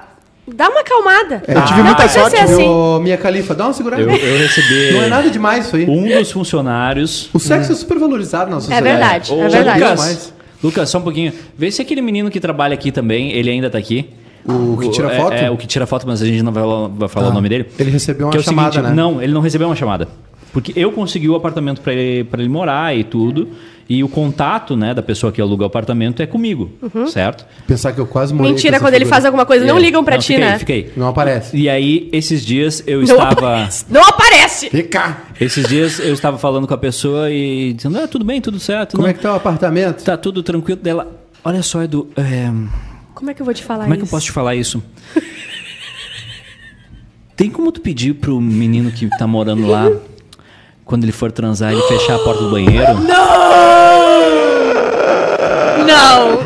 [SPEAKER 4] Dá uma acalmada.
[SPEAKER 2] É, eu tive
[SPEAKER 4] não
[SPEAKER 5] muita
[SPEAKER 4] precisa
[SPEAKER 5] sorte,
[SPEAKER 4] ser assim.
[SPEAKER 2] Ô, minha califa, dá uma segurada.
[SPEAKER 3] Eu, eu recebi
[SPEAKER 2] Não é nada demais isso aí.
[SPEAKER 3] um dos funcionários.
[SPEAKER 2] O sexo é super valorizado na nossa
[SPEAKER 4] É
[SPEAKER 2] sociedade.
[SPEAKER 4] verdade,
[SPEAKER 3] Ô,
[SPEAKER 4] é verdade.
[SPEAKER 3] Lucas, Lucas, só um pouquinho. Vê se aquele menino que trabalha aqui também, ele ainda tá aqui.
[SPEAKER 2] O que tira
[SPEAKER 3] é-
[SPEAKER 2] foto?
[SPEAKER 3] É, o que tira foto, mas a gente não vai, lá- vai falar
[SPEAKER 2] Ah,
[SPEAKER 3] o nome dele.
[SPEAKER 2] ele recebeu uma
[SPEAKER 3] Que é o
[SPEAKER 2] chamada, né?
[SPEAKER 3] Não, ele não recebeu uma chamada. Porque eu consegui o apartamento pra ele, pra ele morar e tudo. E o contato né, da pessoa que aluga o apartamento é comigo, certo?
[SPEAKER 2] Pensar que eu quase morri.
[SPEAKER 4] Mentira, quando ele faz alguma coisa, Uhum. não ligam pra
[SPEAKER 3] Não,
[SPEAKER 4] ti,
[SPEAKER 3] fica aí,
[SPEAKER 4] né?
[SPEAKER 3] fica aí.
[SPEAKER 2] Não aparece.
[SPEAKER 3] E aí, ah. esses dias eu
[SPEAKER 4] Não
[SPEAKER 3] estava.
[SPEAKER 4] aparece. Não aparece!
[SPEAKER 2] Fica!
[SPEAKER 3] Esses dias eu estava falando com a pessoa e dizendo: ah, tudo bem, tudo certo.
[SPEAKER 2] Como
[SPEAKER 3] não,
[SPEAKER 2] é que tá o apartamento?
[SPEAKER 3] Tá tudo tranquilo dela. Olha só, Edu, é,
[SPEAKER 4] Como é que eu vou te falar
[SPEAKER 3] como é que
[SPEAKER 4] isso?
[SPEAKER 3] eu posso te falar isso? Tem como tu pedir pro menino que tá morando lá, quando ele for transar, ele fechar a porta do banheiro?
[SPEAKER 4] Não!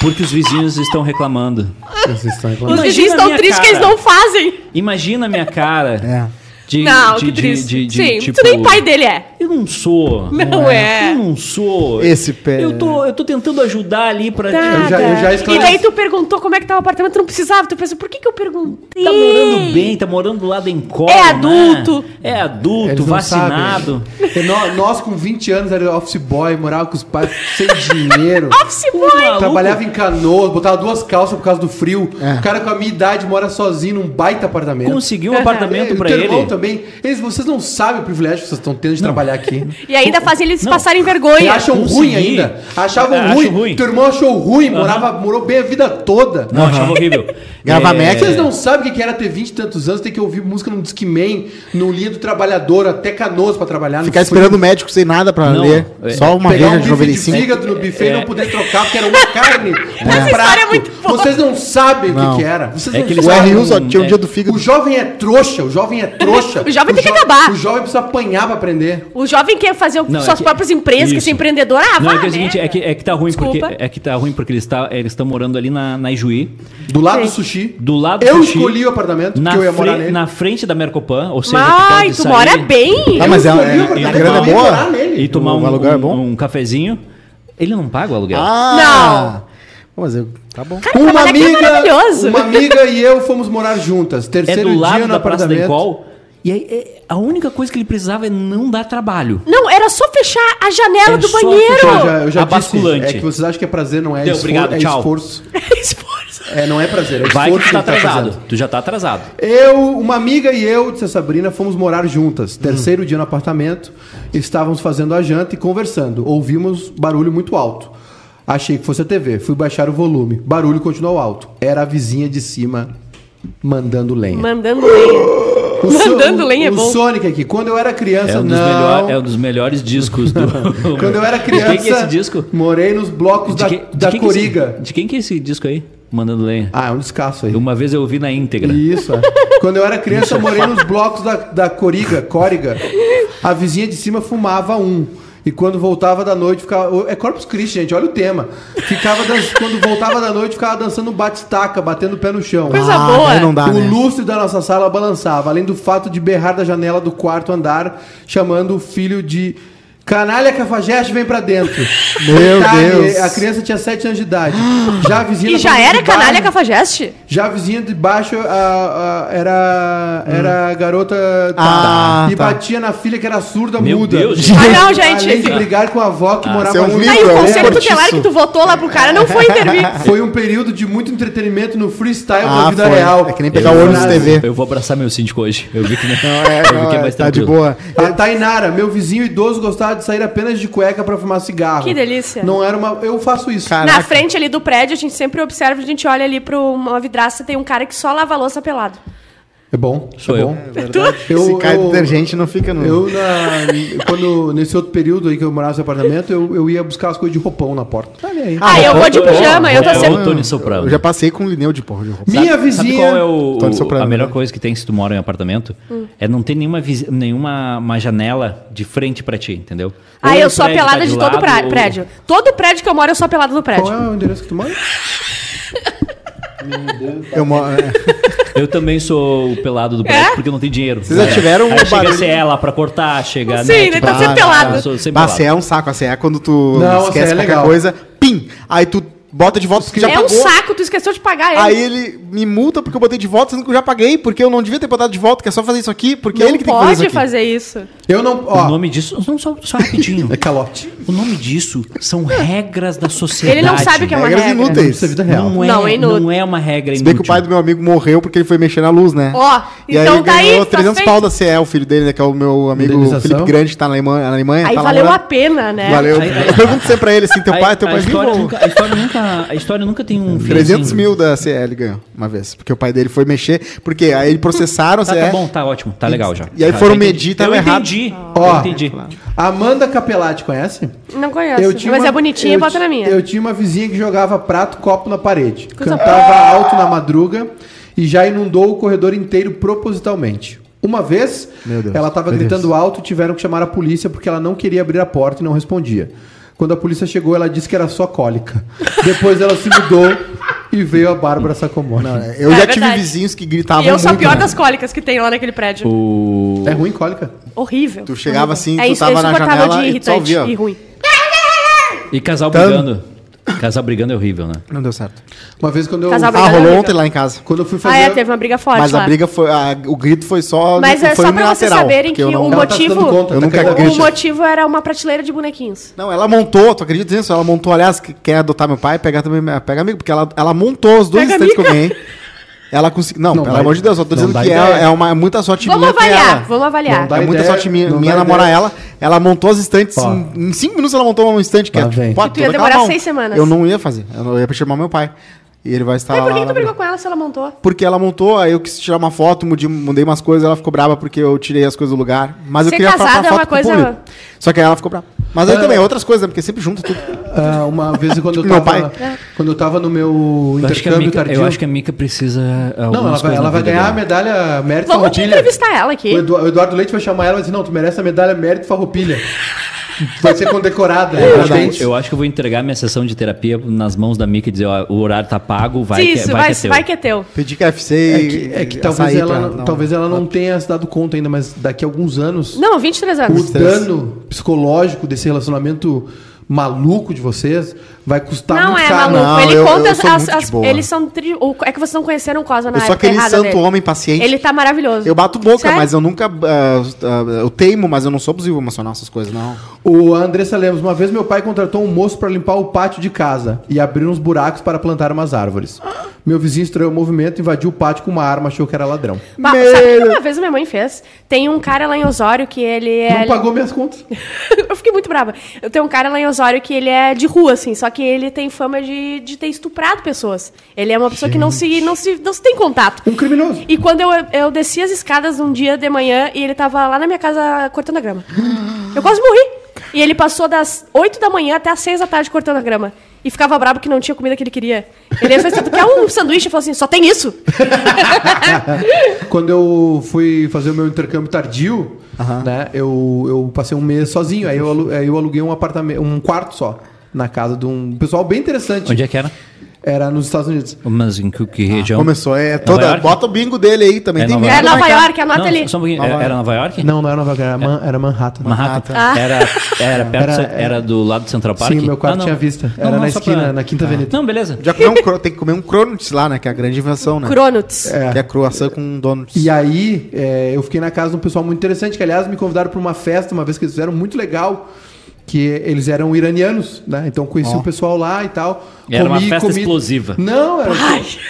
[SPEAKER 3] Porque os vizinhos estão reclamando.
[SPEAKER 2] Vocês estão reclamando.
[SPEAKER 4] Os
[SPEAKER 3] Imagina
[SPEAKER 4] vizinhos
[SPEAKER 3] a
[SPEAKER 4] estão
[SPEAKER 3] minha
[SPEAKER 4] tristes que eles
[SPEAKER 3] cara.
[SPEAKER 4] não fazem.
[SPEAKER 3] Imagina a minha
[SPEAKER 5] É.
[SPEAKER 3] cara. De,
[SPEAKER 4] É. não,
[SPEAKER 3] de-
[SPEAKER 4] que
[SPEAKER 3] de-
[SPEAKER 4] triste.
[SPEAKER 3] de- de,
[SPEAKER 4] Sim,
[SPEAKER 3] tipo,
[SPEAKER 4] tu nem pai dele é.
[SPEAKER 3] Eu não sou.
[SPEAKER 4] Não é.
[SPEAKER 3] Eu não sou.
[SPEAKER 5] É. Esse pé.
[SPEAKER 3] Eu tô, eu tô tentando ajudar ali pra.
[SPEAKER 4] Nada.
[SPEAKER 2] já- eu já esclareci.
[SPEAKER 4] E daí tu perguntou como é que tá o apartamento, tu não precisava. Tu pensou, por que que eu perguntei?
[SPEAKER 3] Tá morando bem, tá morando lá em Colo,
[SPEAKER 4] É adulto.
[SPEAKER 3] né? É adulto,
[SPEAKER 2] Eles não
[SPEAKER 3] vacinado.
[SPEAKER 2] sabem. E nó- Nós, com 20 anos, era office boy, morava com os pais sem dinheiro.
[SPEAKER 4] Office
[SPEAKER 3] Tudo
[SPEAKER 4] boy!
[SPEAKER 3] maluco.
[SPEAKER 2] Trabalhava em canoas, botava duas calças por causa do frio.
[SPEAKER 5] É.
[SPEAKER 2] O cara com a minha idade mora sozinho num baita apartamento.
[SPEAKER 3] Conseguiu um apartamento
[SPEAKER 2] É,
[SPEAKER 3] pra
[SPEAKER 2] o teu irmão
[SPEAKER 3] ele.
[SPEAKER 2] também. Eles, vocês não sabem o privilégio que vocês estão tendo de trabalhar aqui.
[SPEAKER 4] E ainda fazem eles
[SPEAKER 3] Não.
[SPEAKER 4] passarem
[SPEAKER 2] E
[SPEAKER 4] vergonha.
[SPEAKER 2] acham
[SPEAKER 3] Consegui.
[SPEAKER 2] ruim ainda. Achavam
[SPEAKER 3] É, acho
[SPEAKER 2] ruim.
[SPEAKER 3] ruim.
[SPEAKER 2] Teu irmão achou ruim, morava, morou bem a vida toda.
[SPEAKER 3] Não, achava horrível.
[SPEAKER 5] Grava
[SPEAKER 3] é,
[SPEAKER 5] Mac.
[SPEAKER 2] Vocês não sabem o que que era ter 20 e tantos anos, ter que ouvir música no Discman, no Linha do Trabalhador, até Canoas pra trabalhar. no
[SPEAKER 5] Ficar
[SPEAKER 2] frio.
[SPEAKER 5] esperando o médico sem nada pra
[SPEAKER 3] Não,
[SPEAKER 5] ler.
[SPEAKER 3] é-
[SPEAKER 5] Só uma
[SPEAKER 2] pegar um
[SPEAKER 5] venda de
[SPEAKER 2] bife de
[SPEAKER 5] 95.
[SPEAKER 2] fígado no buffet e não poder trocar, porque era uma carne. por
[SPEAKER 4] Essa história é
[SPEAKER 2] prato.
[SPEAKER 4] muito boa.
[SPEAKER 2] Vocês não sabem o
[SPEAKER 5] Não.
[SPEAKER 2] que, que era. Vocês
[SPEAKER 3] É
[SPEAKER 2] não
[SPEAKER 3] que eles
[SPEAKER 5] O
[SPEAKER 2] sabem.
[SPEAKER 5] RU só tinha
[SPEAKER 3] É.
[SPEAKER 5] o dia do fígado.
[SPEAKER 2] O jovem é trouxa, o jovem é trouxa.
[SPEAKER 4] O jovem tem que
[SPEAKER 2] jo-
[SPEAKER 4] acabar.
[SPEAKER 2] O jovem precisa apanhar pra aprender.
[SPEAKER 4] O jovem quer fazer
[SPEAKER 3] Não, é
[SPEAKER 4] suas
[SPEAKER 3] que-
[SPEAKER 4] próprias empresas, quer
[SPEAKER 3] Isso.
[SPEAKER 4] ser empreendedor. Ah,
[SPEAKER 3] Não,
[SPEAKER 4] vai,
[SPEAKER 3] é que é o seguinte,
[SPEAKER 4] merda.
[SPEAKER 3] é que, é que tá ruim
[SPEAKER 4] Desculpa.
[SPEAKER 3] porque é que tá ruim porque eles tá, eles estão morando ali na, na Ijuí,
[SPEAKER 2] Do lado do sushi.
[SPEAKER 3] do lado
[SPEAKER 2] Eu
[SPEAKER 3] do Xi,
[SPEAKER 2] escolhi o apartamento
[SPEAKER 3] na,
[SPEAKER 2] que eu ia morar
[SPEAKER 3] fre-
[SPEAKER 2] nele.
[SPEAKER 3] na frente da Mercopan, ou seja, tu
[SPEAKER 4] Mas
[SPEAKER 3] pode
[SPEAKER 4] tu
[SPEAKER 3] sair Tá.
[SPEAKER 4] mora bem.
[SPEAKER 5] Ah, mas é, é,
[SPEAKER 2] o
[SPEAKER 5] a
[SPEAKER 3] e
[SPEAKER 5] grana
[SPEAKER 3] tomar-
[SPEAKER 5] é
[SPEAKER 2] apartamento que eu ia morar
[SPEAKER 5] boa?
[SPEAKER 2] nele.
[SPEAKER 3] e tomar
[SPEAKER 5] O
[SPEAKER 3] um,
[SPEAKER 5] aluguel é bom?
[SPEAKER 3] um, um cafezinho. Ele não paga o aluguel.
[SPEAKER 5] Ah! Não! Mas eu- tá bom.
[SPEAKER 2] Uma
[SPEAKER 4] trabalhar aqui é
[SPEAKER 2] amiga,
[SPEAKER 4] maravilhoso.
[SPEAKER 2] uma amiga e eu fomos morar juntas.
[SPEAKER 3] é
[SPEAKER 2] Terceiro
[SPEAKER 3] do lado
[SPEAKER 2] dia no
[SPEAKER 3] da Praça da
[SPEAKER 2] apartamento.
[SPEAKER 3] Encol. E aí, é- a única coisa que ele precisava é não dar trabalho.
[SPEAKER 4] Não, era só fechar a janela
[SPEAKER 3] É
[SPEAKER 4] do
[SPEAKER 3] só
[SPEAKER 2] Eu
[SPEAKER 4] banheiro.
[SPEAKER 2] já, eu já
[SPEAKER 3] A
[SPEAKER 2] disse,
[SPEAKER 3] basculante.
[SPEAKER 2] é que vocês acham que é prazer, não é,
[SPEAKER 3] Deu, obrigado,
[SPEAKER 2] é
[SPEAKER 3] tchau.
[SPEAKER 2] esforço.
[SPEAKER 4] Esforço.
[SPEAKER 2] É, não é prazer, é esforço
[SPEAKER 3] Vai que tu
[SPEAKER 2] que
[SPEAKER 3] tá
[SPEAKER 2] ele tá
[SPEAKER 3] atrasado.
[SPEAKER 2] fazendo.
[SPEAKER 3] tu já tá atrasado.
[SPEAKER 2] Eu, uma amiga e eu, disse a Sabrina, fomos morar juntas.
[SPEAKER 3] Hum.
[SPEAKER 2] Terceiro dia no apartamento, estávamos fazendo a janta e conversando. Ouvimos barulho muito alto. Achei que fosse a TV, fui baixar o volume. Barulho continuou alto. Era a vizinha de cima mandando lenha.
[SPEAKER 4] Mandando lenha.
[SPEAKER 2] O so-
[SPEAKER 4] mandando
[SPEAKER 2] o-
[SPEAKER 4] lenha é bom.
[SPEAKER 2] O Sonic aqui, quando eu era criança,
[SPEAKER 3] É um, dos
[SPEAKER 2] não.
[SPEAKER 3] melhor, é um dos melhores discos do.
[SPEAKER 2] Quando eu era criança,
[SPEAKER 3] De quem que é esse disco?
[SPEAKER 2] morei nos blocos da,
[SPEAKER 3] que-
[SPEAKER 2] da
[SPEAKER 3] quem que é esse-
[SPEAKER 2] Coriga.
[SPEAKER 3] de quem que é esse disco aí? Mandando lenha.
[SPEAKER 2] Ah, é um descasso aí.
[SPEAKER 3] Uma vez eu ouvi na íntegra.
[SPEAKER 2] Isso, é. Quando eu era criança, eu morei nos blocos da, da Coriga, Córiga. A vizinha de cima fumava um. E quando voltava da noite, ficava. É Corpus Christi, gente, olha o tema. Ficava dan- Quando voltava da noite, ficava dançando batistaca, batendo o pé no chão.
[SPEAKER 5] Tá
[SPEAKER 4] Coisa boa.
[SPEAKER 5] daí Não dá,
[SPEAKER 2] o
[SPEAKER 5] né?
[SPEAKER 2] lustre da nossa sala balançava, além do fato de berrar da janela do quarto andar, chamando o filho de. Canalha Cafajeste vem pra dentro.
[SPEAKER 5] Meu Deus.
[SPEAKER 2] A criança tinha 7 anos de idade. Já a vizinha
[SPEAKER 4] E
[SPEAKER 2] da
[SPEAKER 4] já
[SPEAKER 2] parte
[SPEAKER 4] era
[SPEAKER 2] de baixo-
[SPEAKER 4] canalha cafajeste?
[SPEAKER 2] já a vizinha de baixo a- a- era,
[SPEAKER 5] Hum.
[SPEAKER 2] era a garota
[SPEAKER 5] Ah,
[SPEAKER 2] e
[SPEAKER 5] tá.
[SPEAKER 2] batia na filha que era surda,
[SPEAKER 3] Meu
[SPEAKER 2] muda.
[SPEAKER 3] Deus, gente.
[SPEAKER 4] Ah, não,
[SPEAKER 2] Além de
[SPEAKER 4] gente.
[SPEAKER 2] brigar com a avó que morava
[SPEAKER 5] isso é um
[SPEAKER 2] junto.
[SPEAKER 5] livro.
[SPEAKER 4] Aí o
[SPEAKER 5] É,
[SPEAKER 4] conselho
[SPEAKER 5] cortiço.
[SPEAKER 4] tutelar que tu votou lá pro cara não foi intervir.
[SPEAKER 2] Foi um período de muito entretenimento no freestyle da
[SPEAKER 5] Ah,
[SPEAKER 2] vida
[SPEAKER 5] foi.
[SPEAKER 2] real.
[SPEAKER 5] É que nem pegar o ônibus
[SPEAKER 2] Eu-
[SPEAKER 5] TV.
[SPEAKER 3] Eu vou abraçar meu síndico hoje. Eu vi que não,
[SPEAKER 5] É,
[SPEAKER 3] eu vi
[SPEAKER 5] não,
[SPEAKER 3] que é
[SPEAKER 5] é,
[SPEAKER 3] mais
[SPEAKER 5] tá de
[SPEAKER 3] tranquilo.
[SPEAKER 5] boa.
[SPEAKER 2] A Tainara, meu vizinho idoso gostava de sair apenas de cueca pra fumar cigarro.
[SPEAKER 4] Que delícia.
[SPEAKER 2] Não era uma. Eu faço isso.
[SPEAKER 4] Na frente ali do prédio, a gente sempre observa, a gente olha ali pra uma vidraça, tem um cara que só lava a louça pelado.
[SPEAKER 2] É bom.
[SPEAKER 3] Sou
[SPEAKER 2] é
[SPEAKER 3] eu.
[SPEAKER 2] bom.
[SPEAKER 5] Eu, Se cai
[SPEAKER 2] eu-
[SPEAKER 5] é detergente, não fica no.
[SPEAKER 2] Eu, na- quando, nesse outro período aí que eu morava nesse apartamento, eu, eu ia buscar as coisas de roupão na porta. Olha aí.
[SPEAKER 4] Ah, eu
[SPEAKER 5] é,
[SPEAKER 4] vou de
[SPEAKER 3] roupão,
[SPEAKER 4] pijama, eu tô
[SPEAKER 3] roupão.
[SPEAKER 4] sempre.
[SPEAKER 3] o Tony Soprano.
[SPEAKER 5] Então, Eu já passei com o Lineu de porra de roupa.
[SPEAKER 2] Minha
[SPEAKER 3] Sabe- sabe
[SPEAKER 2] vizinha.
[SPEAKER 3] qual é o-
[SPEAKER 5] Tony
[SPEAKER 3] o-
[SPEAKER 5] Soprano,
[SPEAKER 3] a melhor
[SPEAKER 5] né?
[SPEAKER 3] coisa que tem se tu mora em um apartamento?
[SPEAKER 4] Hum.
[SPEAKER 3] É não ter nenhuma, visi- nenhuma uma janela de frente pra ti, entendeu? Ou
[SPEAKER 4] Ah,
[SPEAKER 5] é,
[SPEAKER 3] o
[SPEAKER 4] eu sou a
[SPEAKER 3] prédio tá
[SPEAKER 4] pelada de todo
[SPEAKER 3] lado,
[SPEAKER 4] pra-
[SPEAKER 3] ou-
[SPEAKER 5] é?
[SPEAKER 4] prédio. Todo prédio que eu moro, eu sou a pelada do
[SPEAKER 2] Qual
[SPEAKER 4] prédio.
[SPEAKER 2] é o endereço que tu mora? Eu mo- é.
[SPEAKER 3] Eu também sou o pelado do prédio porque não tem dinheiro.
[SPEAKER 5] Vocês já
[SPEAKER 3] É.
[SPEAKER 5] tiveram um
[SPEAKER 3] Aí chega a
[SPEAKER 5] barulho-
[SPEAKER 3] CE lá pra cortar, chega. tipo, ah,
[SPEAKER 4] Sim, né? Tá sempre pelado.
[SPEAKER 3] eu sou sempre
[SPEAKER 5] Bah,
[SPEAKER 3] pelado.
[SPEAKER 5] CE é um saco, a CE é quando tu
[SPEAKER 2] Não, a CE é
[SPEAKER 5] esquece qualquer
[SPEAKER 2] legal.
[SPEAKER 5] coisa, pim! Aí tu bota de volta porque já
[SPEAKER 4] é um
[SPEAKER 5] pagou.
[SPEAKER 4] saco, tu esqueceu de pagar é um ele.
[SPEAKER 5] Aí ele me multa porque eu botei de volta, sendo que eu já paguei, porque eu não devia ter botado de volta, que é só fazer isso aqui, porque é
[SPEAKER 4] não
[SPEAKER 5] ele que tem que fazer isso
[SPEAKER 4] pode
[SPEAKER 5] aqui. É.
[SPEAKER 4] fazer isso.
[SPEAKER 2] Eu não.
[SPEAKER 3] O
[SPEAKER 2] Ó,
[SPEAKER 3] nome disso. Não, só, só rapidinho.
[SPEAKER 2] é calote.
[SPEAKER 3] O nome disso são regras da sociedade.
[SPEAKER 4] Ele não sabe o que é uma
[SPEAKER 5] Regras
[SPEAKER 4] regra.
[SPEAKER 5] inúteis.
[SPEAKER 2] Isso é vida real.
[SPEAKER 3] Não é,
[SPEAKER 4] Não, é inútil.
[SPEAKER 3] não é uma regra
[SPEAKER 5] Se
[SPEAKER 3] inútil.
[SPEAKER 5] bem que o pai do meu amigo morreu porque ele foi mexer na luz, né?
[SPEAKER 4] Ó,
[SPEAKER 5] E aí
[SPEAKER 4] então
[SPEAKER 5] ele
[SPEAKER 4] tá aí,
[SPEAKER 5] ganhou
[SPEAKER 4] tá
[SPEAKER 5] 300
[SPEAKER 4] feito.
[SPEAKER 5] pau da CE, o filho dele, né? Que é o meu amigo
[SPEAKER 2] Indenização.
[SPEAKER 5] Felipe Grande, que tá na Alemanha. Na Alemanha
[SPEAKER 4] Aí
[SPEAKER 5] tá lá
[SPEAKER 4] valeu a
[SPEAKER 5] morando.
[SPEAKER 4] pena, né?
[SPEAKER 5] Valeu.
[SPEAKER 3] Aí-
[SPEAKER 5] Eu pergunto sempre pra ele assim, teu
[SPEAKER 3] A-
[SPEAKER 5] pai, teu
[SPEAKER 3] a
[SPEAKER 5] pai vivo?
[SPEAKER 3] história,
[SPEAKER 5] ou-
[SPEAKER 3] nunca, a, história nunca, a história nunca tem um. finzinho.
[SPEAKER 5] 300 mil da CE ele ganhou uma vez, porque o pai dele foi mexer, porque aí ele processaram a
[SPEAKER 3] Tá,
[SPEAKER 5] CE.
[SPEAKER 3] tá bom, tá ótimo, tá legal já.
[SPEAKER 5] é. E aí
[SPEAKER 3] Tá,
[SPEAKER 5] foram
[SPEAKER 3] eu entendi.
[SPEAKER 5] medir, tava
[SPEAKER 3] eu
[SPEAKER 5] errado.
[SPEAKER 3] Entendi,
[SPEAKER 2] Ó,
[SPEAKER 3] eu entendi.
[SPEAKER 2] Amanda Capelati, conhece?
[SPEAKER 4] Não conheço. mas
[SPEAKER 2] uma-
[SPEAKER 4] é bonitinha e
[SPEAKER 2] eu
[SPEAKER 4] bota
[SPEAKER 2] ti-
[SPEAKER 4] na minha.
[SPEAKER 2] Eu tinha uma vizinha que jogava prato, copo na parede.
[SPEAKER 4] Coisa
[SPEAKER 2] cantava alto na madruga e já inundou o corredor inteiro propositalmente. Uma vez,
[SPEAKER 5] Meu Deus.
[SPEAKER 2] ela estava
[SPEAKER 5] Meu Deus.
[SPEAKER 2] gritando alto e tiveram que chamar a polícia porque ela não queria abrir a porta e não respondia. Quando a polícia chegou, ela disse que era só cólica. Depois ela se mudou e veio a Bárbara Sacomori.
[SPEAKER 5] Eu
[SPEAKER 4] É
[SPEAKER 5] já
[SPEAKER 4] verdade.
[SPEAKER 5] tive vizinhos que gritavam
[SPEAKER 4] E eu sou a
[SPEAKER 5] muito,
[SPEAKER 4] pior
[SPEAKER 5] né?
[SPEAKER 4] das cólicas que tem lá naquele prédio.
[SPEAKER 2] É ruim cólica?
[SPEAKER 4] Horrível.
[SPEAKER 5] Tu chegava assim,
[SPEAKER 4] é
[SPEAKER 5] tu
[SPEAKER 4] isso,
[SPEAKER 5] tava
[SPEAKER 4] é
[SPEAKER 5] na
[SPEAKER 4] insuportável
[SPEAKER 5] janela
[SPEAKER 4] de
[SPEAKER 5] e tu só
[SPEAKER 4] irritante
[SPEAKER 5] ouvia.
[SPEAKER 4] e ruim.
[SPEAKER 3] E casal
[SPEAKER 5] Tanto.
[SPEAKER 3] brigando. Casal brigando é horrível, né?
[SPEAKER 5] Não deu certo.
[SPEAKER 2] Uma vez quando eu,
[SPEAKER 4] Casal
[SPEAKER 5] Ah,
[SPEAKER 4] Obrigada,
[SPEAKER 5] rolou
[SPEAKER 4] amiga.
[SPEAKER 5] ontem lá em casa.
[SPEAKER 2] quando eu fui fazer...
[SPEAKER 4] Ah, é, teve uma briga forte
[SPEAKER 5] Mas
[SPEAKER 4] lá.
[SPEAKER 5] a briga foi. a- o grito foi só.
[SPEAKER 4] Mas é
[SPEAKER 5] foi
[SPEAKER 4] só pra vocês
[SPEAKER 5] unilateral,
[SPEAKER 4] saberem
[SPEAKER 5] porque
[SPEAKER 4] que
[SPEAKER 5] eu não-
[SPEAKER 4] o
[SPEAKER 2] Ela tá se dando
[SPEAKER 4] um motivo...
[SPEAKER 2] conta,
[SPEAKER 5] Eu
[SPEAKER 2] tá
[SPEAKER 5] nunca
[SPEAKER 2] caindo a
[SPEAKER 5] grito.
[SPEAKER 4] O
[SPEAKER 5] Cristian.
[SPEAKER 4] motivo era uma prateleira de bonequinhos.
[SPEAKER 5] Não, ela montou, tu acredita nisso? Ela montou, aliás, que quer adotar meu pai, pegar também, minha- pega amigo, porque ela, ela montou os dois
[SPEAKER 4] Pega
[SPEAKER 5] instantes que eu
[SPEAKER 4] amiga.
[SPEAKER 5] ganhei. Ela conseguiu. Não,
[SPEAKER 2] Não
[SPEAKER 5] pelo
[SPEAKER 2] dá-
[SPEAKER 5] amor de Deus, eu tô
[SPEAKER 2] não
[SPEAKER 5] dizendo
[SPEAKER 2] dá
[SPEAKER 5] que
[SPEAKER 2] ideia.
[SPEAKER 5] é, é uma, é muita sorte
[SPEAKER 4] Vamos
[SPEAKER 5] minha com
[SPEAKER 4] avaliar,
[SPEAKER 5] ela.
[SPEAKER 4] vamos avaliar.
[SPEAKER 2] Não dá
[SPEAKER 5] é muita
[SPEAKER 2] ideia,
[SPEAKER 5] sorte minha,
[SPEAKER 2] não
[SPEAKER 5] minha
[SPEAKER 2] dá
[SPEAKER 5] namorar
[SPEAKER 2] ideia.
[SPEAKER 5] ela. Ela montou os instantes
[SPEAKER 2] Ó.
[SPEAKER 5] em, em cinco minutos ela montou um instante que
[SPEAKER 2] Lá
[SPEAKER 5] é
[SPEAKER 2] vem.
[SPEAKER 5] pô,
[SPEAKER 2] E
[SPEAKER 4] tu ia
[SPEAKER 5] toda
[SPEAKER 4] demorar
[SPEAKER 5] aquela mão.
[SPEAKER 4] seis semanas.
[SPEAKER 5] Eu não ia fazer. Eu não ia chamar meu pai. E ele vai estar
[SPEAKER 4] Mas
[SPEAKER 5] lá.
[SPEAKER 4] por que
[SPEAKER 5] lá
[SPEAKER 4] que
[SPEAKER 5] na
[SPEAKER 4] tu brigou com
[SPEAKER 5] briga.
[SPEAKER 4] ela se ela montou?
[SPEAKER 5] Porque ela montou, aí eu quis tirar uma foto, mudei, mudei umas coisas, ela ficou brava porque eu tirei as coisas do lugar. Mas eu
[SPEAKER 4] Ser
[SPEAKER 5] queria
[SPEAKER 4] casada
[SPEAKER 5] falar
[SPEAKER 4] é
[SPEAKER 5] foto
[SPEAKER 4] uma
[SPEAKER 5] com o
[SPEAKER 4] coisa-
[SPEAKER 5] público. Só que aí ela ficou brava. Mas aí
[SPEAKER 2] É.
[SPEAKER 5] também, outras coisas, né? Porque sempre junto tudo.
[SPEAKER 2] Ah, uma vez quando eu
[SPEAKER 5] Meu
[SPEAKER 2] tava, quando eu tava no meu
[SPEAKER 3] Eu acho, que
[SPEAKER 2] intercâmbio
[SPEAKER 3] a Mica,
[SPEAKER 2] tardio...
[SPEAKER 3] eu acho que é a Mica precisa. ah,
[SPEAKER 2] Não, ela vai, ela vai ganhar a
[SPEAKER 3] mesmo.
[SPEAKER 2] medalha mérito
[SPEAKER 4] Vamos
[SPEAKER 2] farroupilha.
[SPEAKER 4] entrevistar ela aqui.
[SPEAKER 2] O, Edu- o Eduardo Leite vai chamar ela e vai dizer, não, tu merece a medalha mérito farroupilha. Vai ser condecorada. parabéns.
[SPEAKER 3] É, Eu acho que eu vou entregar minha sessão de terapia nas mãos da Mica e dizer: ó, o horário tá pago, vai
[SPEAKER 4] Sim,
[SPEAKER 3] que,
[SPEAKER 4] isso,
[SPEAKER 3] vai
[SPEAKER 4] vai,
[SPEAKER 3] que é teu.
[SPEAKER 4] vai que é teu.
[SPEAKER 5] Pedi KFC
[SPEAKER 2] É que, é que
[SPEAKER 5] e
[SPEAKER 2] talvez,
[SPEAKER 5] açaí
[SPEAKER 3] tá?
[SPEAKER 2] ela,
[SPEAKER 5] pra-
[SPEAKER 2] não, talvez ela não tenha se dado conta ainda, mas daqui a alguns anos,
[SPEAKER 4] Não, 23
[SPEAKER 2] o
[SPEAKER 4] anos.
[SPEAKER 5] Estresse.
[SPEAKER 2] dano psicológico desse relacionamento maluco de vocês vai custar
[SPEAKER 4] não
[SPEAKER 2] muito
[SPEAKER 4] é
[SPEAKER 2] caro.
[SPEAKER 4] maluco.
[SPEAKER 5] Não,
[SPEAKER 4] ele
[SPEAKER 5] tá eu-
[SPEAKER 4] conta
[SPEAKER 5] eu
[SPEAKER 4] as,
[SPEAKER 5] sou
[SPEAKER 4] as-
[SPEAKER 5] muito de
[SPEAKER 4] as-
[SPEAKER 5] boa.
[SPEAKER 4] Eles são. Tri... o- É que vocês não conheceram o Cosma na
[SPEAKER 5] Eu sou
[SPEAKER 4] época
[SPEAKER 5] aquele
[SPEAKER 4] errada
[SPEAKER 5] santo
[SPEAKER 4] dele.
[SPEAKER 5] homem paciente.
[SPEAKER 4] tá né? Ele tá maravilhoso.
[SPEAKER 5] Eu bato boca,
[SPEAKER 4] Sério?
[SPEAKER 5] mas eu nunca. ah, ah, eu teimo, mas eu não sou abusivo emocional, essas coisas, não.
[SPEAKER 2] O Andressa Lemos, uma vez meu pai contratou um moço para limpar o pátio de casa e abrir uns buracos para plantar umas árvores. Meu vizinho estranhou o movimento, invadiu o pátio com uma arma, achou que era ladrão.
[SPEAKER 4] Ba- Sabe o que uma vez a minha mãe fez? Tem um cara lá em Osório que ele é.
[SPEAKER 2] Não pagou minhas contas.
[SPEAKER 4] eu fiquei muito brava. Eu tenho um cara lá em Osório que ele é de rua, assim, só que ele tem fama de, de ter estuprado pessoas. Ele é uma pessoa que não se, não se, não se tem contato.
[SPEAKER 2] Um criminoso.
[SPEAKER 4] E quando eu, eu desci as escadas um dia de manhã e ele tava lá na minha casa cortando a grama. Eu quase morri. E ele passou das 8 da manhã até as 6 da tarde cortando a grama. E ficava brabo que não tinha comida que ele queria. Ele fez assim, tu quer um sanduíche? Eu falei assim, só tem isso.
[SPEAKER 2] Quando eu fui fazer o meu intercâmbio tardio, né? Eu, eu passei um mês sozinho. Aí eu, alu- aí eu aluguei um apartamento, um quarto só. Na casa de um pessoal bem interessante.
[SPEAKER 3] Onde é que era?
[SPEAKER 2] Era nos Estados Unidos.
[SPEAKER 3] Mas em que, que região?
[SPEAKER 5] Começou, é
[SPEAKER 3] Nova
[SPEAKER 5] toda.
[SPEAKER 3] York?
[SPEAKER 5] Bota o bingo dele aí também.
[SPEAKER 3] É
[SPEAKER 5] tem
[SPEAKER 3] Nova
[SPEAKER 5] bingo
[SPEAKER 4] É
[SPEAKER 5] na
[SPEAKER 4] Nova
[SPEAKER 5] cara.
[SPEAKER 4] York, anota
[SPEAKER 3] Não,
[SPEAKER 4] ali.
[SPEAKER 3] só um pouquinho.
[SPEAKER 5] Nova
[SPEAKER 3] Era, era Nova York?
[SPEAKER 2] Não, não era Nova York, era, Man- era Manhattan.
[SPEAKER 3] Manhattan.
[SPEAKER 4] Ah.
[SPEAKER 3] Era, era perto,
[SPEAKER 2] tá. Era- é.
[SPEAKER 3] era, do lado do Central Park? Ah,
[SPEAKER 2] Sim, meu quarto
[SPEAKER 3] não.
[SPEAKER 2] tinha vista. Era na
[SPEAKER 3] só Ah.
[SPEAKER 2] esquina, na Quinta Avenida.
[SPEAKER 3] Não, beleza.
[SPEAKER 5] Já comeu um cro- tem que comer um cronuts lá, né? Que é a grande invenção, né?
[SPEAKER 4] Cronuts.
[SPEAKER 5] É. Que é croissant com donuts.
[SPEAKER 2] E aí, é, eu fiquei na casa de um pessoal muito interessante, que aliás me convidaram para uma festa, uma vez que eles fizeram muito legal, que eles eram iranianos, né? Então conheci o pessoal lá e tal.
[SPEAKER 3] Era uma festa explosiva.
[SPEAKER 2] Não, era... tipo,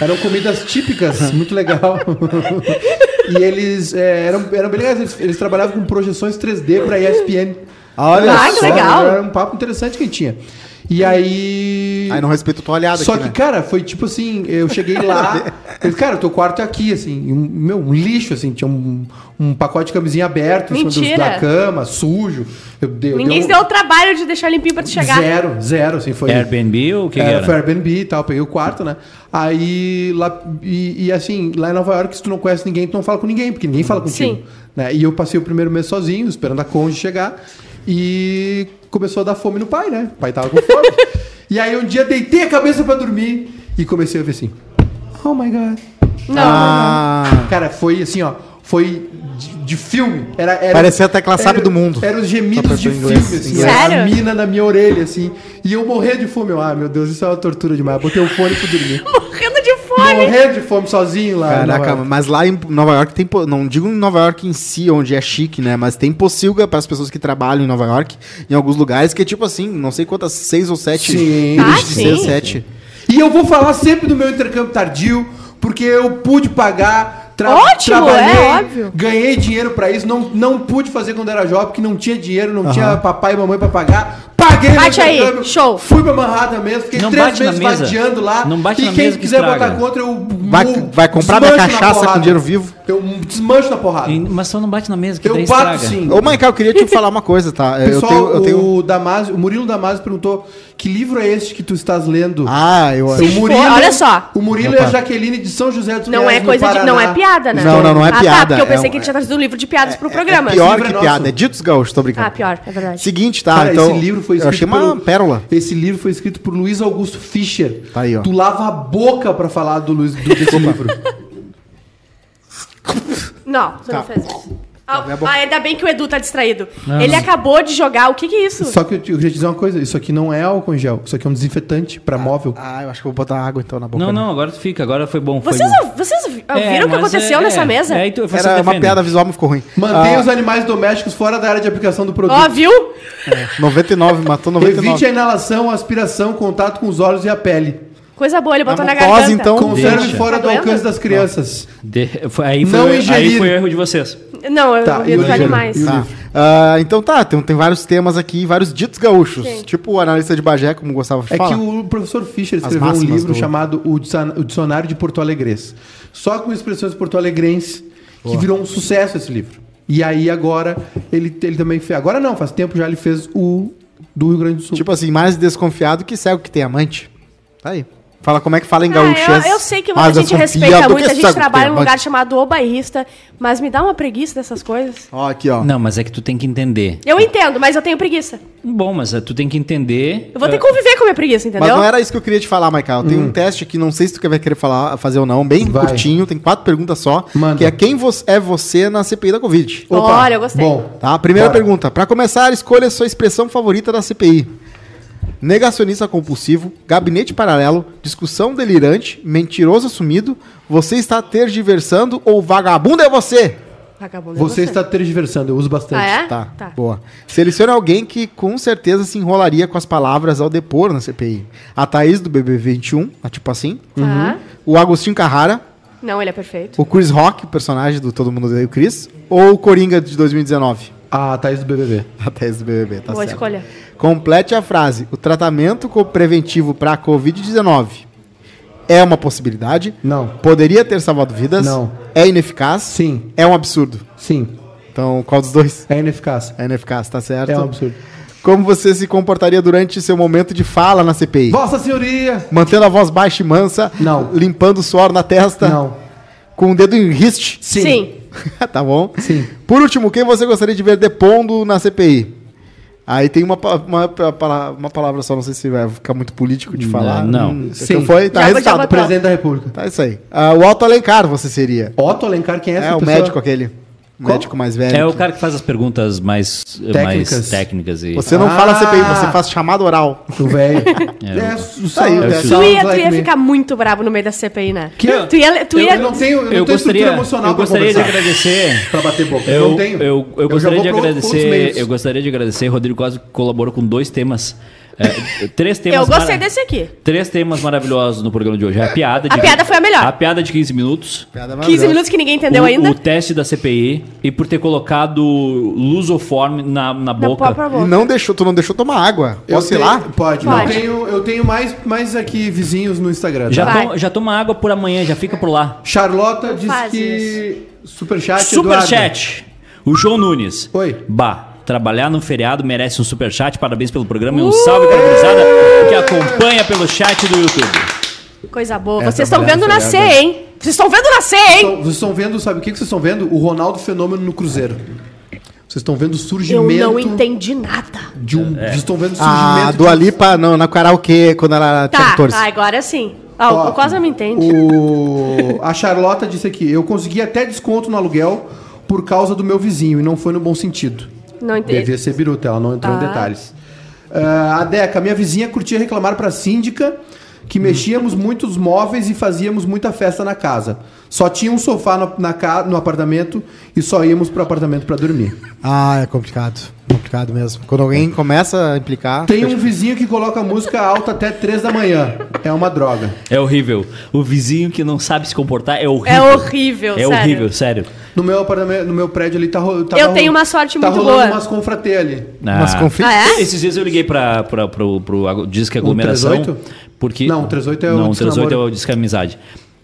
[SPEAKER 2] eram comidas típicas, muito legal. e eles é, eram, eram bem legais, eles, eles trabalhavam com projeções 3D para ESPN.
[SPEAKER 5] Olha
[SPEAKER 4] Ah, que
[SPEAKER 5] só.
[SPEAKER 4] legal.
[SPEAKER 2] Era um papo interessante que tinha. E aí.
[SPEAKER 5] Aí não respeito tua olhada
[SPEAKER 2] Só
[SPEAKER 5] aqui,
[SPEAKER 2] que,
[SPEAKER 5] né?
[SPEAKER 2] cara, foi tipo assim, eu cheguei lá, eu, cara, teu quarto é aqui, assim, e um- meu, um lixo, assim, tinha um, um pacote de camisinha aberto em cima dos-
[SPEAKER 4] Mentira.
[SPEAKER 2] da cama, sujo. Eu, dei- um
[SPEAKER 4] Ninguém se deu o trabalho de deixar limpinho pra tu chegar.
[SPEAKER 2] Zero, zero, assim, foi.
[SPEAKER 3] Airbnb ou o que, que
[SPEAKER 2] era,
[SPEAKER 3] era?
[SPEAKER 2] É, Foi Airbnb e tal, peguei o quarto, né? Aí, lá, e, e, assim, lá em Nova York, se tu não conhece ninguém, tu não fala com ninguém, porque ninguém fala contigo.
[SPEAKER 4] Sim.
[SPEAKER 2] Né? E eu passei o primeiro mês sozinho, esperando a conge chegar, e começou a dar fome no pai, né? O pai tava com fome. e aí, um dia, deitei a cabeça pra dormir, e comecei a ver assim. Oh my god.
[SPEAKER 4] Não,
[SPEAKER 5] Ah,
[SPEAKER 2] Cara, foi assim, ó. Foi de, de filme. Era, era,
[SPEAKER 5] Parecia a tecla SAP do mundo.
[SPEAKER 2] Eram os gemidos de
[SPEAKER 5] Só
[SPEAKER 2] filme,
[SPEAKER 5] apertou inglês,
[SPEAKER 2] assim.
[SPEAKER 5] inglês.
[SPEAKER 2] ó, A
[SPEAKER 4] Sério?
[SPEAKER 2] mina na minha orelha, assim. E eu morrer de fome. Eu, ah, meu Deus, isso é uma tortura demais. Botei o fone pra dormir.
[SPEAKER 4] não. Morrendo de fome.
[SPEAKER 2] Morrer de fome sozinho lá. em Nova
[SPEAKER 5] Ah, Caraca,
[SPEAKER 2] York.
[SPEAKER 5] mas lá em Nova York tem. po- Não digo em Nova York em si, onde é chique, né? Mas tem pocilga para as pessoas que trabalham em Nova York, em alguns lugares, que é tipo assim, não sei quantas, seis ou sete.
[SPEAKER 2] Sim.
[SPEAKER 5] bilhetes
[SPEAKER 4] Ah,
[SPEAKER 5] de
[SPEAKER 4] sim.
[SPEAKER 5] sete.
[SPEAKER 2] E eu vou falar sempre do meu intercâmbio tardio, porque eu pude pagar, tra
[SPEAKER 4] Ótimo,
[SPEAKER 2] trabalhei,
[SPEAKER 4] é, óbvio.
[SPEAKER 2] ganhei dinheiro pra isso, não, não pude fazer quando era jovem, porque não tinha dinheiro, não tinha papai e mamãe pra pagar. Paguei
[SPEAKER 4] Bate aí, show.
[SPEAKER 2] Fui pra Manhattan mesmo, fiquei
[SPEAKER 3] Não
[SPEAKER 2] três
[SPEAKER 3] bate na
[SPEAKER 2] meses
[SPEAKER 3] mesa.
[SPEAKER 2] vadiando lá.
[SPEAKER 3] Não bate
[SPEAKER 2] e
[SPEAKER 3] na
[SPEAKER 2] quem
[SPEAKER 3] mesa que
[SPEAKER 2] quiser
[SPEAKER 3] estraga.
[SPEAKER 2] botar contra, eu.
[SPEAKER 5] Vai-
[SPEAKER 2] eu
[SPEAKER 5] vai comprar minha
[SPEAKER 2] desmancho na
[SPEAKER 5] cachaça com
[SPEAKER 2] porrada.
[SPEAKER 5] dinheiro vivo?
[SPEAKER 2] Eu desmancho na porrada.
[SPEAKER 3] E- Mas só não bate na mesa, que
[SPEAKER 2] eu
[SPEAKER 3] daí
[SPEAKER 2] bato
[SPEAKER 3] estraga.
[SPEAKER 2] sim.
[SPEAKER 5] Ô, Michael, eu queria te falar uma coisa, tá? Eu
[SPEAKER 2] Pessoal,
[SPEAKER 5] tenho. Eu tenho...
[SPEAKER 2] o, Damasio, o Murilo Damasio perguntou que livro é este que tu estás lendo?
[SPEAKER 5] Ah, eu
[SPEAKER 4] Sim.
[SPEAKER 5] acho.
[SPEAKER 2] O Murilo, é-
[SPEAKER 4] for- olha só.
[SPEAKER 2] O Murilo
[SPEAKER 5] Opa.
[SPEAKER 2] é a Jaqueline de São José dos
[SPEAKER 4] Não
[SPEAKER 2] Pinhais,
[SPEAKER 4] é
[SPEAKER 2] no
[SPEAKER 4] coisa de. Não é
[SPEAKER 2] Paraná.
[SPEAKER 4] piada, né?
[SPEAKER 5] Não, não, não é
[SPEAKER 4] ah, Tá,
[SPEAKER 5] piada.
[SPEAKER 4] porque eu
[SPEAKER 5] É
[SPEAKER 4] pensei
[SPEAKER 5] um-
[SPEAKER 4] que ele tinha trazido um livro de piadas pro programa.
[SPEAKER 5] É pior
[SPEAKER 2] Esse livro
[SPEAKER 5] que
[SPEAKER 2] é
[SPEAKER 5] piada,
[SPEAKER 2] nosso.
[SPEAKER 5] é Ditos Gaúchos, tô brincando.
[SPEAKER 4] Ah, pior, é verdade.
[SPEAKER 5] Seguinte, tá?
[SPEAKER 2] Cara,
[SPEAKER 5] então,
[SPEAKER 2] esse livro foi
[SPEAKER 5] Eu achei uma
[SPEAKER 2] pelo-
[SPEAKER 5] pérola.
[SPEAKER 2] Esse livro foi escrito por Luiz Augusto Fischer.
[SPEAKER 5] Tá aí, ó.
[SPEAKER 2] Tu lava a boca pra falar do Luiz do, desse livro.
[SPEAKER 4] Não, você não fez
[SPEAKER 5] Tá
[SPEAKER 4] isso. Ah,
[SPEAKER 5] minha boca.
[SPEAKER 4] ah, ainda bem que o Edu tá distraído. ele acabou de jogar. O que que é isso?
[SPEAKER 2] Só que eu, te- eu queria te dizer uma coisa: isso aqui não é álcool em gel, isso aqui é um desinfetante pra móvel.
[SPEAKER 5] Ah, eu acho que eu vou botar água então na boca.
[SPEAKER 3] Não,
[SPEAKER 5] né?
[SPEAKER 3] não, agora tu fica, agora foi bom. Foi
[SPEAKER 4] Vocês,
[SPEAKER 5] um-
[SPEAKER 3] bom.
[SPEAKER 4] vocês
[SPEAKER 3] É,
[SPEAKER 4] viram o que
[SPEAKER 3] mas
[SPEAKER 4] aconteceu
[SPEAKER 3] é-
[SPEAKER 4] nessa
[SPEAKER 3] é,
[SPEAKER 4] mesa?
[SPEAKER 3] é, aí tu- vocês
[SPEAKER 5] Era uma
[SPEAKER 3] defendem.
[SPEAKER 5] piada visual, mas ficou ruim.
[SPEAKER 2] Mantenha
[SPEAKER 5] Ah,
[SPEAKER 2] os animais domésticos fora da área de aplicação do produto.
[SPEAKER 4] Ó, viu?
[SPEAKER 5] 99, matou 99.
[SPEAKER 2] Evite a inalação, aspiração, contato com os olhos e a pele.
[SPEAKER 4] Coisa boa, ele
[SPEAKER 5] Na
[SPEAKER 4] botou na,
[SPEAKER 5] mucosa,
[SPEAKER 4] garganta.
[SPEAKER 5] então.
[SPEAKER 2] Conserve
[SPEAKER 3] Deixa.
[SPEAKER 2] fora do
[SPEAKER 4] Tá doendo?
[SPEAKER 2] alcance das crianças.
[SPEAKER 3] De- foi- aí,
[SPEAKER 2] Não
[SPEAKER 3] foi, aí
[SPEAKER 2] ingerir.
[SPEAKER 3] foi o erro de vocês.
[SPEAKER 4] Não, eu
[SPEAKER 2] Tá,
[SPEAKER 4] não
[SPEAKER 2] e
[SPEAKER 4] vi
[SPEAKER 2] o
[SPEAKER 4] dos
[SPEAKER 2] livro?
[SPEAKER 4] animais.
[SPEAKER 2] E o
[SPEAKER 5] Tá.
[SPEAKER 2] livro?
[SPEAKER 5] Ah, então tá, tem, tem vários temas aqui, vários ditos gaúchos.
[SPEAKER 4] Sim.
[SPEAKER 5] Tipo o analista de Bagé, como gostava de
[SPEAKER 2] É
[SPEAKER 5] falar.
[SPEAKER 2] que o professor Fischer escreveu um
[SPEAKER 5] máximas
[SPEAKER 2] livro
[SPEAKER 5] do-
[SPEAKER 2] chamado o Dicio- o Dicionário de Porto Alegrês. Só com expressões porto-alegrenses, que virou um sucesso esse livro. E aí agora ele, ele também fez. Agora não, faz tempo já ele fez o do Rio Grande do Sul.
[SPEAKER 5] Tipo assim, mais desconfiado que cego que tem amante. Tá aí. Fala como é que fala em
[SPEAKER 4] Ah,
[SPEAKER 5] gaúchas.
[SPEAKER 4] eu, eu sei que
[SPEAKER 5] mais
[SPEAKER 4] a gente
[SPEAKER 5] desconfiado
[SPEAKER 4] respeita
[SPEAKER 5] é que
[SPEAKER 4] muito, a gente
[SPEAKER 5] cego que
[SPEAKER 4] trabalha
[SPEAKER 5] tem
[SPEAKER 4] em um
[SPEAKER 5] amante.
[SPEAKER 4] lugar chamado O Bairrista, mas me dá uma preguiça dessas coisas.
[SPEAKER 5] Ó, aqui, ó.
[SPEAKER 3] Não, mas é que tu tem que entender.
[SPEAKER 4] Eu entendo, mas eu tenho preguiça.
[SPEAKER 3] Bom, mas é, tu tem que entender.
[SPEAKER 4] Eu vou ter
[SPEAKER 3] é,
[SPEAKER 4] que conviver com a minha preguiça,
[SPEAKER 5] Mas
[SPEAKER 4] entendeu?
[SPEAKER 5] não era isso que eu queria te falar, Michael. Tem um teste aqui, não sei se tu quer- vai querer falar, fazer ou não, bem
[SPEAKER 2] Hum. Vai.
[SPEAKER 5] curtinho, tem quatro perguntas só.
[SPEAKER 2] Manda.
[SPEAKER 5] Que é quem vo- é você na CPI da Covid?
[SPEAKER 4] Olha, eu gostei.
[SPEAKER 2] Bom,
[SPEAKER 5] Tá, primeira
[SPEAKER 2] Bora.
[SPEAKER 5] pergunta. Pra começar, escolha sua expressão favorita da CPI. Negacionista compulsivo, gabinete paralelo, discussão delirante, mentiroso assumido, você está tergiversando ou vagabundo é você?
[SPEAKER 4] Vagabundo, é
[SPEAKER 2] você está tergiversando, eu uso bastante.
[SPEAKER 4] Ah, é?
[SPEAKER 5] Tá,
[SPEAKER 4] Tá.
[SPEAKER 5] boa. Selecione alguém que com certeza se enrolaria com as palavras ao depor na CPI. A Thaís do BB21, a tipo assim.
[SPEAKER 4] Tá.
[SPEAKER 5] O Agostinho Carrara,
[SPEAKER 4] Não, ele é perfeito.
[SPEAKER 5] o Chris Rock, o personagem do Todo Mundo Odeia o Chris, ou o Coringa de 2019?
[SPEAKER 2] Ah, Thaís do BBB.
[SPEAKER 5] A Thaís do BBB, tá
[SPEAKER 4] Boa
[SPEAKER 5] certo.
[SPEAKER 4] escolha.
[SPEAKER 5] Complete a frase. O tratamento co- preventivo para a Covid-19 é uma possibilidade?
[SPEAKER 2] Não.
[SPEAKER 5] Poderia ter salvado vidas?
[SPEAKER 2] Não.
[SPEAKER 5] É ineficaz?
[SPEAKER 2] Sim.
[SPEAKER 5] É um absurdo.
[SPEAKER 2] Sim,
[SPEAKER 5] Então, qual dos dois?
[SPEAKER 2] é ineficaz.
[SPEAKER 5] É ineficaz, tá certo?
[SPEAKER 2] É um absurdo.
[SPEAKER 5] Como você se comportaria durante seu momento de fala na CPI?
[SPEAKER 2] Vossa Senhoria!
[SPEAKER 5] Mantendo a voz baixa e mansa?
[SPEAKER 2] Não.
[SPEAKER 5] Limpando o suor na testa?
[SPEAKER 2] Não.
[SPEAKER 5] Com o dedo em riste?
[SPEAKER 4] Sim.
[SPEAKER 5] tá bom?
[SPEAKER 2] Sim.
[SPEAKER 5] Por último, quem você gostaria de ver depondo na CPI? Aí tem uma, pa- uma, pa- pala- uma palavra só, não sei se vai ficar muito político de falar.
[SPEAKER 3] não.
[SPEAKER 5] Hum,
[SPEAKER 2] Sim.
[SPEAKER 5] então foi, tá
[SPEAKER 4] Já vou- já
[SPEAKER 5] resultado.
[SPEAKER 4] vou-
[SPEAKER 5] Presen-
[SPEAKER 2] Presidente da República.
[SPEAKER 5] Tá isso aí. Ah, o Alto Alencar você seria.
[SPEAKER 2] Otto Alencar, quem é
[SPEAKER 5] É,
[SPEAKER 2] essa
[SPEAKER 5] o
[SPEAKER 2] pessoa?
[SPEAKER 5] médico aquele. O
[SPEAKER 2] Qual?
[SPEAKER 5] médico mais velho.
[SPEAKER 3] É o
[SPEAKER 5] que-
[SPEAKER 3] cara que faz as perguntas mais técnicas, mais
[SPEAKER 2] Técnicas.
[SPEAKER 3] técnicas e.
[SPEAKER 5] Você não
[SPEAKER 2] Ah!
[SPEAKER 5] fala CPI, você faz chamada oral.
[SPEAKER 2] O velho.
[SPEAKER 3] É,
[SPEAKER 2] É,
[SPEAKER 3] o-
[SPEAKER 2] o
[SPEAKER 5] aí,
[SPEAKER 2] sound-
[SPEAKER 5] o
[SPEAKER 2] sounds
[SPEAKER 3] Tio.
[SPEAKER 4] Tu ia, tu
[SPEAKER 2] like
[SPEAKER 4] ia
[SPEAKER 2] me.
[SPEAKER 4] ficar muito bravo no meio da CPI, né?
[SPEAKER 3] Que eu-
[SPEAKER 4] tu ia. Tu
[SPEAKER 2] é? Eu,
[SPEAKER 4] ia...
[SPEAKER 2] não tenho, eu não
[SPEAKER 3] Eu
[SPEAKER 2] tenho
[SPEAKER 3] gostaria,
[SPEAKER 2] estrutura emocional
[SPEAKER 3] eu gostaria de
[SPEAKER 2] pra conversar.
[SPEAKER 3] agradecer.
[SPEAKER 2] Pra bater boca.
[SPEAKER 3] Eu,
[SPEAKER 2] não tenho.
[SPEAKER 3] Eu, eu gostaria
[SPEAKER 2] já vou
[SPEAKER 3] de
[SPEAKER 2] pra outros
[SPEAKER 3] agradecer.
[SPEAKER 2] meios.
[SPEAKER 3] Eu gostaria de agradecer. Rodrigo quase colaborou com dois temas. é, três temas.
[SPEAKER 4] Eu gostei
[SPEAKER 3] mara-
[SPEAKER 4] desse aqui.
[SPEAKER 3] Três temas maravilhosos no programa de hoje. É A piada de
[SPEAKER 4] A piada foi a melhor.
[SPEAKER 3] A piada de 15 minutos.
[SPEAKER 4] 15 minutos que ninguém entendeu
[SPEAKER 3] o,
[SPEAKER 4] ainda.
[SPEAKER 3] o teste da CPI e por ter colocado lusoforme na, na
[SPEAKER 4] na
[SPEAKER 3] boca.
[SPEAKER 4] própria
[SPEAKER 5] E
[SPEAKER 4] boca.
[SPEAKER 5] não deixou, tu não deixou tomar água.
[SPEAKER 2] Eu
[SPEAKER 5] Posso ir
[SPEAKER 2] tenho- um
[SPEAKER 5] lá?
[SPEAKER 2] Pode.
[SPEAKER 4] Pode.
[SPEAKER 2] Eu tenho, eu tenho mais, mais aqui vizinhos no Instagram. tá?
[SPEAKER 3] já,
[SPEAKER 4] Vai.
[SPEAKER 3] toma, já toma água por amanhã, já fica por lá.
[SPEAKER 2] Charlota diz
[SPEAKER 4] faz
[SPEAKER 2] que. Superchat. Eduardo.
[SPEAKER 3] Superchat. O João Nunes.
[SPEAKER 2] Oi.
[SPEAKER 3] Bah, trabalhar no feriado merece um superchat. Parabéns pelo programa e um
[SPEAKER 4] Uh!
[SPEAKER 3] salve para a gurizada que acompanha pelo chat do YouTube.
[SPEAKER 4] Coisa boa.
[SPEAKER 2] É,
[SPEAKER 4] Vocês estão
[SPEAKER 2] trabalhar
[SPEAKER 4] vendo
[SPEAKER 2] no
[SPEAKER 4] nascer,
[SPEAKER 2] feriado.
[SPEAKER 4] hein? Vocês estão vendo nascer, hein?
[SPEAKER 2] Então, Vocês estão vendo, sabe o que que vocês estão vendo? O Ronaldo Fenômeno no Cruzeiro. Vocês estão vendo o
[SPEAKER 4] Eu
[SPEAKER 2] surgimento.
[SPEAKER 4] não entendi nada.
[SPEAKER 3] É.
[SPEAKER 2] De um, Vocês estão vendo o surgimento.
[SPEAKER 5] Ah, do Alipa, não, na karaokê, quando ela tinha
[SPEAKER 4] Tá,
[SPEAKER 5] 14.
[SPEAKER 4] agora sim. Ah,
[SPEAKER 2] Ó,
[SPEAKER 4] o Cosma me entende.
[SPEAKER 2] O... A Charlota disse aqui: eu consegui até desconto no aluguel por causa do meu vizinho, e não foi no bom sentido.
[SPEAKER 4] Não
[SPEAKER 2] Devia
[SPEAKER 4] entende.
[SPEAKER 2] ser biruta, ela não entrou em
[SPEAKER 4] Ah.
[SPEAKER 2] detalhes. Ah, a Deca, minha vizinha curtia reclamar pra síndica que mexíamos muitos móveis e fazíamos muita festa na casa. Só tinha um sofá no, na ca- no apartamento e só íamos pro apartamento pra dormir.
[SPEAKER 6] Ah, é complicado. Complicado mesmo.
[SPEAKER 5] Quando alguém começa a implicar.
[SPEAKER 2] Tem um vizinho que coloca música alta até 3 da manhã. É uma droga.
[SPEAKER 3] É horrível. O vizinho que não sabe se comportar é horrível.
[SPEAKER 4] É horrível,
[SPEAKER 3] É
[SPEAKER 4] sério.
[SPEAKER 3] horrível, sério.
[SPEAKER 2] No meu apartamento, no meu prédio ali tá, ro- tá
[SPEAKER 4] Eu
[SPEAKER 2] ro-
[SPEAKER 4] tenho uma sorte
[SPEAKER 2] tá
[SPEAKER 4] muito
[SPEAKER 2] rolando
[SPEAKER 4] boa.
[SPEAKER 2] umas confratê ali.
[SPEAKER 5] Mas confia-
[SPEAKER 4] Ah, é?
[SPEAKER 3] Esses dias eu liguei pra, pra, pro, pro ag- Disque é Aglomeração.
[SPEAKER 2] 38?
[SPEAKER 3] Porque...
[SPEAKER 2] Um Não, o 38 é o
[SPEAKER 3] Não,
[SPEAKER 2] Disque
[SPEAKER 3] 38 é
[SPEAKER 2] Namoro.
[SPEAKER 3] o Disque Amizade.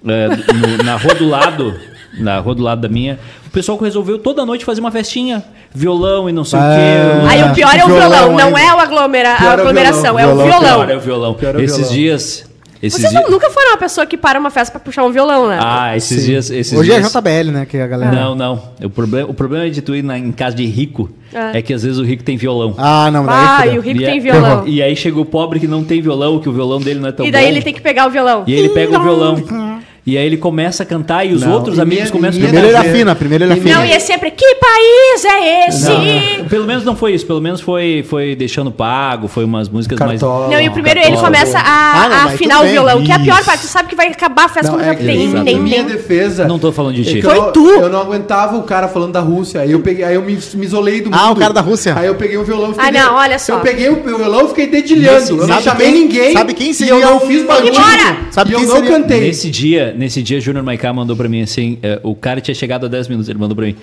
[SPEAKER 3] É, no- na rua do lado, na rua do lado da minha, o pessoal resolveu toda noite fazer uma festinha. Violão e não sei o quê.
[SPEAKER 4] Aí o pior é o
[SPEAKER 5] Violão
[SPEAKER 4] violão, não
[SPEAKER 5] ainda.
[SPEAKER 4] é o aglomera
[SPEAKER 2] Ah, Pior é o
[SPEAKER 4] a aglomeração,
[SPEAKER 2] violão.
[SPEAKER 4] é o
[SPEAKER 5] Violão,
[SPEAKER 4] violão.
[SPEAKER 3] Pior é o violão.
[SPEAKER 2] Pior é o
[SPEAKER 3] esses
[SPEAKER 2] violão.
[SPEAKER 3] dias... Esses
[SPEAKER 4] Vocês
[SPEAKER 3] dias...
[SPEAKER 4] não- nunca foram uma pessoa que para uma festa pra puxar um violão, né?
[SPEAKER 3] Ah, esses dias... Esses
[SPEAKER 6] Hoje é
[SPEAKER 3] dias...
[SPEAKER 6] JBL, né? Que a galera.
[SPEAKER 3] Não, não. O problema, o problema é de tu ir na- em casa de rico
[SPEAKER 4] É.
[SPEAKER 3] é que às vezes o rico tem violão.
[SPEAKER 6] Ah, não, daí.
[SPEAKER 4] Ah,
[SPEAKER 6] fudeu.
[SPEAKER 4] e o rico
[SPEAKER 3] E
[SPEAKER 4] tem
[SPEAKER 3] é-
[SPEAKER 4] violão.
[SPEAKER 3] E aí chega o pobre que não tem violão, que o violão dele não é tão
[SPEAKER 4] E daí
[SPEAKER 3] bom.
[SPEAKER 4] ele tem Uhum. que pegar o violão.
[SPEAKER 3] E aí ele pega o violão. E aí ele começa a cantar e os
[SPEAKER 2] Não,
[SPEAKER 3] outros
[SPEAKER 2] e
[SPEAKER 3] amigos
[SPEAKER 2] minha-
[SPEAKER 3] começam
[SPEAKER 2] minha
[SPEAKER 3] a
[SPEAKER 5] Primeiro ele
[SPEAKER 3] cantar.
[SPEAKER 5] afina, primeiro ele afina.
[SPEAKER 4] Não, e é sempre, que país é esse?
[SPEAKER 3] Não,
[SPEAKER 4] Não,
[SPEAKER 3] não. Pelo menos não foi isso, pelo menos foi, foi deixando pago, foi umas músicas
[SPEAKER 2] Cartola.
[SPEAKER 3] mais.
[SPEAKER 4] e o primeiro ele
[SPEAKER 3] Cartola.
[SPEAKER 4] começa a,
[SPEAKER 6] Ah, não,
[SPEAKER 4] a
[SPEAKER 6] mas
[SPEAKER 4] afinar o
[SPEAKER 6] tudo bem.
[SPEAKER 4] violão, que é a pior
[SPEAKER 3] Isso.
[SPEAKER 4] parte. Tu sabe que vai acabar a festa
[SPEAKER 2] Não,
[SPEAKER 4] quando
[SPEAKER 2] é,
[SPEAKER 4] já tem.
[SPEAKER 2] exato.
[SPEAKER 4] Nem,
[SPEAKER 2] Em minha
[SPEAKER 4] nem.
[SPEAKER 2] defesa.
[SPEAKER 3] Não tô falando de ti.
[SPEAKER 2] é que
[SPEAKER 4] Foi
[SPEAKER 2] eu não,
[SPEAKER 4] tu.
[SPEAKER 2] Eu não aguentava o cara falando da Rússia. Aí eu peguei, aí eu me, me isolei do mundo.
[SPEAKER 5] Ah, o cara da Rússia.
[SPEAKER 2] Aí eu peguei o violão e
[SPEAKER 4] Ah, não, olha só.
[SPEAKER 2] Eu peguei o violão e fiquei dedilhando.
[SPEAKER 3] Nesse-
[SPEAKER 2] eu não
[SPEAKER 5] sabe
[SPEAKER 2] chamei
[SPEAKER 5] quem-
[SPEAKER 2] ninguém.
[SPEAKER 5] sabe quem
[SPEAKER 2] e eu
[SPEAKER 5] seria
[SPEAKER 2] não
[SPEAKER 5] um-
[SPEAKER 2] fiz barulho.
[SPEAKER 4] Embora!
[SPEAKER 5] Sabe
[SPEAKER 2] e eu
[SPEAKER 5] quem
[SPEAKER 2] não
[SPEAKER 5] seria-
[SPEAKER 2] cantei.
[SPEAKER 3] Nesse dia, nesse dia, Júnior Maiká mandou pra mim assim: eh, o cara tinha chegado há 10 minutos, ele mandou pra mim.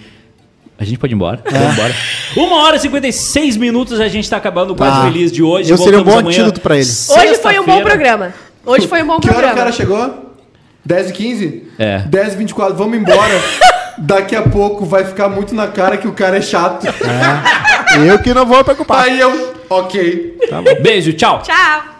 [SPEAKER 3] A gente pode ir embora? Vamos embora. Uma hora e 56 minutos, a gente tá acabando o quase
[SPEAKER 5] Ah,
[SPEAKER 3] feliz de hoje.
[SPEAKER 5] eu seria um
[SPEAKER 3] Voltamos
[SPEAKER 5] bom
[SPEAKER 3] amanhã,
[SPEAKER 5] antídoto pra ele.
[SPEAKER 4] Hoje foi um bom
[SPEAKER 3] sexta-feira.
[SPEAKER 4] programa. Hoje foi um bom
[SPEAKER 2] Que hora o
[SPEAKER 4] programa.
[SPEAKER 2] cara chegou? 10 e 15?
[SPEAKER 3] É.
[SPEAKER 2] 10 e 24, vamos embora. Daqui a pouco vai ficar muito na cara que o cara é chato.
[SPEAKER 5] Eu que não vou preocupar.
[SPEAKER 2] Aí eu, ok.
[SPEAKER 3] Beijo, tchau.
[SPEAKER 4] Tchau.